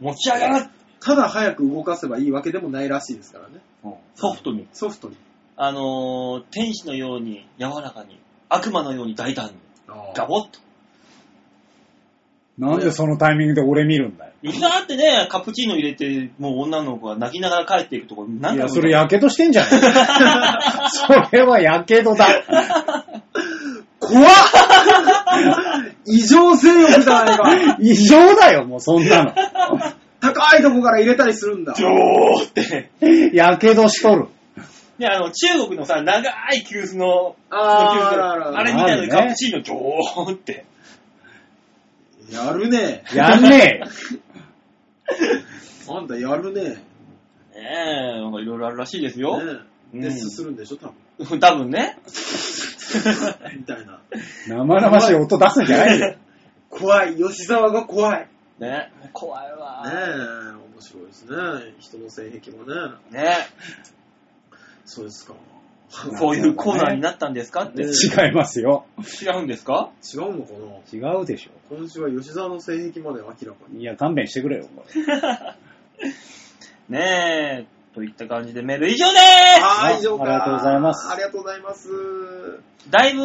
[SPEAKER 2] 持ち上げる。
[SPEAKER 3] ただ早く動かせばいいわけでもないらしいですからね。
[SPEAKER 2] ソフトに。
[SPEAKER 3] ソフトに。
[SPEAKER 2] あのー、天使のように柔らかに、悪魔のように大胆に、ガボッと。
[SPEAKER 1] なんでそのタイミングで俺見るんだよ。
[SPEAKER 2] いざってね、カプチーノ入れて、もう女の子が泣きながら帰っていくところ、なん
[SPEAKER 1] い
[SPEAKER 2] か
[SPEAKER 1] や、それやけどしてんじゃん。それはやけどだ。
[SPEAKER 3] 怖っ異常性欲じゃな いか。
[SPEAKER 1] 異常だよ、もうそんなの。
[SPEAKER 3] 高いとこから入れたりするんだ。
[SPEAKER 2] ジョーって。
[SPEAKER 1] やけどしとる。
[SPEAKER 2] で、あの、中国のさ、長い急須の、
[SPEAKER 3] あー
[SPEAKER 2] の急須
[SPEAKER 3] あらあら
[SPEAKER 2] あれみたいなのに
[SPEAKER 1] ある
[SPEAKER 2] カ
[SPEAKER 1] ね
[SPEAKER 2] プチーノ、ジョーって。
[SPEAKER 3] やるね
[SPEAKER 1] やんね
[SPEAKER 3] あんたやるねね
[SPEAKER 2] ねえ、なんかいろいろあるらしいですよ。
[SPEAKER 3] え。
[SPEAKER 2] う
[SPEAKER 3] で、
[SPEAKER 2] ん
[SPEAKER 3] すするんでしょ、多分。
[SPEAKER 2] 多分ね。
[SPEAKER 3] みたいな。
[SPEAKER 1] え。生々しい音出すんじゃないよ。
[SPEAKER 3] 怖い。吉沢が怖い。ね
[SPEAKER 2] ね怖い
[SPEAKER 3] え、
[SPEAKER 2] わ。
[SPEAKER 3] 面白いですね。人の性癖もね。
[SPEAKER 2] ねね
[SPEAKER 3] そうですか。
[SPEAKER 2] そういうコーナーになったんですかって。
[SPEAKER 3] ね
[SPEAKER 1] 違いますよ。
[SPEAKER 2] 違うんですか
[SPEAKER 3] 違うのかな
[SPEAKER 1] 違うでしょ。
[SPEAKER 3] 今週は吉沢の性癖まで明らかに。
[SPEAKER 1] いや、勘弁してくれよ、これ
[SPEAKER 2] ねえ、といった感じでメール以上です
[SPEAKER 3] あー以上か。
[SPEAKER 1] ありがとうございます
[SPEAKER 3] ありがとうございます。
[SPEAKER 2] だいぶ、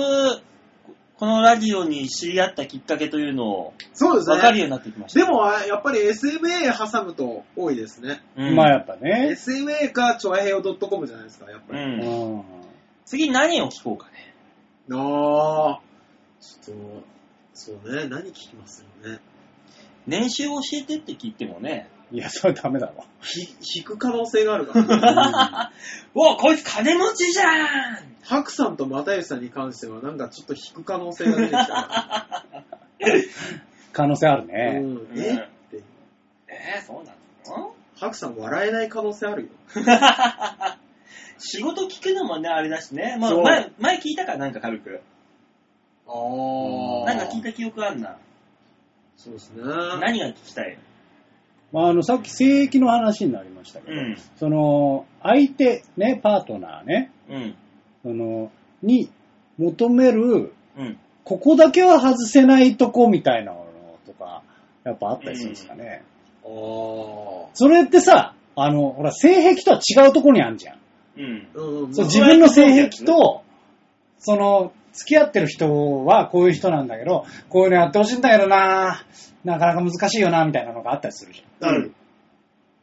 [SPEAKER 2] このラジオに知り合ったきっかけというのを
[SPEAKER 3] そうですね。
[SPEAKER 2] 分かるようになってきました。
[SPEAKER 3] でも、あやっぱり SMA 挟むと多いですね。
[SPEAKER 2] うん、
[SPEAKER 1] まあやっぱね。
[SPEAKER 3] SMA か、ちょあへよ .com じゃないですか、やっぱり。
[SPEAKER 2] うん
[SPEAKER 1] うん
[SPEAKER 2] 次何を聞こうかね。
[SPEAKER 3] ああ、ちょっと、そうね、何聞きますよね。
[SPEAKER 2] 年収教えてって聞いても ね、
[SPEAKER 1] いや、それダメだろ。
[SPEAKER 3] ひ引く可能性があるから、ね。
[SPEAKER 2] おこいつ金持ちじゃん
[SPEAKER 3] ハクさんと又吉さんに関しては、なんかちょっと引く可能性が出てきたか
[SPEAKER 1] 可能性ある
[SPEAKER 3] ら。
[SPEAKER 1] ね。
[SPEAKER 3] うん、 えって。
[SPEAKER 2] えー、そうな の
[SPEAKER 3] ハクさん笑えない可能性あるよ。
[SPEAKER 2] 仕事聞くのもね、あれだしね。まあ、
[SPEAKER 3] そう
[SPEAKER 2] 前、前聞いたかなんか軽く。
[SPEAKER 3] あ
[SPEAKER 2] なんか聞いた記憶あんな。
[SPEAKER 3] そうですね。
[SPEAKER 2] 何が聞きたい
[SPEAKER 1] まあ、あの、さっき正規の話になりましたけ
[SPEAKER 2] う
[SPEAKER 1] ど、
[SPEAKER 2] ん。
[SPEAKER 1] その、相手、ね、パートナーね、
[SPEAKER 2] うん。
[SPEAKER 1] その、に求める、
[SPEAKER 2] うん。
[SPEAKER 1] ここだけは外せないとこみたいなのとか、やっぱあったりするんですかね。
[SPEAKER 3] あー
[SPEAKER 1] それってさ、あの、ほら、性癖とは違うとこにあるじゃん。
[SPEAKER 2] うん。
[SPEAKER 3] うんうん
[SPEAKER 1] そ
[SPEAKER 2] まあ
[SPEAKER 1] う、自分の性癖と、その、付き合ってる人はこういう人なんだけど、こういうのやってほしいんだけどななかなか難しいよなみたいなのがあったりするじゃ
[SPEAKER 3] なる。
[SPEAKER 1] ん。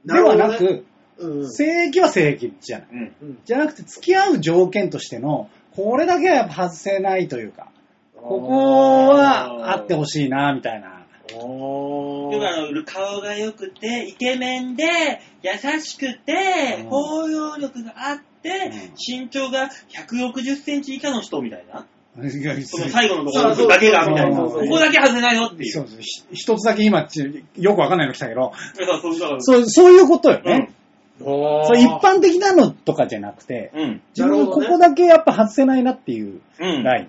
[SPEAKER 1] ではな
[SPEAKER 3] るほどね、
[SPEAKER 1] く、
[SPEAKER 3] うんうん
[SPEAKER 1] 性癖は性癖じゃない。
[SPEAKER 2] うん。
[SPEAKER 3] うん
[SPEAKER 1] じゃなくて、付き合う条件としての、これだけはやっぱ外せないというか、ここはあってほしいなみたいな。
[SPEAKER 3] あー
[SPEAKER 2] だから顔が良くて、イケメンで、優しくて
[SPEAKER 1] う、ん
[SPEAKER 2] 包容力があって
[SPEAKER 1] うん、
[SPEAKER 2] 身長が160センチ以下の人みたいな。その
[SPEAKER 1] そ
[SPEAKER 2] 最後のところだけがみたいな。
[SPEAKER 1] そう
[SPEAKER 2] こ
[SPEAKER 1] そうそう
[SPEAKER 2] こだけ外れないよっていう。そう
[SPEAKER 1] そうひ一つだけ今、ちよくわかんないの来たけ
[SPEAKER 2] う
[SPEAKER 1] ど、
[SPEAKER 2] そうそう
[SPEAKER 1] そう、そういうことよね。
[SPEAKER 3] あー
[SPEAKER 1] そう一般的なのとかじゃなくて、
[SPEAKER 2] うん。
[SPEAKER 1] 自分のここだけやっぱ外せないなっていう
[SPEAKER 2] うん。
[SPEAKER 1] ライン。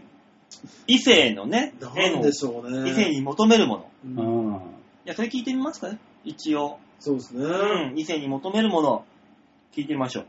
[SPEAKER 2] 異性のね、絵
[SPEAKER 3] なん
[SPEAKER 2] の
[SPEAKER 3] でしょうね。
[SPEAKER 2] 異性に求めるもの。
[SPEAKER 3] うん
[SPEAKER 1] う
[SPEAKER 2] い
[SPEAKER 1] ん。
[SPEAKER 2] や、それ聞いてみますかね一応。
[SPEAKER 3] そうですね。
[SPEAKER 2] うん。異性に求めるもの、聞いてみましょう。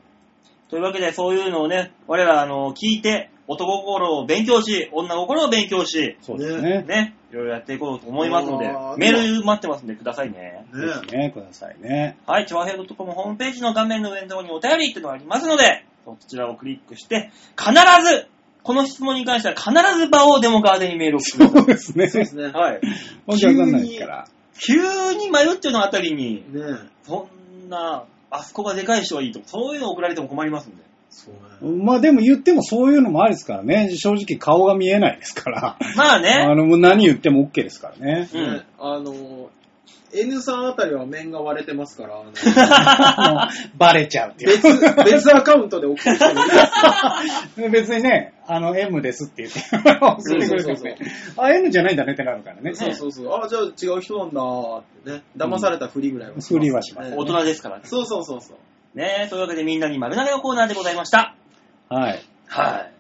[SPEAKER 2] というわけで、そういうのをね、我ら、あの、聞いて、男心を勉強し、女心を勉強し、
[SPEAKER 1] そうですね。
[SPEAKER 2] ね、いろいろやっていこうと思いますので
[SPEAKER 3] あ、ー
[SPEAKER 2] メール待ってますんでくださいね。
[SPEAKER 1] ぜ
[SPEAKER 3] ね
[SPEAKER 1] ひね、くださいね。
[SPEAKER 2] はい、ちわへい .com ホームページの画面の上のところにお便りっていうのがありますので、そちらをクリックして、必ず、この質問に関しては必ず場をデモカーでにメールを送ってくだ
[SPEAKER 1] そうですね。
[SPEAKER 3] そうです ね。
[SPEAKER 2] さい。はい。
[SPEAKER 1] わけわかんないですから。
[SPEAKER 2] 急に迷っちゃうのあたりに、
[SPEAKER 3] ね
[SPEAKER 2] そんな、あそこがでかい人がいいとか、そういうの送られても困りますんで。
[SPEAKER 3] そうね。
[SPEAKER 1] まあでも言ってもそういうのもありですからね。正直顔が見えないですから。
[SPEAKER 2] まあ
[SPEAKER 1] あ
[SPEAKER 2] ね。
[SPEAKER 1] の、もう何言っても OK ですからね。
[SPEAKER 2] うん
[SPEAKER 3] ねあの、N さんあたりは面が割れてますから、 あの
[SPEAKER 1] もうバレちゃうってい
[SPEAKER 3] 別、別アカウントで送ってきてもいいです
[SPEAKER 1] う。別に ね、あの、M ですって言って、送ってくれてもね
[SPEAKER 3] そう
[SPEAKER 1] あ、M じゃないんだねってなるからね。
[SPEAKER 3] そうそうそう。あ、じゃあ違う人なんだーってね。騙されたふりぐらいはします、
[SPEAKER 1] ふりはします
[SPEAKER 3] ね
[SPEAKER 2] 大人ですからね。
[SPEAKER 3] そうそうそうそう。
[SPEAKER 2] ねそういうわけでみんなに丸投げのコーナーでございました。
[SPEAKER 1] はい。
[SPEAKER 2] はい。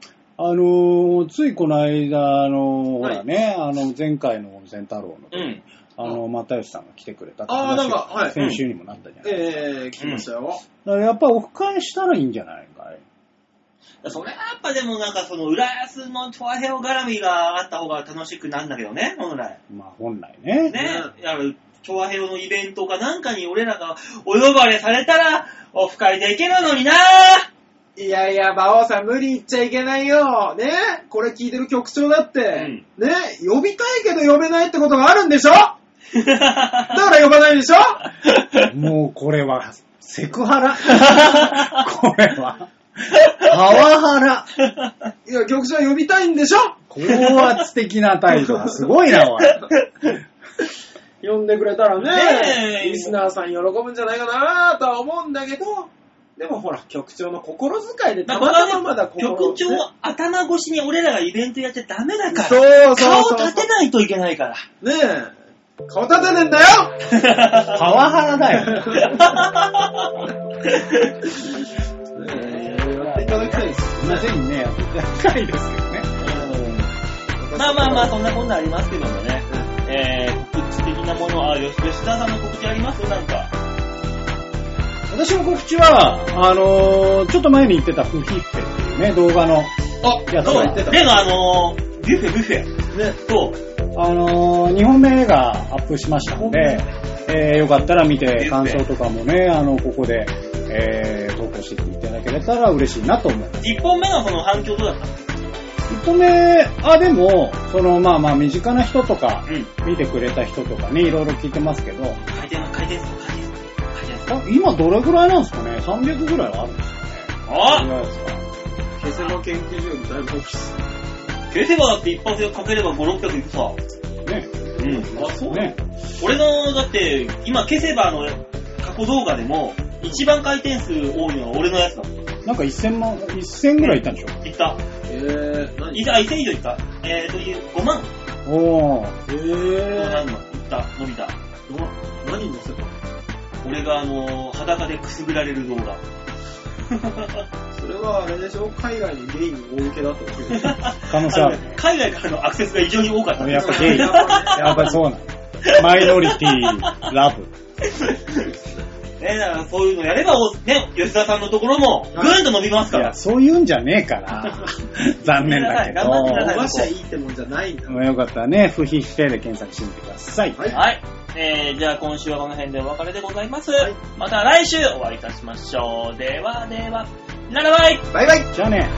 [SPEAKER 1] あのーついこの間、あのーほ
[SPEAKER 3] はい
[SPEAKER 1] らね、あの、前回の温泉太郎の時、
[SPEAKER 2] うん。
[SPEAKER 1] あの、又吉さんが来てくれたって
[SPEAKER 3] あーなんかはい
[SPEAKER 1] 話先週にもなったじゃない、
[SPEAKER 3] ええ聞きましたよ。
[SPEAKER 1] だからやっぱオフ会したらいいんじゃないかい
[SPEAKER 2] それはやっぱでもなんかその、浦安のトアヘオ絡みがあった方が楽しくなんだけどね、本来。
[SPEAKER 1] まあ本来ね。
[SPEAKER 2] ね、やる、調和平和のイベントかなんかに俺らがお呼ばれされたら、オフ会できるのにない
[SPEAKER 3] やいや、馬王さん無理言っちゃいけないよ。ねこれ聞いてる局長だって、
[SPEAKER 2] ん
[SPEAKER 3] ね呼びたいけど呼べないってことがあるんでしょ だから呼ばないでしょ
[SPEAKER 1] もうこれは、セクハラ これは、パワハラ
[SPEAKER 3] いや、局長は呼びたいんでしょ
[SPEAKER 1] 高圧的な態度がすごいな、おい。
[SPEAKER 3] 呼んでくれたらね
[SPEAKER 2] ねえ
[SPEAKER 3] リスナーさん喜ぶんじゃないかなとは思うんだけど、でもほら、局長の心遣いでたまたままだ心
[SPEAKER 2] 局長を頭越しに俺らがイベントやっちゃダメだから。
[SPEAKER 3] そうそうそうそう
[SPEAKER 2] 顔立てないといけないから。
[SPEAKER 3] ねえ、顔立てねえんだよ
[SPEAKER 1] パワハラだよ。
[SPEAKER 3] ねえやっていただきたいですよね。
[SPEAKER 1] ぜにね、やっていただきたいですけどね。
[SPEAKER 2] まあまあまあ、そんなこんなありますけどもね。えー、告知的なものは、あ、よし吉田さんの告知ありますなんか。
[SPEAKER 1] 私の告知は、あのーちょっと前に言ってたフヒッペっていうね、動画の、
[SPEAKER 3] あ、
[SPEAKER 1] やつ
[SPEAKER 2] そ
[SPEAKER 1] が
[SPEAKER 2] う、例のあのー、ビュッフェビュッフェ。
[SPEAKER 3] ね、
[SPEAKER 2] そう。
[SPEAKER 1] あのー、2本目がアップしましたので、えーよかったら見て、感想とかもね、あの、ここで、えー投稿していただけれたら嬉しいなと思います。
[SPEAKER 2] 1本目のその反響どうだった
[SPEAKER 1] 1本目、あ、でも、その、まあまあ、身近な人とか、
[SPEAKER 2] うん。
[SPEAKER 1] 見てくれた人とかね、いろいろ聞いてますけど、
[SPEAKER 2] 回転、回転数、回転数、回転数。
[SPEAKER 1] あ今どれぐらいなんですかね ?300 ぐらいはあるんですかね
[SPEAKER 2] あ
[SPEAKER 1] どれぐらいですか
[SPEAKER 3] 消せば研究所よりだいぶ大きいっす。
[SPEAKER 2] 消せばだって一発かければ5、600いくさ。
[SPEAKER 1] ね。
[SPEAKER 2] うん。あ、そう
[SPEAKER 1] ね。
[SPEAKER 2] 俺の、だって、今消せばの過去動画でも、一番回転数多いのは俺のやつだもん。
[SPEAKER 1] なんか1000万、1000ぐらいいったんでしょ
[SPEAKER 2] いった。
[SPEAKER 3] えー、何
[SPEAKER 2] いあ、1000以上いった。えーと、5万。
[SPEAKER 1] おー。
[SPEAKER 3] え
[SPEAKER 2] どうな
[SPEAKER 3] ー、
[SPEAKER 2] るのいった。伸びた。
[SPEAKER 3] な何に載せたの
[SPEAKER 2] 俺が、あのー、裸でくすぐられる動画。
[SPEAKER 3] それはあれでしょ海外にゲイに大受けだと思う。
[SPEAKER 1] 可能性ある
[SPEAKER 2] あの
[SPEAKER 1] ね。
[SPEAKER 2] 海外からのアクセスが異常に多かった。
[SPEAKER 1] やっぱゲイ。やっぱりそうなの。マイノリティ、ラブ。
[SPEAKER 2] ね、だからそういうのやれば、おね、吉田さんのところも、ぐーんと伸びます
[SPEAKER 1] い
[SPEAKER 2] か
[SPEAKER 1] や、
[SPEAKER 2] ら。
[SPEAKER 1] そういうんじゃねえから。残念だけど。
[SPEAKER 2] 頑張ってくださ
[SPEAKER 3] 伸ばしちゃいいってもんじゃないんだ。
[SPEAKER 1] まあよかったらね、不必否定で検索してみてください。
[SPEAKER 3] はい
[SPEAKER 2] はい。えー、じゃあ今週はこの辺でお別れでございます。
[SPEAKER 3] はい
[SPEAKER 2] また来週お会いいたしましょう。ではでは、ならばい
[SPEAKER 3] バイバイ
[SPEAKER 1] じゃあね。